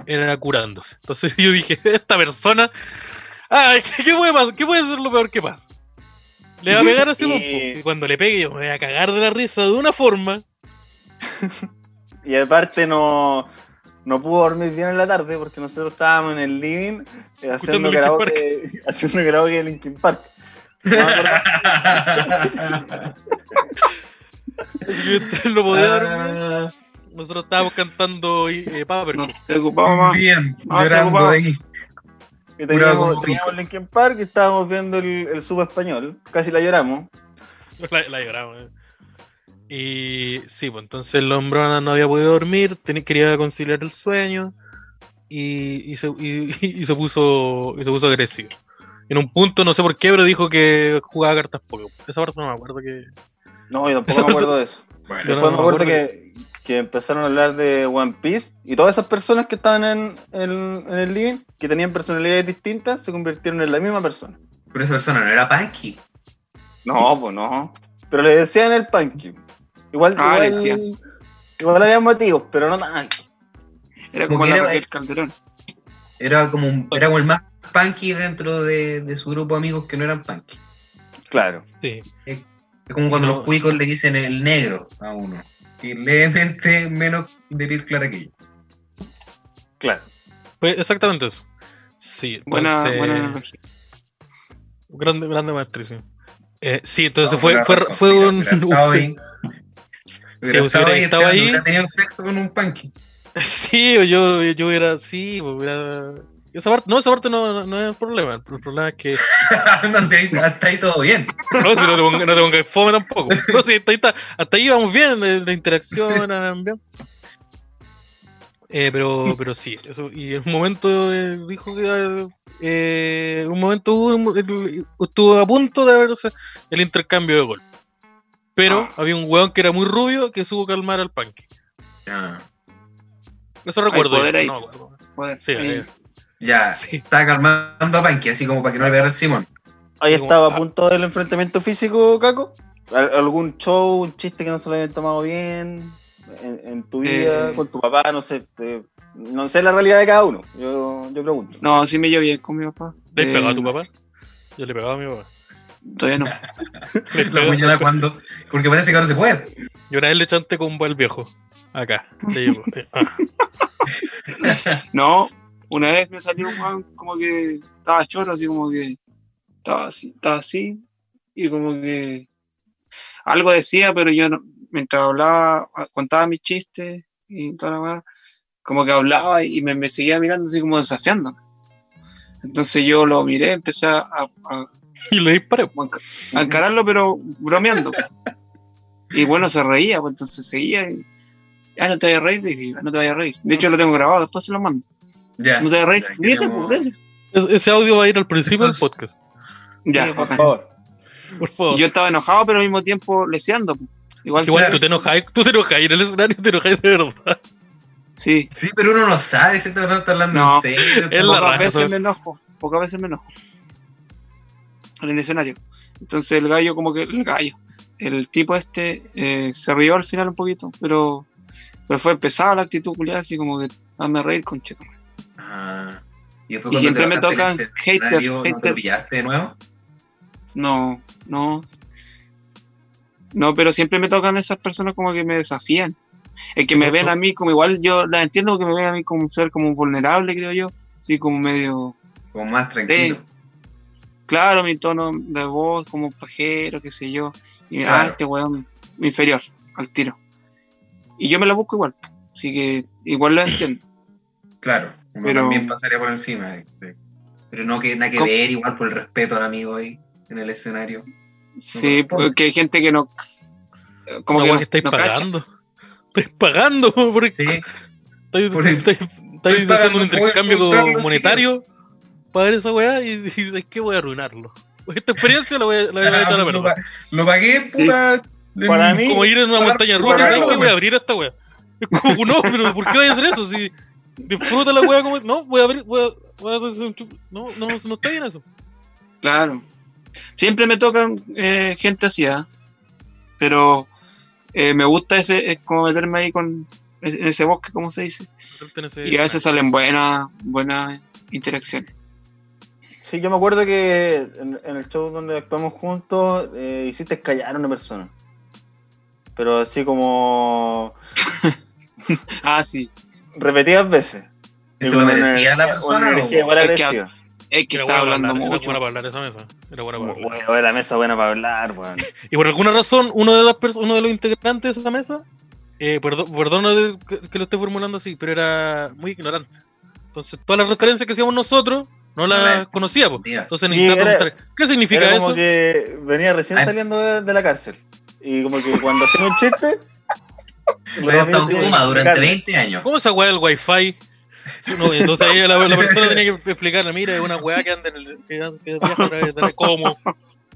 Speaker 2: era curándose. Entonces yo dije, esta persona, ay, ¿qué, qué puede, pas- qué puede ser lo peor que pasa? Le va a pegar así
Speaker 3: Y-
Speaker 2: y cuando le pegue yo me voy a cagar de la risa de una forma.
Speaker 3: Y aparte no, no pudo dormir bien en la tarde porque nosotros estábamos en el living eh, haciendo
Speaker 2: Escuchando Linkin
Speaker 3: karaoke, haciendo karaoke de Linkin Park. No me acuerdo
Speaker 2: Así que usted no
Speaker 3: Ah.
Speaker 2: podía dormir. Nosotros estábamos cantando eh, Paper.
Speaker 5: No te preocupamos más.
Speaker 4: bien,
Speaker 5: Ah,
Speaker 4: llorando
Speaker 5: preocupado.
Speaker 4: ahí.
Speaker 3: Y
Speaker 4: Curado como
Speaker 3: teníamos,
Speaker 4: pico.
Speaker 3: teníamos Linkin Park y estábamos viendo el, el sub español. Casi la lloramos.
Speaker 2: La, la lloramos. eh. Y sí, pues entonces el hombrón no había podido dormir, teni- quería conciliar el sueño y, y se, y- y se puso, y se puso agresivo. En un punto, no sé por qué, pero dijo que jugaba cartas poco. Esa parte no me acuerdo que.
Speaker 3: No, yo tampoco me acuerdo de eso.
Speaker 2: Yo
Speaker 4: Bueno,
Speaker 2: no-
Speaker 3: Después me
Speaker 2: me
Speaker 3: acuerdo
Speaker 2: acuerdo
Speaker 3: que, que empezaron a hablar de One Piece y todas esas personas que estaban en, en- en el living, que tenían personalidades distintas, se convirtieron en la misma persona.
Speaker 4: pero esa persona no era punky.
Speaker 3: No, pues no. Pero le decían el punky. Igual,
Speaker 5: Ah, le
Speaker 3: igual, igual había motivos, pero no tanto.
Speaker 5: Era
Speaker 4: como
Speaker 5: como
Speaker 4: que
Speaker 5: la
Speaker 4: era-
Speaker 5: Raquel Calderón.
Speaker 4: Era como, un- era como el más punky dentro de, de su grupo de amigos que no eran punky.
Speaker 3: Claro.
Speaker 2: Sí.
Speaker 4: Es como cuando
Speaker 2: No.
Speaker 4: los cuicos le dicen el negro a uno. Y levemente menos de piel clara que yo.
Speaker 3: Claro.
Speaker 2: Fue exactamente eso. Sí,
Speaker 5: Buena,
Speaker 2: entonces,
Speaker 5: buena analogía.
Speaker 2: Grande, grande maestría, sí. Eh, sí, entonces
Speaker 4: No,
Speaker 2: fue,
Speaker 4: tenés
Speaker 2: fue,
Speaker 4: razón,
Speaker 2: fue
Speaker 4: mira,
Speaker 2: un.
Speaker 4: hubiera estado ahí.
Speaker 2: si
Speaker 4: Hubiera estado
Speaker 2: hubiera
Speaker 4: ahí,
Speaker 2: estado
Speaker 4: este
Speaker 2: ahí-
Speaker 4: hubiera tenido sexo con un punky.
Speaker 2: Sí, yo, yo hubiera. Sí, pues, hubiera. Esa parte, no, esa parte no, no, no es el problema. El problema es que.
Speaker 4: no sé, ahí- hasta ahí todo bien.
Speaker 2: No, si no te pongas no te pongas fome tampoco. No, si hasta ahí, está- hasta ahí vamos bien, eh, la interacción, ah, bien. Eh, pero, pero sí, eso, y en un momento eh, dijo que eh, en un momento hubo un- el- estuvo a punto de haberse el intercambio de gol. Pero
Speaker 5: Ah.
Speaker 2: había un weón que era muy rubio que supo calmar al punk.
Speaker 4: Ya,
Speaker 2: Eso recuerdo.
Speaker 5: poder
Speaker 2: yo,
Speaker 5: ahí.
Speaker 2: no me acuerdo.
Speaker 5: Joder,
Speaker 2: Sí, ahí.
Speaker 4: ya.
Speaker 2: Sí.
Speaker 4: Estaba calmando a Punky, así como para que no le pegara el Simón.
Speaker 3: Ahí
Speaker 2: Digo,
Speaker 3: estaba
Speaker 2: ah.
Speaker 3: a punto del enfrentamiento físico, Caco. ¿Al- ¿Algún show, un chiste que no se lo habían tomado bien? En, en tu vida,
Speaker 5: Eh.
Speaker 3: con tu papá, no sé. te- no sé la realidad de cada uno. Yo, yo pregunto.
Speaker 5: No, sí me llevo bien con mi papá.
Speaker 2: ¿Le has
Speaker 5: Eh,
Speaker 2: pegado a tu papá? Yo le pegaba a mi papá.
Speaker 5: Todavía no.
Speaker 2: Le
Speaker 4: La
Speaker 2: pegaba-
Speaker 4: puñalada cuando. Porque parece que ahora se puede.
Speaker 2: Yo una vez le chante con el viejo. Acá. Le llegó. Ah.
Speaker 5: No, una vez me salió un weón como que estaba choro, así como que estaba así, estaba así, y como que algo decía, pero yo no, mientras hablaba, a- contaba mis chistes y toda la weá, como que hablaba y me, me seguía mirando así como desafiándome. Entonces yo lo miré, empecé a, a-
Speaker 2: Y le disparé.
Speaker 5: a encararlo, pero bromeando. Y bueno, se reía, pues entonces seguía y, ah, no te vayas a reír, dije, "Ah, no te vayas a reír. De hecho, lo tengo grabado, después se lo mando.
Speaker 4: Ya.
Speaker 5: No te reír,
Speaker 4: Ya,
Speaker 5: ríete,
Speaker 4: queremos-
Speaker 5: pues, ríete.
Speaker 2: Es- ese audio va a ir al principio
Speaker 4: Eso
Speaker 2: del
Speaker 4: es-
Speaker 2: podcast.
Speaker 5: Ya,
Speaker 3: Sí, por
Speaker 5: bacán.
Speaker 3: favor.
Speaker 2: Por favor.
Speaker 5: Yo estaba enojado, pero al mismo tiempo leseando. po. Igual,
Speaker 2: Igual
Speaker 5: sí,
Speaker 2: tú te enojas, tú te enojas en el escenario, te enojas de verdad. Ah,
Speaker 5: Sí,
Speaker 4: Sí, pero uno no sabe si esta persona está hablando
Speaker 5: No.
Speaker 4: en serio.
Speaker 2: Es la
Speaker 5: pocas
Speaker 2: raja,
Speaker 5: veces
Speaker 2: pero-
Speaker 5: me enojo. Pocas veces me enojo. En el escenario. Entonces el gallo, como que el gallo, el tipo este eh, se rió al final un poquito, pero, pero fue pesada la actitud culiada, así como que hazme reír con cheto.
Speaker 4: Ah. Y, después
Speaker 5: Y
Speaker 4: cuando
Speaker 5: siempre
Speaker 4: te
Speaker 5: me
Speaker 4: bajaste del
Speaker 5: tocan
Speaker 4: escenario, ¿No
Speaker 5: haters,
Speaker 4: te
Speaker 5: haters.
Speaker 4: pillaste de nuevo?
Speaker 5: No, no. No, pero siempre me tocan esas personas como que me desafían. El que me ven a mí como igual, yo las entiendo que me ven a mí como un ser como un vulnerable, creo yo. Así como medio
Speaker 4: Como más tranquilo.
Speaker 5: claro, mi tono de voz como pajero, qué sé yo. Y ah,
Speaker 4: Claro.
Speaker 5: este weón inferior al tiro. Y yo me la busco igual. Así que igual lo entiendo.
Speaker 4: Claro. Uno
Speaker 5: Pero-
Speaker 4: también pasaría por encima. eh, eh. Pero no que nada que
Speaker 5: ¿Cómo?
Speaker 4: ver, igual por el respeto al amigo ahí en el escenario.
Speaker 5: Sí, porque hay gente que no. Como
Speaker 2: Como
Speaker 5: que
Speaker 2: que
Speaker 5: no,
Speaker 2: estáis
Speaker 5: no cacha.
Speaker 2: pagando. Estáis pagando porque
Speaker 5: eh,
Speaker 4: Sí.
Speaker 2: estáis,
Speaker 4: por-
Speaker 2: estáis- estáis
Speaker 4: pagando
Speaker 2: haciendo un
Speaker 4: por
Speaker 2: intercambio
Speaker 4: insultarlo, sí.
Speaker 2: monetario para ver esa weá y dices que voy a arruinarlo. Esta experiencia la voy a, la voy
Speaker 5: eh,
Speaker 2: a echar a la
Speaker 4: lo,
Speaker 2: verga.
Speaker 4: pa- lo pagué, puta.
Speaker 3: Para
Speaker 4: en-
Speaker 3: mí-
Speaker 2: Como ir en una
Speaker 4: Para-
Speaker 2: montaña
Speaker 4: para
Speaker 2: rusa,
Speaker 4: mí,
Speaker 2: ¿sabes qué?
Speaker 4: weón.
Speaker 2: voy a abrir esta weá. Es como, no, pero ¿por qué voy a hacer eso? Si disfruta la weá como. No, voy a abrir, voy a, voy a hacer un chup. No, no, no está bien eso.
Speaker 5: Claro. Siempre me tocan eh, gente así, ¿ah? pero eh, me gusta ese, es como meterme ahí con, en ese bosque, como se dice.
Speaker 2: Suelten ese-
Speaker 5: Y a veces salen buenas, buenas interacciones.
Speaker 3: Sí, yo me acuerdo que en, en el show donde actuamos juntos eh, hiciste callar a una persona. Pero así como
Speaker 5: Ah, sí.
Speaker 3: repetidas veces.
Speaker 4: ¿Se lo merecía la persona? o-
Speaker 5: Es que-
Speaker 3: Era
Speaker 5: Es que
Speaker 2: Era
Speaker 5: está
Speaker 2: buena para
Speaker 5: hablando
Speaker 2: hablar,
Speaker 5: mucho.
Speaker 2: Era buena para hablar esa mesa. Era buena para hablar.
Speaker 3: la mesa buena para hablar, weón.
Speaker 2: Y por alguna razón, uno de, las pers- uno de los integrantes de esa mesa, eh, perdón, perdona de- que, que lo esté formulando así, pero era muy ignorante. Entonces, todas las referencias que hacíamos nosotros no las
Speaker 4: la-
Speaker 2: conocía. po.
Speaker 4: Diga.
Speaker 2: Entonces,
Speaker 3: Sí,
Speaker 2: necesitaba
Speaker 3: era-
Speaker 2: preguntar, ¿qué significa
Speaker 3: Era como
Speaker 2: eso?
Speaker 3: que venía recién
Speaker 4: Ay.
Speaker 3: saliendo de, de la cárcel. Y como que cuando hacía un chiste. los
Speaker 4: Había estado
Speaker 3: amigos
Speaker 4: en
Speaker 3: tenían
Speaker 4: coma
Speaker 3: que
Speaker 4: durante
Speaker 3: explicarle.
Speaker 4: 20 años.
Speaker 2: ¿Cómo esa weá del wifi? Sí, no, entonces ahí la, la persona tenía que explicarle, mira, es una weá que anda en el, que, que viaja a través de la- ¿Cómo?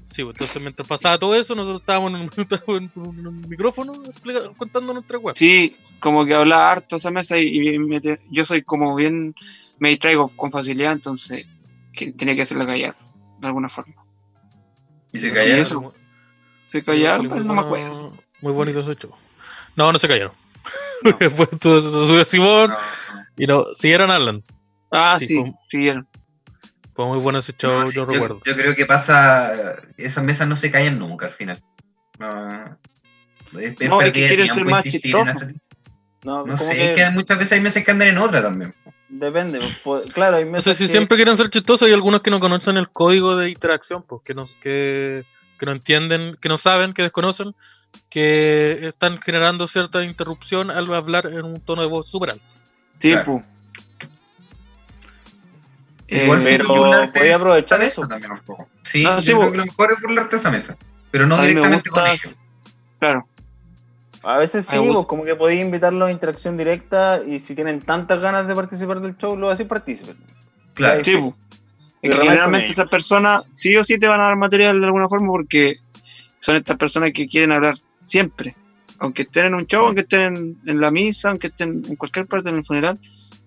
Speaker 2: Sí, pues, entonces mientras pasaba todo eso, nosotros estábamos en un, estábamos en un- en un micrófono explica- contando nuestra weá.
Speaker 5: Sí, como que hablaba harto esa mesa y, y me te- yo soy como bien, me distraigo con facilidad, entonces que tenía que hacerla callar, de alguna forma.
Speaker 4: Y se
Speaker 5: ¿Y
Speaker 4: callaron.
Speaker 5: eso? ¿Se callaron? Pues no me acuerdo.
Speaker 2: Bueno, Muy bonito ese show. No, no se callaron.
Speaker 5: No.
Speaker 2: Después todo eso se subió Simón
Speaker 4: No,
Speaker 2: y no, siguieron hablando.
Speaker 5: Ah,
Speaker 2: Sí,
Speaker 5: sí,
Speaker 2: fue-
Speaker 5: siguieron.
Speaker 2: Fue muy bueno ese show,
Speaker 4: No, sí,
Speaker 2: yo recuerdo.
Speaker 4: yo creo que pasa. Esas mesas no se callan nunca al final. No, es, es
Speaker 5: No, es que
Speaker 4: perder el
Speaker 5: quieren ser
Speaker 4: tiempo
Speaker 5: más
Speaker 4: insistir en
Speaker 5: chistosos.
Speaker 4: hacer-
Speaker 3: No,
Speaker 4: No
Speaker 3: como
Speaker 4: sé,
Speaker 3: que,
Speaker 4: es que muchas veces hay mesas que andan en otra también.
Speaker 3: depende. po- Claro, hay
Speaker 2: No
Speaker 3: meses
Speaker 2: sé si
Speaker 3: que-
Speaker 2: siempre quieren ser chistosos, hay algunos que no conocen el código de interacción, pues, que, no, que, que no entienden, que no saben, que desconocen, que están generando cierta interrupción al hablar en un tono de voz súper alto.
Speaker 5: Sí,
Speaker 4: Claro.
Speaker 5: pu. Eh,
Speaker 4: Igual
Speaker 3: pero
Speaker 4: burlarte
Speaker 3: voy a
Speaker 4: de
Speaker 3: aprovechar
Speaker 4: esa
Speaker 3: eso.
Speaker 4: mesa también un poco. Sí,
Speaker 5: No, sí,
Speaker 4: yo creo
Speaker 5: vos-
Speaker 4: que lo mejor es burlarte de esa mesa. Pero no
Speaker 5: A mí me
Speaker 4: directamente con
Speaker 5: gusta-
Speaker 4: ellos.
Speaker 5: claro.
Speaker 3: A veces
Speaker 2: Ah,
Speaker 3: sí,
Speaker 5: Ay, bueno.
Speaker 3: pues, como que podéis invitarlos a interacción directa y si tienen tantas ganas de participar del show, lo hacéis partícipes.
Speaker 4: Claro.
Speaker 5: Sí,
Speaker 3: Y
Speaker 5: pu. Es que
Speaker 3: remar con
Speaker 5: generalmente
Speaker 3: ellos.
Speaker 5: esas personas sí o sí te van a dar material de alguna forma porque son estas personas que quieren hablar siempre. Aunque estén en un show, aunque estén en, en la misa, aunque estén en cualquier parte en el funeral,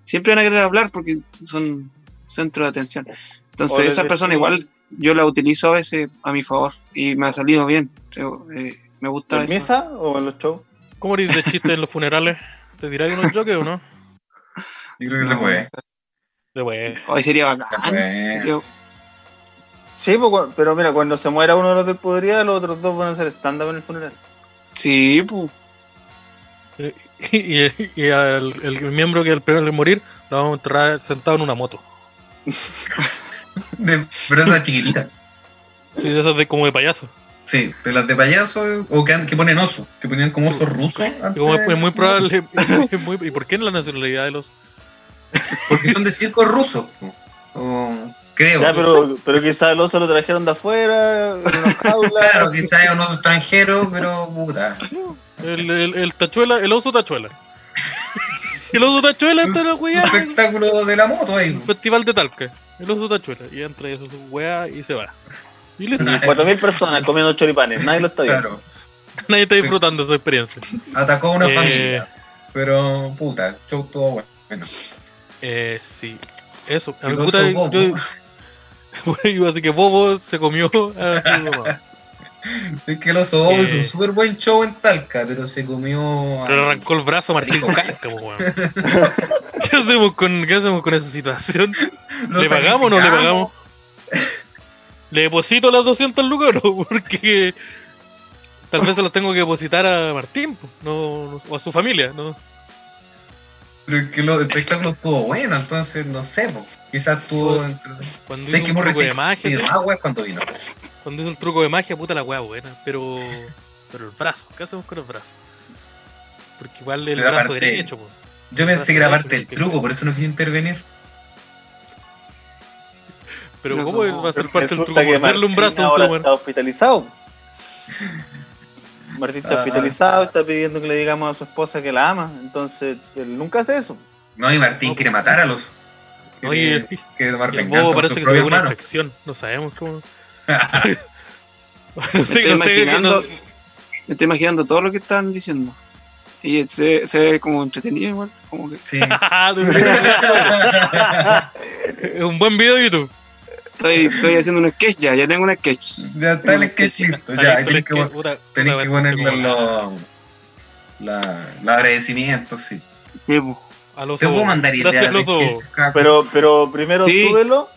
Speaker 5: siempre van a querer hablar porque son centro de atención.
Speaker 3: O
Speaker 5: Entonces
Speaker 3: les
Speaker 5: esa persona
Speaker 3: decís-
Speaker 5: igual yo la utilizo a veces a mi favor y me ha salido bien. Yo, eh, me gusta
Speaker 3: ¿En
Speaker 5: eso.
Speaker 3: mesa o en los shows?
Speaker 2: ¿Cómo eres de chiste en los funerales? ¿Te tiráis unos choques o no?
Speaker 4: Yo creo que se puede.
Speaker 2: De wey.
Speaker 5: Hoy sería
Speaker 4: Se
Speaker 5: bacán.
Speaker 4: puede.
Speaker 5: Yo-
Speaker 3: Sí, pues, cu- pero mira, cuando se muera uno de los del podría, los otros dos van a hacer stand-up en el funeral.
Speaker 5: sí, pu.
Speaker 2: Y, y al- el, miembro que al primero de morir lo vamos a enterrar sentado en una moto.
Speaker 4: De- Pero esa chiquitita.
Speaker 2: Sí, de esas de como de payaso.
Speaker 4: Sí, de las de payaso o que, que ponen oso, que ponían como
Speaker 2: Sí.
Speaker 4: oso ruso. antes
Speaker 2: Y como es,
Speaker 4: de-
Speaker 2: es muy probable. es muy- ¿Y por qué en la nacionalidad de los.?
Speaker 4: Porque son de circo ruso. po. O, creo.
Speaker 3: Ya, pero, pero quizás el oso lo trajeron de afuera, en una jaula.
Speaker 4: Claro, quizás es un oso extranjero, pero puta.
Speaker 2: El, el, el tachuela, el oso tachuela. El oso tachuela está en la
Speaker 4: Un
Speaker 2: weá. en
Speaker 4: espectáculo de la moto ahí.
Speaker 2: El festival de Talca. El oso tachuela. Y entra y hace su weá y se va. Y listo.
Speaker 4: Nah,
Speaker 3: Cuatro mil personas comiendo choripanes, nadie lo está viendo.
Speaker 4: Claro,
Speaker 2: Nadie está disfrutando esa experiencia.
Speaker 4: atacó a una
Speaker 2: Eh.
Speaker 4: familia. Pero puta, show todo bueno.
Speaker 2: Eh, sí. Eso. A
Speaker 4: El
Speaker 2: mi
Speaker 4: oso
Speaker 2: puta,
Speaker 4: bobo.
Speaker 2: yo- así que Bobo se comió a su mamá.
Speaker 4: Es que el oso Bobo
Speaker 2: Eh.
Speaker 4: hizo un súper buen show en Talca, pero se comió. a-
Speaker 2: Pero le arrancó el brazo a Martín
Speaker 4: Rico.
Speaker 2: Talca, po, weón. ¿Qué hacemos con, qué hacemos con esa situación?
Speaker 4: lo
Speaker 2: ¿Le pagamos o no le
Speaker 4: sacrificamos.
Speaker 2: pagamos? ¿Le deposito las 200 lucas o no? Porque tal vez se las tengo que depositar a Martín po, no, no- o a su familia. ¿no?
Speaker 4: Pero es que lo- el espectáculo estuvo bueno, entonces no sé, po. quizás estuvo. entre-
Speaker 2: Cuando
Speaker 4: Sé
Speaker 2: hizo
Speaker 4: que
Speaker 2: un truco
Speaker 4: hemos
Speaker 2: de
Speaker 4: recibido
Speaker 2: magia, ¿sí?
Speaker 4: agua es cuando vino.
Speaker 2: cuando hizo el truco de magia, puta la weá buena. Pero, pero el brazo, ¿qué hacemos con el brazo? Porque igual el
Speaker 4: Pero
Speaker 2: brazo
Speaker 4: aparte-
Speaker 2: derecho, pues. po.
Speaker 4: Yo pensé que era parte del truco, por eso no quise intervenir.
Speaker 2: Pero
Speaker 5: No
Speaker 2: ¿cómo
Speaker 5: somos-
Speaker 2: va a ser parte del truco?
Speaker 3: Resulta que
Speaker 2: Darle un
Speaker 3: Martín
Speaker 2: brazo a un
Speaker 3: ahora
Speaker 2: humano.
Speaker 3: está hospitalizado. Martín está
Speaker 4: Ah.
Speaker 3: hospitalizado, está pidiendo que le digamos a su esposa que la ama. Entonces, él nunca hace eso.
Speaker 4: No, y Martín
Speaker 2: No,
Speaker 4: quiere
Speaker 2: pues.
Speaker 4: matar a los.
Speaker 2: Oye,
Speaker 4: Quiere, quiere tomar
Speaker 2: El
Speaker 4: venganza
Speaker 2: bobo
Speaker 4: por
Speaker 2: parece
Speaker 4: sus
Speaker 2: que se dio
Speaker 4: propios
Speaker 2: una
Speaker 4: manos.
Speaker 2: infección, no sabemos cómo.
Speaker 4: Pero
Speaker 2: No sé,
Speaker 5: estoy
Speaker 2: no sé, no-
Speaker 5: imaginando- Me estoy imaginando todo lo que están diciendo. Y se, se ve como entretenido igual. Como que
Speaker 4: Sí.
Speaker 2: Ah, Es un buen video de YouTube.
Speaker 5: estoy, estoy haciendo un sketch ya, ya tengo un sketch.
Speaker 4: ya está el sketch listo. Ya, ahí tenés que, pon-
Speaker 2: puta-
Speaker 4: tenés
Speaker 2: puta,
Speaker 4: que
Speaker 2: bastante como
Speaker 4: ponerle los. La, los agradecimientos, sí.
Speaker 5: Sí, po.
Speaker 2: al oso
Speaker 4: Te puedo
Speaker 2: bobo.
Speaker 4: mandar
Speaker 2: Gracias,
Speaker 4: ideas de
Speaker 2: al oso bobo.
Speaker 4: sketch, caco.
Speaker 3: Pero, pero primero
Speaker 5: Sí.
Speaker 3: súbelo,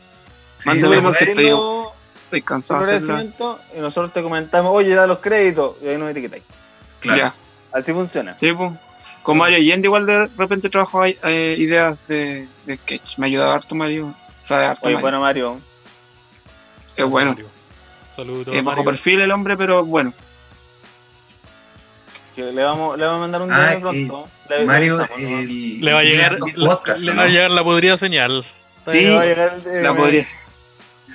Speaker 4: Sí,
Speaker 5: mándame
Speaker 4: sí,
Speaker 5: más
Speaker 4: sí.
Speaker 5: que estoy yo.
Speaker 3: súbelo
Speaker 5: Estoy
Speaker 3: tu
Speaker 5: cansado de hacerlo.
Speaker 3: agradecimiento y nosotros te comentamos, oye, da los créditos, y ahí nos etiquetáis.
Speaker 4: Claro.
Speaker 5: Ya,
Speaker 3: Así funciona.
Speaker 5: sí, po. Con Mario Allende igual de repente trabajo ahí, eh, ideas de, de sketch. Me ayuda harto Mario. Sabe harto
Speaker 3: Oye,
Speaker 5: Mario.
Speaker 3: bueno, Mario,
Speaker 5: es bueno.
Speaker 2: Saludos.
Speaker 5: Es bajo
Speaker 2: Mario.
Speaker 5: perfil el hombre, pero bueno.
Speaker 3: que le vamos, le vamos a mandar un
Speaker 4: Ah,
Speaker 3: DM pronto. Le- le
Speaker 4: Mario,
Speaker 3: avisamos,
Speaker 5: eh,
Speaker 3: ¿no?
Speaker 4: el-
Speaker 2: Le va a
Speaker 4: tiene
Speaker 2: llegar,
Speaker 4: hartos
Speaker 2: la,
Speaker 4: podcasts,
Speaker 2: le
Speaker 4: ¿no?
Speaker 2: va a llegar la podría señal. Está
Speaker 5: Sí.
Speaker 3: Le va a
Speaker 2: bien.
Speaker 3: llegar el DM.
Speaker 5: La podrías.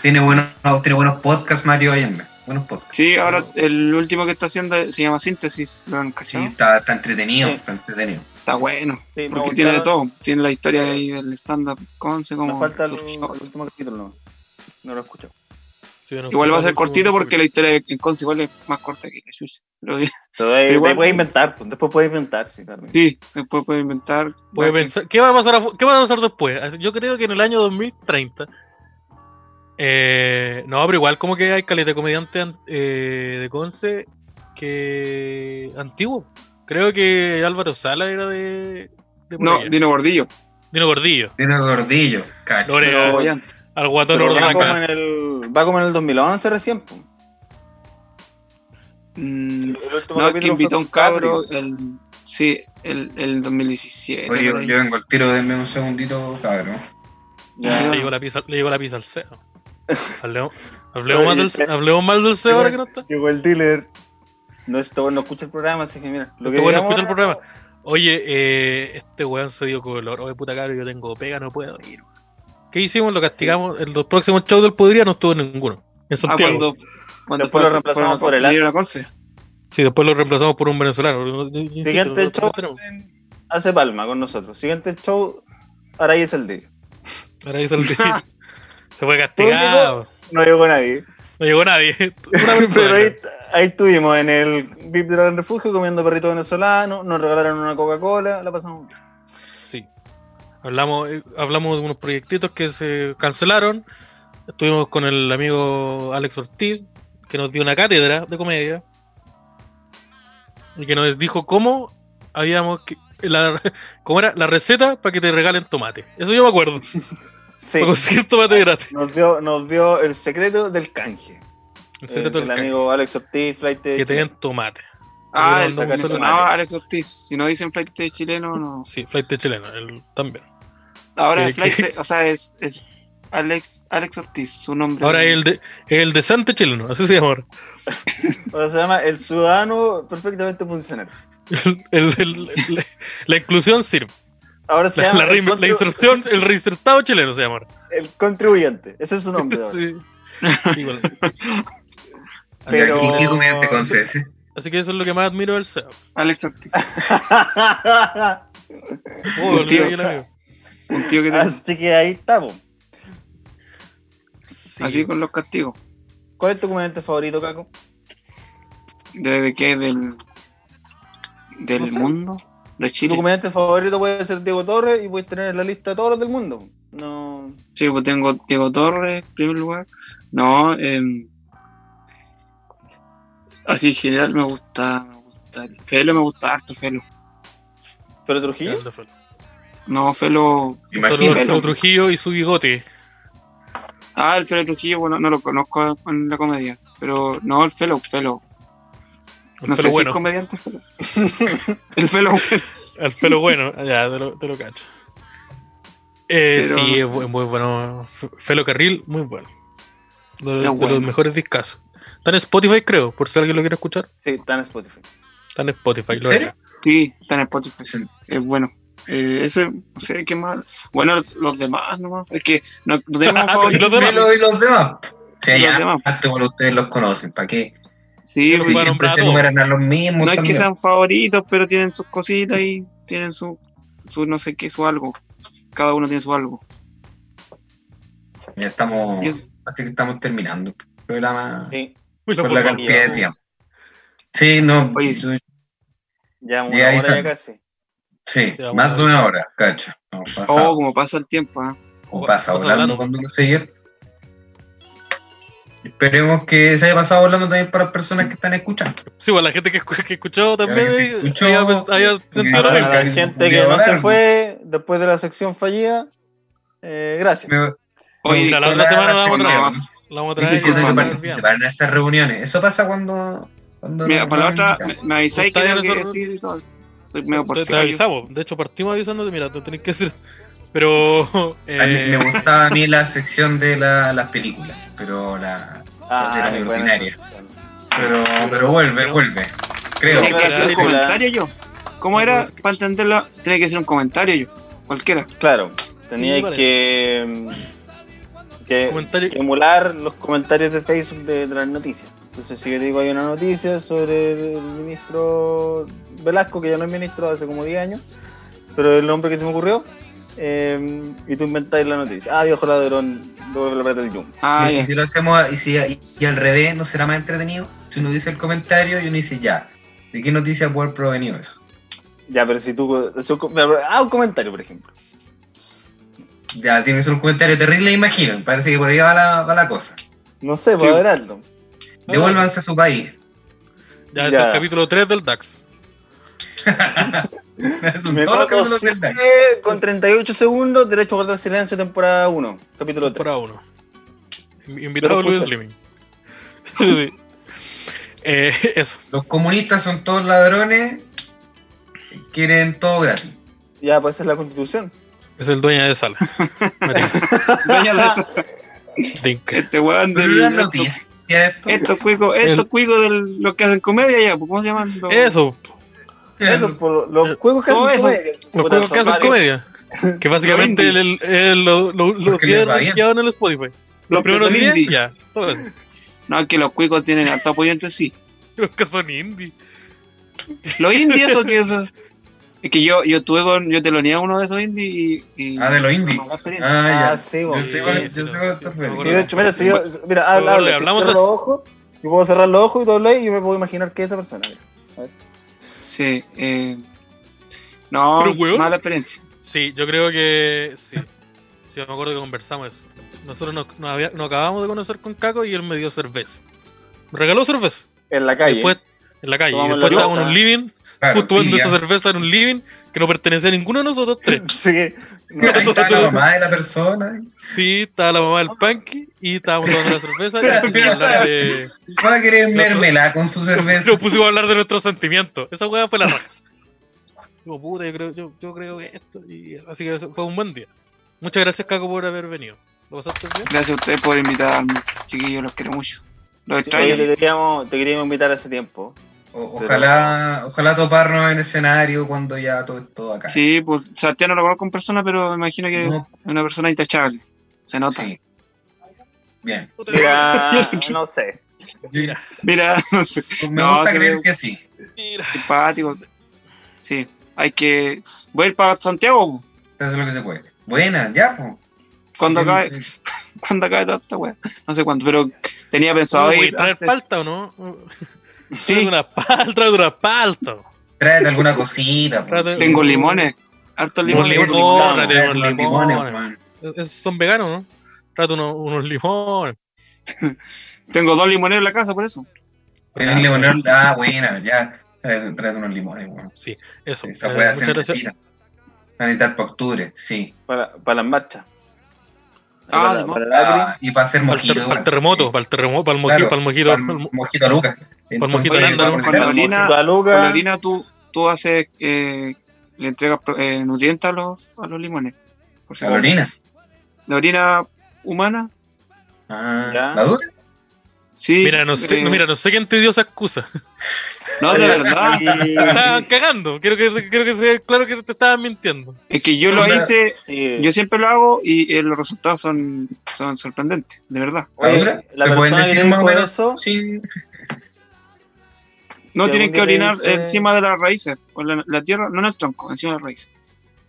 Speaker 4: Tiene buenos, tiene buenos podcasts, Mario Allende. Buenos podcasts.
Speaker 5: Sí, ahora el último que está haciendo se llama Síntesis. ¿Lo han
Speaker 4: Sí,
Speaker 5: cachado?
Speaker 4: está, está entretenido.
Speaker 3: Sí.
Speaker 4: Está entretenido.
Speaker 5: Está bueno.
Speaker 3: Sí, me
Speaker 5: Porque tiene de
Speaker 3: gustaron.
Speaker 5: todo. Tiene la historia ahí del stand-up. Conce, como.
Speaker 3: Nos falta el, el último capítulo, no. No lo escucho.
Speaker 2: Sí, bueno,
Speaker 5: Igual va a
Speaker 2: vamos
Speaker 5: ser
Speaker 2: con-
Speaker 5: cortito porque la historia de Conce igual es más corta que la suya. Pero bien.
Speaker 3: Entonces,
Speaker 5: Pero igual-
Speaker 3: después puedes inventar, pues, después puedes inventar, sí, también.
Speaker 5: sí, después puede inventar.
Speaker 2: Voy a pensar- ¿qué, va a pasar afu- ¿Qué va a pasar después? Yo creo que en el año 2030. eh, no, pero igual como que hay caleta de comediantes eh, de Conce que antiguo. Creo que Álvaro Sala era de... de por
Speaker 5: No,
Speaker 2: allá.
Speaker 5: Dino Gordillo.
Speaker 2: Dino Gordillo.
Speaker 4: Dino Gordillo, cacho.
Speaker 2: Lore.
Speaker 5: Pero, weón,
Speaker 2: Al guatón
Speaker 3: Pero va, como en
Speaker 2: Ordanca.
Speaker 3: el, va como en el 2011 recién. po.
Speaker 5: mm,
Speaker 3: El último
Speaker 5: no, es que
Speaker 3: capítulo
Speaker 5: invitó
Speaker 3: fue
Speaker 5: a un cabro.
Speaker 3: Capri.
Speaker 5: El, sí, el, el 2017.
Speaker 4: Oye, yo,
Speaker 5: por ahí.
Speaker 4: yo vengo al tiro, denme un segundito, cabrón.
Speaker 3: Ya.
Speaker 2: Le llegó la pizza, le llegó la pizza al CEO. Hablemos, hablemos más del, Ce- hablemos mal del CEO ahora que no está.
Speaker 3: Llegó el dealer. No, este weón no escucha el programa, así que mira. Lo
Speaker 2: Este weón no
Speaker 3: digamos
Speaker 2: escucha el
Speaker 3: ahora-
Speaker 2: Oye, eh, este weón se dio color. Oye, puta cabrón, yo tengo pega, no puedo ir. ¿Qué hicimos? Lo castigamos. En los próximos shows del Podría no estuvo ninguno. En
Speaker 5: Ah,
Speaker 2: Santiago.
Speaker 5: cuando, cuando
Speaker 3: Después lo reemplazamos
Speaker 5: fueron a-
Speaker 3: por el
Speaker 5: vinieron a Conce.
Speaker 2: Sí, después lo reemplazamos por un venezolano. Insisto,
Speaker 3: Siguiente
Speaker 2: nosotros
Speaker 3: show
Speaker 2: tenemos.
Speaker 3: en- hace palma con nosotros. Siguiente show, Aray es el día.
Speaker 2: Ahora dice el Se fue castigado.
Speaker 3: No llegó nadie.
Speaker 2: No llegó nadie. Una
Speaker 3: Pero ahí,
Speaker 2: persona.
Speaker 3: ahí estuvimos en el VIP del refugio comiendo perrito venezolano, nos regalaron una Coca-Cola, la pasamos. bien.
Speaker 2: Sí. Hablamos, eh, hablamos de unos proyectitos que se cancelaron. Estuvimos con el amigo Alex Ortiz, que nos dio una cátedra de comedia. Y que nos dijo cómo habíamos que- la, cómo era la receta para que te regalen tomate. Eso yo me acuerdo.
Speaker 3: Sí,
Speaker 2: Para conseguir tomate gratis.
Speaker 3: nos dio, nos dio el secreto del canje.
Speaker 2: El
Speaker 3: El,
Speaker 2: secreto del
Speaker 3: el
Speaker 2: canje,
Speaker 3: amigo este. Alex Ortiz, Flight
Speaker 2: que te den tomate.
Speaker 5: Ah,
Speaker 2: Pero
Speaker 5: el
Speaker 2: no
Speaker 5: que
Speaker 2: usaron
Speaker 5: sonaba
Speaker 3: mate.
Speaker 5: Alex Ortiz. Si no dicen flight de chileno, no.
Speaker 2: Sí, flight de chileno, el, también.
Speaker 5: Ahora
Speaker 2: ¿Qué-
Speaker 5: es flight, de- o sea, es, es Alex, Alex Ortiz, su nombre.
Speaker 2: Ahora el de, el decente chileno, así se llama ahora.
Speaker 3: Ahora se llama El Ciudadano Perfectamente Funcional.
Speaker 2: El- el- el- el- la inclusión sirve.
Speaker 3: Ahora se
Speaker 2: La, la
Speaker 3: llama el,
Speaker 2: re- la
Speaker 3: contribu-
Speaker 2: inserción, el reinsertado chileno se llama ahora.
Speaker 3: el contribuyente. Ese es su nombre. ahora.
Speaker 2: Sí. Igual.
Speaker 3: Pero-
Speaker 4: ¿Qué, qué comediante este con CS?
Speaker 2: Así que eso es lo que más admiro del SEO.
Speaker 5: Alex Ortiz.
Speaker 2: Oh,
Speaker 5: Tío.
Speaker 2: olvidé que la veo.
Speaker 5: Un tío que
Speaker 2: Ah,
Speaker 5: te-
Speaker 3: Así que ahí estamos.
Speaker 2: Sí.
Speaker 5: Así con los castigos.
Speaker 3: ¿Cuál es tu comediante favorito, Caco?
Speaker 5: ¿Desde qué? ¿Del, del
Speaker 3: No sé.
Speaker 5: mundo? ¿De
Speaker 3: Tu
Speaker 5: Chile?
Speaker 3: comediante favorito puede ser Diego Torres y puedes tener en la lista a todos los del mundo. No.
Speaker 5: Sí, pues tengo Diego Torres, en primer lugar. No, em, así en general me gusta, me gusta. Felo me gusta harto, Felo.
Speaker 3: ¿Pero Trujillo?
Speaker 2: Aldo Felo.
Speaker 5: No, Felo.
Speaker 2: Solo
Speaker 4: Imagínate.
Speaker 2: Alfredo Trujillo y su bigote.
Speaker 5: Ah, el Felo Trujillo, bueno, no lo conozco en la comedia. Pero no, el Felo, Felo.
Speaker 2: El pelo
Speaker 5: No sé si
Speaker 2: bueno.
Speaker 5: es comediante, Felo. el Felo, bueno.
Speaker 2: El pelo bueno. Ya, te lo, te lo cacho. Eh,
Speaker 5: Pero-
Speaker 2: Sí, es bu- muy bueno. F- Felo Carril, muy bueno. De, de
Speaker 5: bueno.
Speaker 2: los mejores discos. Está en Spotify, creo, por si alguien lo quiere escuchar.
Speaker 3: Sí, está en Spotify.
Speaker 2: Está en Spotify.
Speaker 4: ¿En
Speaker 2: lo
Speaker 4: serio?
Speaker 2: haré.
Speaker 5: Sí, está en Spotify. Es bueno. Eh, eso, no sé qué más. Bueno, los demás nomás. Es que no, no tengo un
Speaker 2: ¿Y
Speaker 5: favorito.
Speaker 2: los demás?
Speaker 4: Melo y los demás. Sí,
Speaker 5: Y los
Speaker 4: ya,
Speaker 5: demás.
Speaker 4: hasta bueno, ustedes los conocen, ¿para qué?
Speaker 5: Sí,
Speaker 2: Los
Speaker 4: Si
Speaker 2: voy a
Speaker 4: siempre
Speaker 2: nombrar
Speaker 4: se
Speaker 2: a todos.
Speaker 4: enumeran a los mismos
Speaker 5: no es que
Speaker 4: también.
Speaker 5: sean favoritos, pero tienen sus cositas y tienen su, su no sé qué, su algo. Cada uno tiene su algo.
Speaker 4: Ya estamos,
Speaker 5: Yo-
Speaker 4: así que estamos terminando el programa
Speaker 3: Sí.
Speaker 2: Uy, la
Speaker 4: por la
Speaker 2: puta.
Speaker 3: formativa,
Speaker 4: cantidad de
Speaker 3: ¿no?
Speaker 4: tiempo. Sí, no,
Speaker 5: Oye.
Speaker 4: yo-
Speaker 3: Ya una
Speaker 4: Y ahí
Speaker 3: hora
Speaker 4: sale.
Speaker 3: ya casi.
Speaker 4: sí,
Speaker 2: Ya,
Speaker 4: más
Speaker 2: bueno.
Speaker 4: de una hora, cacho. No, pasa,
Speaker 5: Oh, como pasa el tiempo, ¿ah?
Speaker 4: o
Speaker 2: pasa
Speaker 4: pasa volando
Speaker 2: volando.
Speaker 4: cuando lo sé ayer. Esperemos que se haya pasado volando también para las personas que están escuchando.
Speaker 2: Sí, bueno, la gente que, escu- que escuchó también
Speaker 4: que
Speaker 2: eh,
Speaker 4: escuchó,
Speaker 2: había pens- había
Speaker 4: que-
Speaker 2: sentido lo
Speaker 3: Para
Speaker 4: Ahora
Speaker 2: mismo.
Speaker 3: la
Speaker 4: el
Speaker 3: gente que
Speaker 4: video
Speaker 3: no se
Speaker 4: largo.
Speaker 3: fue después de la sección fallida, eh, gracias.
Speaker 4: Me-
Speaker 5: Oye,
Speaker 2: la
Speaker 4: me gustó
Speaker 2: otra semana vamos a
Speaker 4: sección.
Speaker 5: trabajar.
Speaker 2: La vamos a
Speaker 4: Viste,
Speaker 2: traer.
Speaker 4: si yo tengo que
Speaker 5: vamos a
Speaker 4: participar en esas reuniones. Eso pasa cuando. cuando
Speaker 5: Mira,
Speaker 4: nos
Speaker 5: para la otra,
Speaker 4: reunimos.
Speaker 5: me, me avisáis que
Speaker 2: Gustaría
Speaker 5: tengo que
Speaker 2: nosotros-
Speaker 5: decir y todo. Soy medio
Speaker 2: te, te
Speaker 5: porfirio.
Speaker 2: avisamos. De hecho, partimos avisándote. Mira, tú tenés que hacer. Pero.
Speaker 4: A mí me
Speaker 2: Eh,
Speaker 4: gustaba a mí la sección de la- las películas, pero la
Speaker 3: Ah,
Speaker 4: Era
Speaker 3: qué
Speaker 4: muy
Speaker 3: buena
Speaker 4: ordinaria.
Speaker 3: sensación.
Speaker 4: pero, pero vuelve, vuelve. Creo.
Speaker 5: Tenía que
Speaker 3: Pero-
Speaker 5: hacer un
Speaker 3: Película.
Speaker 5: comentario yo. ¿Cómo era? Para entenderlo, tenía que hacer un comentario yo. Cualquiera.
Speaker 3: Claro, tenía
Speaker 2: Sí, vale.
Speaker 3: que, mm, que-
Speaker 2: Comentario-
Speaker 3: que emular los comentarios de Facebook de, de las noticias. Entonces, si yo digo hay una noticia sobre el ministro Velasco, que ya no es ministro hace como 10 años, pero es el nombre que se me ocurrió, eh, y tú inventáis la noticia. Ah, viejo ladrón, devuelve la plata del Jumbo.
Speaker 5: Ah,
Speaker 4: y
Speaker 5: ya.
Speaker 4: si lo hacemos a- y, si, y, y al revés, ¿no será más entretenido? Si uno dice el comentario y uno dice ya. ¿De qué noticia puede haber provenido eso?
Speaker 3: Ya, pero si tú... si un com- ah, un comentario, por ejemplo.
Speaker 4: Ya, tiene que ser un comentario terrible, imagino. me Parece que por ahí va la, va la cosa.
Speaker 3: No sé, pues,
Speaker 5: Sí.
Speaker 3: puedo verlo.
Speaker 4: Devuélvanse a su país.
Speaker 2: ya es
Speaker 3: Ya.
Speaker 2: el capítulo 3 del DAX.
Speaker 4: Me asustó
Speaker 3: Me
Speaker 4: lo que
Speaker 3: corto
Speaker 4: me lo
Speaker 3: siete
Speaker 4: acerca.
Speaker 3: con 38 segundos, derecho a guardar silencio, temporada 1, capítulo 3.
Speaker 2: Temporada 1. Invitado
Speaker 3: Pero
Speaker 2: Luis
Speaker 3: escucha.
Speaker 2: Slimming. Sí, sí. Eh, eso.
Speaker 4: Los comunistas son todos ladrones, quieren todo gratis.
Speaker 3: Ya, pues esa es la constitución.
Speaker 2: Es el dueño de sala. Me tinca,
Speaker 5: Dueña
Speaker 2: Ah,
Speaker 5: de esa-
Speaker 2: tinca.
Speaker 5: Este weón
Speaker 4: Pero las
Speaker 5: del.
Speaker 4: noticias esto.
Speaker 5: Estos cuicos, estos
Speaker 2: El-
Speaker 5: cuicos de los que hacen comedia ya, pues, ¿cómo se llaman? Los-
Speaker 2: Eso,
Speaker 3: Eso, por los juegos que
Speaker 5: Todo
Speaker 3: hacen
Speaker 5: eso.
Speaker 3: comedia.
Speaker 2: Eh, los
Speaker 3: Puta,
Speaker 2: juegos
Speaker 3: son
Speaker 2: que hacen
Speaker 3: varios.
Speaker 2: comedia. Que básicamente el, el, el- lo- lo- los
Speaker 4: Porque les
Speaker 2: 10
Speaker 4: va bien.
Speaker 2: rankeados en el Spotify. Los
Speaker 5: los que
Speaker 2: primeros
Speaker 5: son
Speaker 2: 10,
Speaker 5: indie.
Speaker 2: ya. Todo eso.
Speaker 5: No, es que los cuicos tienen harto apoyo entre sí.
Speaker 2: Los que son indie.
Speaker 5: Los indies, eso que es. Es que yo, yo estuve con. Yo teloneé a uno de esos indies y. y-
Speaker 4: Ah, de los indies.
Speaker 3: Ah,
Speaker 4: Ah, ya.
Speaker 3: sí,
Speaker 4: Yo
Speaker 3: bueno.
Speaker 4: sé
Speaker 2: sí,
Speaker 4: cuál-
Speaker 2: sí,
Speaker 4: yo
Speaker 2: sí,
Speaker 4: sé cuál
Speaker 2: sí,
Speaker 4: está
Speaker 2: sí,
Speaker 4: feliz.
Speaker 2: me
Speaker 3: Y de hecho, mira, si yo, mira,
Speaker 2: Luego
Speaker 3: habla,
Speaker 2: le
Speaker 3: habla, si
Speaker 2: hablamos
Speaker 3: cierro los
Speaker 2: tras-
Speaker 3: ojos, yo puedo cerrar los ojos y doble y yo me puedo imaginar que es esa persona. mira.
Speaker 4: Ah.
Speaker 5: Sí. Eh, no,
Speaker 2: Pero, weón.
Speaker 5: mala experiencia.
Speaker 2: Sí, yo creo que sí. Sí, me acuerdo que conversamos eso. Nosotros nos, nos había- nos acabábamos de conocer con Caco y él me dio cerveza. Me regaló cerveza.
Speaker 3: En la calle.
Speaker 2: Después, en la calle. Y
Speaker 3: Tomamos
Speaker 2: después
Speaker 3: la
Speaker 2: estábamos en
Speaker 3: taza.
Speaker 2: un living
Speaker 4: Claro,
Speaker 2: justo
Speaker 4: y
Speaker 2: viendo
Speaker 4: ya.
Speaker 2: esa cerveza en un living que no pertenecía a ninguno de nosotros tres.
Speaker 3: Sí. No,
Speaker 4: Ahí está la mamá de la persona.
Speaker 2: Sí, estaba la mamá del Panky y estábamos tomando la cerveza y nos pusimos a hablar de-
Speaker 4: Van a querer
Speaker 2: Los dos.
Speaker 4: mermelada con su cerveza.
Speaker 2: nos pusimos a hablar de nuestros sentimientos. Esa hueá fue la raja. Digo, puta, yo creo, yo, yo creo que esto. y- así que fue un buen día. Muchas gracias, Caco, por haber venido. ¿Lo pasaste bien?
Speaker 5: Gracias a ustedes por invitarme. Chiquillos, los quiero mucho. Los
Speaker 3: Oye,
Speaker 5: extraño.
Speaker 3: te queríamos, te queríamos invitar hace tiempo.
Speaker 4: O- ojalá, ojalá toparnos en escenario cuando ya todo esto acá.
Speaker 5: Sí, pues Sebastián no lo conozco en persona, pero me imagino que
Speaker 2: eh,
Speaker 4: No,
Speaker 5: es una persona intachable. Se nota.
Speaker 4: sí. Bien.
Speaker 3: Mira, no sé.
Speaker 2: Mira,
Speaker 5: Mira, no sé,
Speaker 4: Me
Speaker 5: No,
Speaker 4: gusta
Speaker 5: se
Speaker 4: creer
Speaker 5: ve-
Speaker 4: que sí.
Speaker 2: mira.
Speaker 5: simpático. Sí, hay que. Voy a ir para Santiago po,
Speaker 4: Eso es lo que se puede. Buena, ya, po.
Speaker 5: cuando
Speaker 4: Yo-
Speaker 5: acabe, cuando acabe toda esta wea. No sé cuándo, pero tenía pensado
Speaker 2: ¿Voy
Speaker 5: ir.
Speaker 2: a traer
Speaker 5: antes.
Speaker 2: palta o no? Trae
Speaker 5: Sí,
Speaker 2: una palta, trae una palta.
Speaker 4: Tráete alguna cosita, po.
Speaker 2: Tráete-
Speaker 5: tengo limones. Hartos
Speaker 4: Los
Speaker 5: limones.
Speaker 4: limones,
Speaker 2: limón,
Speaker 4: po,
Speaker 2: tráete
Speaker 4: tráete
Speaker 2: unos
Speaker 4: los
Speaker 2: limones,
Speaker 4: limones, man.
Speaker 2: Esos son veganos, ¿no? Trata unos, unos limones.
Speaker 5: Tengo dos limones en la casa, por eso.
Speaker 4: Tenés limonero- Ah, buena, ya. Tráete, tráete unos limones, weón.
Speaker 2: Eso.
Speaker 4: Esa
Speaker 2: eh,
Speaker 4: puede
Speaker 2: muchas
Speaker 4: hacer
Speaker 2: gracias.
Speaker 4: necesita. Van a necesitar para octubre, sí.
Speaker 3: Para, para las marchas.
Speaker 5: Ah,
Speaker 3: Para-
Speaker 5: de mo-
Speaker 3: para la
Speaker 4: Ah, y para hacer
Speaker 2: Para el, ter-
Speaker 4: mojito.
Speaker 2: para el terremoto, para el terremoto, para el mojito,
Speaker 4: Claro,
Speaker 2: para el mojito.
Speaker 4: Para el
Speaker 2: para el mo-
Speaker 4: mojito a Lucas.
Speaker 2: mojito
Speaker 4: Entonces,
Speaker 2: arándano,
Speaker 4: vamos a
Speaker 5: con
Speaker 4: tener-
Speaker 5: la orina.
Speaker 3: agri. Baluga.
Speaker 5: Con la orina tú, tú haces. eh, le entregas pro- eh, nutrientes a los, a los limones. Por si
Speaker 4: La
Speaker 5: acaso.
Speaker 4: orina.
Speaker 5: La orina humana.
Speaker 4: Ah,
Speaker 3: Ya.
Speaker 4: ¿La dura?
Speaker 5: Sí.
Speaker 2: Mira, no sé,
Speaker 5: eh,
Speaker 2: no, mira, no sé quién te dio esa excusa.
Speaker 5: No, de verdad.
Speaker 2: Estaban cagando. Quiero que, quiero que sea claro que te estaban mintiendo.
Speaker 5: Es que yo lo
Speaker 4: Onda-
Speaker 5: hice,
Speaker 3: Sí.
Speaker 5: yo siempre lo hago y eh, los resultados son, son sorprendentes, de verdad.
Speaker 4: ¿La
Speaker 3: Oye,
Speaker 4: dura?
Speaker 3: la
Speaker 4: ¿Se pueden
Speaker 3: persona que
Speaker 4: decir
Speaker 3: dijo
Speaker 4: más o menos?
Speaker 3: eso-
Speaker 4: Sí.
Speaker 5: No
Speaker 3: Si
Speaker 5: tienen que
Speaker 3: algún día
Speaker 5: orinar
Speaker 3: dice-
Speaker 5: encima de las raíces, o la, la tierra, no en el tronco, encima de las raíces.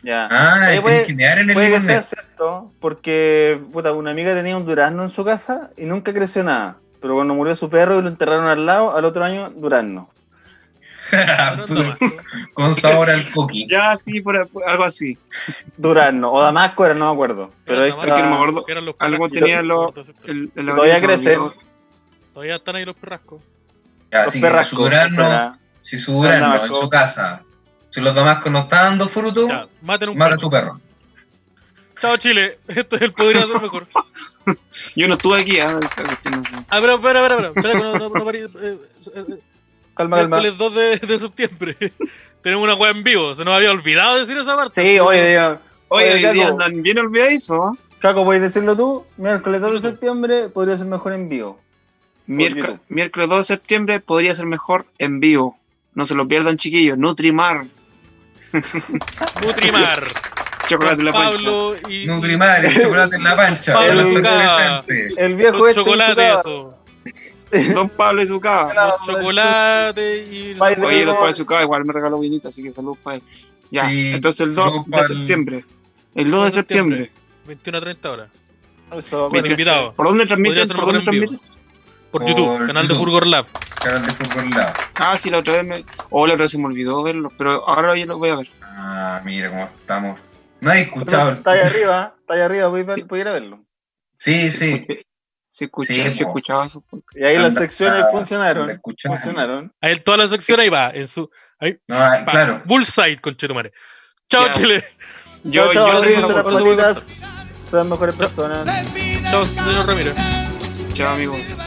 Speaker 3: Ya.
Speaker 4: Ah,
Speaker 3: Oye,
Speaker 4: hay
Speaker 3: puede-
Speaker 4: que mear en el
Speaker 3: Puede que
Speaker 4: limón.
Speaker 3: sea cierto, porque puta, una amiga tenía un durazno en su casa y nunca creció nada. Pero cuando murió su perro y lo enterraron al lado, al otro año, durazno.
Speaker 2: Pero toma.
Speaker 4: Con sabor al cookie.
Speaker 5: Ya, sí, por, por algo así.
Speaker 3: Durazno, o Damasco era, no me acuerdo. Pero
Speaker 2: Era
Speaker 3: ahí
Speaker 2: Damasco.
Speaker 5: Es que no me
Speaker 3: está,
Speaker 5: acuerdo.
Speaker 2: Que eran los
Speaker 5: Algo
Speaker 2: perrascos.
Speaker 5: tenía lo- El- el- la
Speaker 3: Todavía
Speaker 5: orina se me
Speaker 3: crece.
Speaker 5: olvidó.
Speaker 2: Todavía están ahí los perrascos.
Speaker 4: Ya, Así
Speaker 3: los
Speaker 4: que si su
Speaker 3: perrascos,
Speaker 4: durazno,
Speaker 3: era-
Speaker 4: si su durazno en
Speaker 3: Damasco.
Speaker 4: su casa, si los damascos no están dando fruto,
Speaker 2: Ya, maten un
Speaker 4: mata a
Speaker 2: perro.
Speaker 4: su perro.
Speaker 2: Chao, Chile. Esto es el podría ser mejor.
Speaker 5: Yo no estuve aquí, ah, esta cuestión no sé.
Speaker 2: Ah, pero, espera, espera, espera. Espera, que no, no, no, pare- eh, eh,
Speaker 3: Calma, calma.
Speaker 2: miércoles 2 de, de septiembre. Tenemos una web en vivo. Se nos había olvidado decir esa parte.
Speaker 3: Sí, oye, digo,
Speaker 5: Oye, hoy día
Speaker 3: Caco,
Speaker 5: andan bien olvidadizos, ¿eh?
Speaker 3: Caco, ¿puedes decirlo tú? Miércoles 2 de septiembre podría ser mejor en vivo.
Speaker 5: Miérc-
Speaker 3: YouTube.
Speaker 5: miércoles 2 de septiembre podría ser mejor en vivo. No se lo pierdan, chiquillos. Nutrimar,
Speaker 2: Nutrimar.
Speaker 5: chocolate de la pancha.
Speaker 2: Pablo y.
Speaker 4: Nutrimar, el chocolate en la pancha.
Speaker 2: Pablo
Speaker 4: para los
Speaker 2: Zucca.
Speaker 4: adolescentes.
Speaker 3: El
Speaker 2: Los
Speaker 3: viejo este en su
Speaker 2: chocolates,
Speaker 3: cava,
Speaker 2: eso.
Speaker 5: Don Pablo y su cava.
Speaker 3: Nada,
Speaker 2: Los chocolates y.
Speaker 3: Bye, de-
Speaker 5: Oye, después de su casa igual me regaló vinito, así que saludos para él. Ya,
Speaker 4: Sí,
Speaker 5: entonces el 2
Speaker 4: saludos
Speaker 5: de
Speaker 4: pa'l-
Speaker 5: septiembre. El 2 de septiembre.
Speaker 2: 21 a 30 horas.
Speaker 3: eso,
Speaker 2: Bien
Speaker 3: bueno.
Speaker 2: invitado.
Speaker 5: ¿Por dónde
Speaker 2: Podría
Speaker 5: transmiten?
Speaker 2: ser
Speaker 5: ¿Por
Speaker 2: mejor
Speaker 5: dónde
Speaker 2: en vivo.
Speaker 5: transmiten?
Speaker 2: Por
Speaker 4: Por
Speaker 2: YouTube, canal de
Speaker 4: YouTube.
Speaker 2: Furgor Lab.
Speaker 4: Canal de fútbol lado.
Speaker 5: Ah, sí, la otra vez me. Oh, la otra vez se me olvidó verlo, pero ahora yo lo voy a ver.
Speaker 4: Ah, mira cómo estamos. No he escuchado. el-
Speaker 3: Está ahí arriba, está ahí arriba, voy a- voy a ir a verlo.
Speaker 4: Sí,
Speaker 5: Se
Speaker 4: sí.
Speaker 5: escucha- Se escucha,
Speaker 4: Sí,
Speaker 5: se
Speaker 4: po.
Speaker 5: escuchaba su
Speaker 3: Y ahí las
Speaker 4: Anda,
Speaker 3: secciones
Speaker 4: ah,
Speaker 3: funcionaron.
Speaker 4: Lo escuchamos.
Speaker 3: Funcionaron.
Speaker 2: Ahí en toda la sección ahí va. En su,
Speaker 4: No, ah,
Speaker 2: Pa,
Speaker 4: claro.
Speaker 2: Bullside, conchetumare. Chao,
Speaker 5: Ya.
Speaker 2: Chile.
Speaker 5: Yo,
Speaker 3: chao,
Speaker 5: yo,
Speaker 3: ríense las
Speaker 2: no puedo
Speaker 3: patitas. Sean mejores personas.
Speaker 2: Chao, señor Ramírez.
Speaker 5: chao amigos.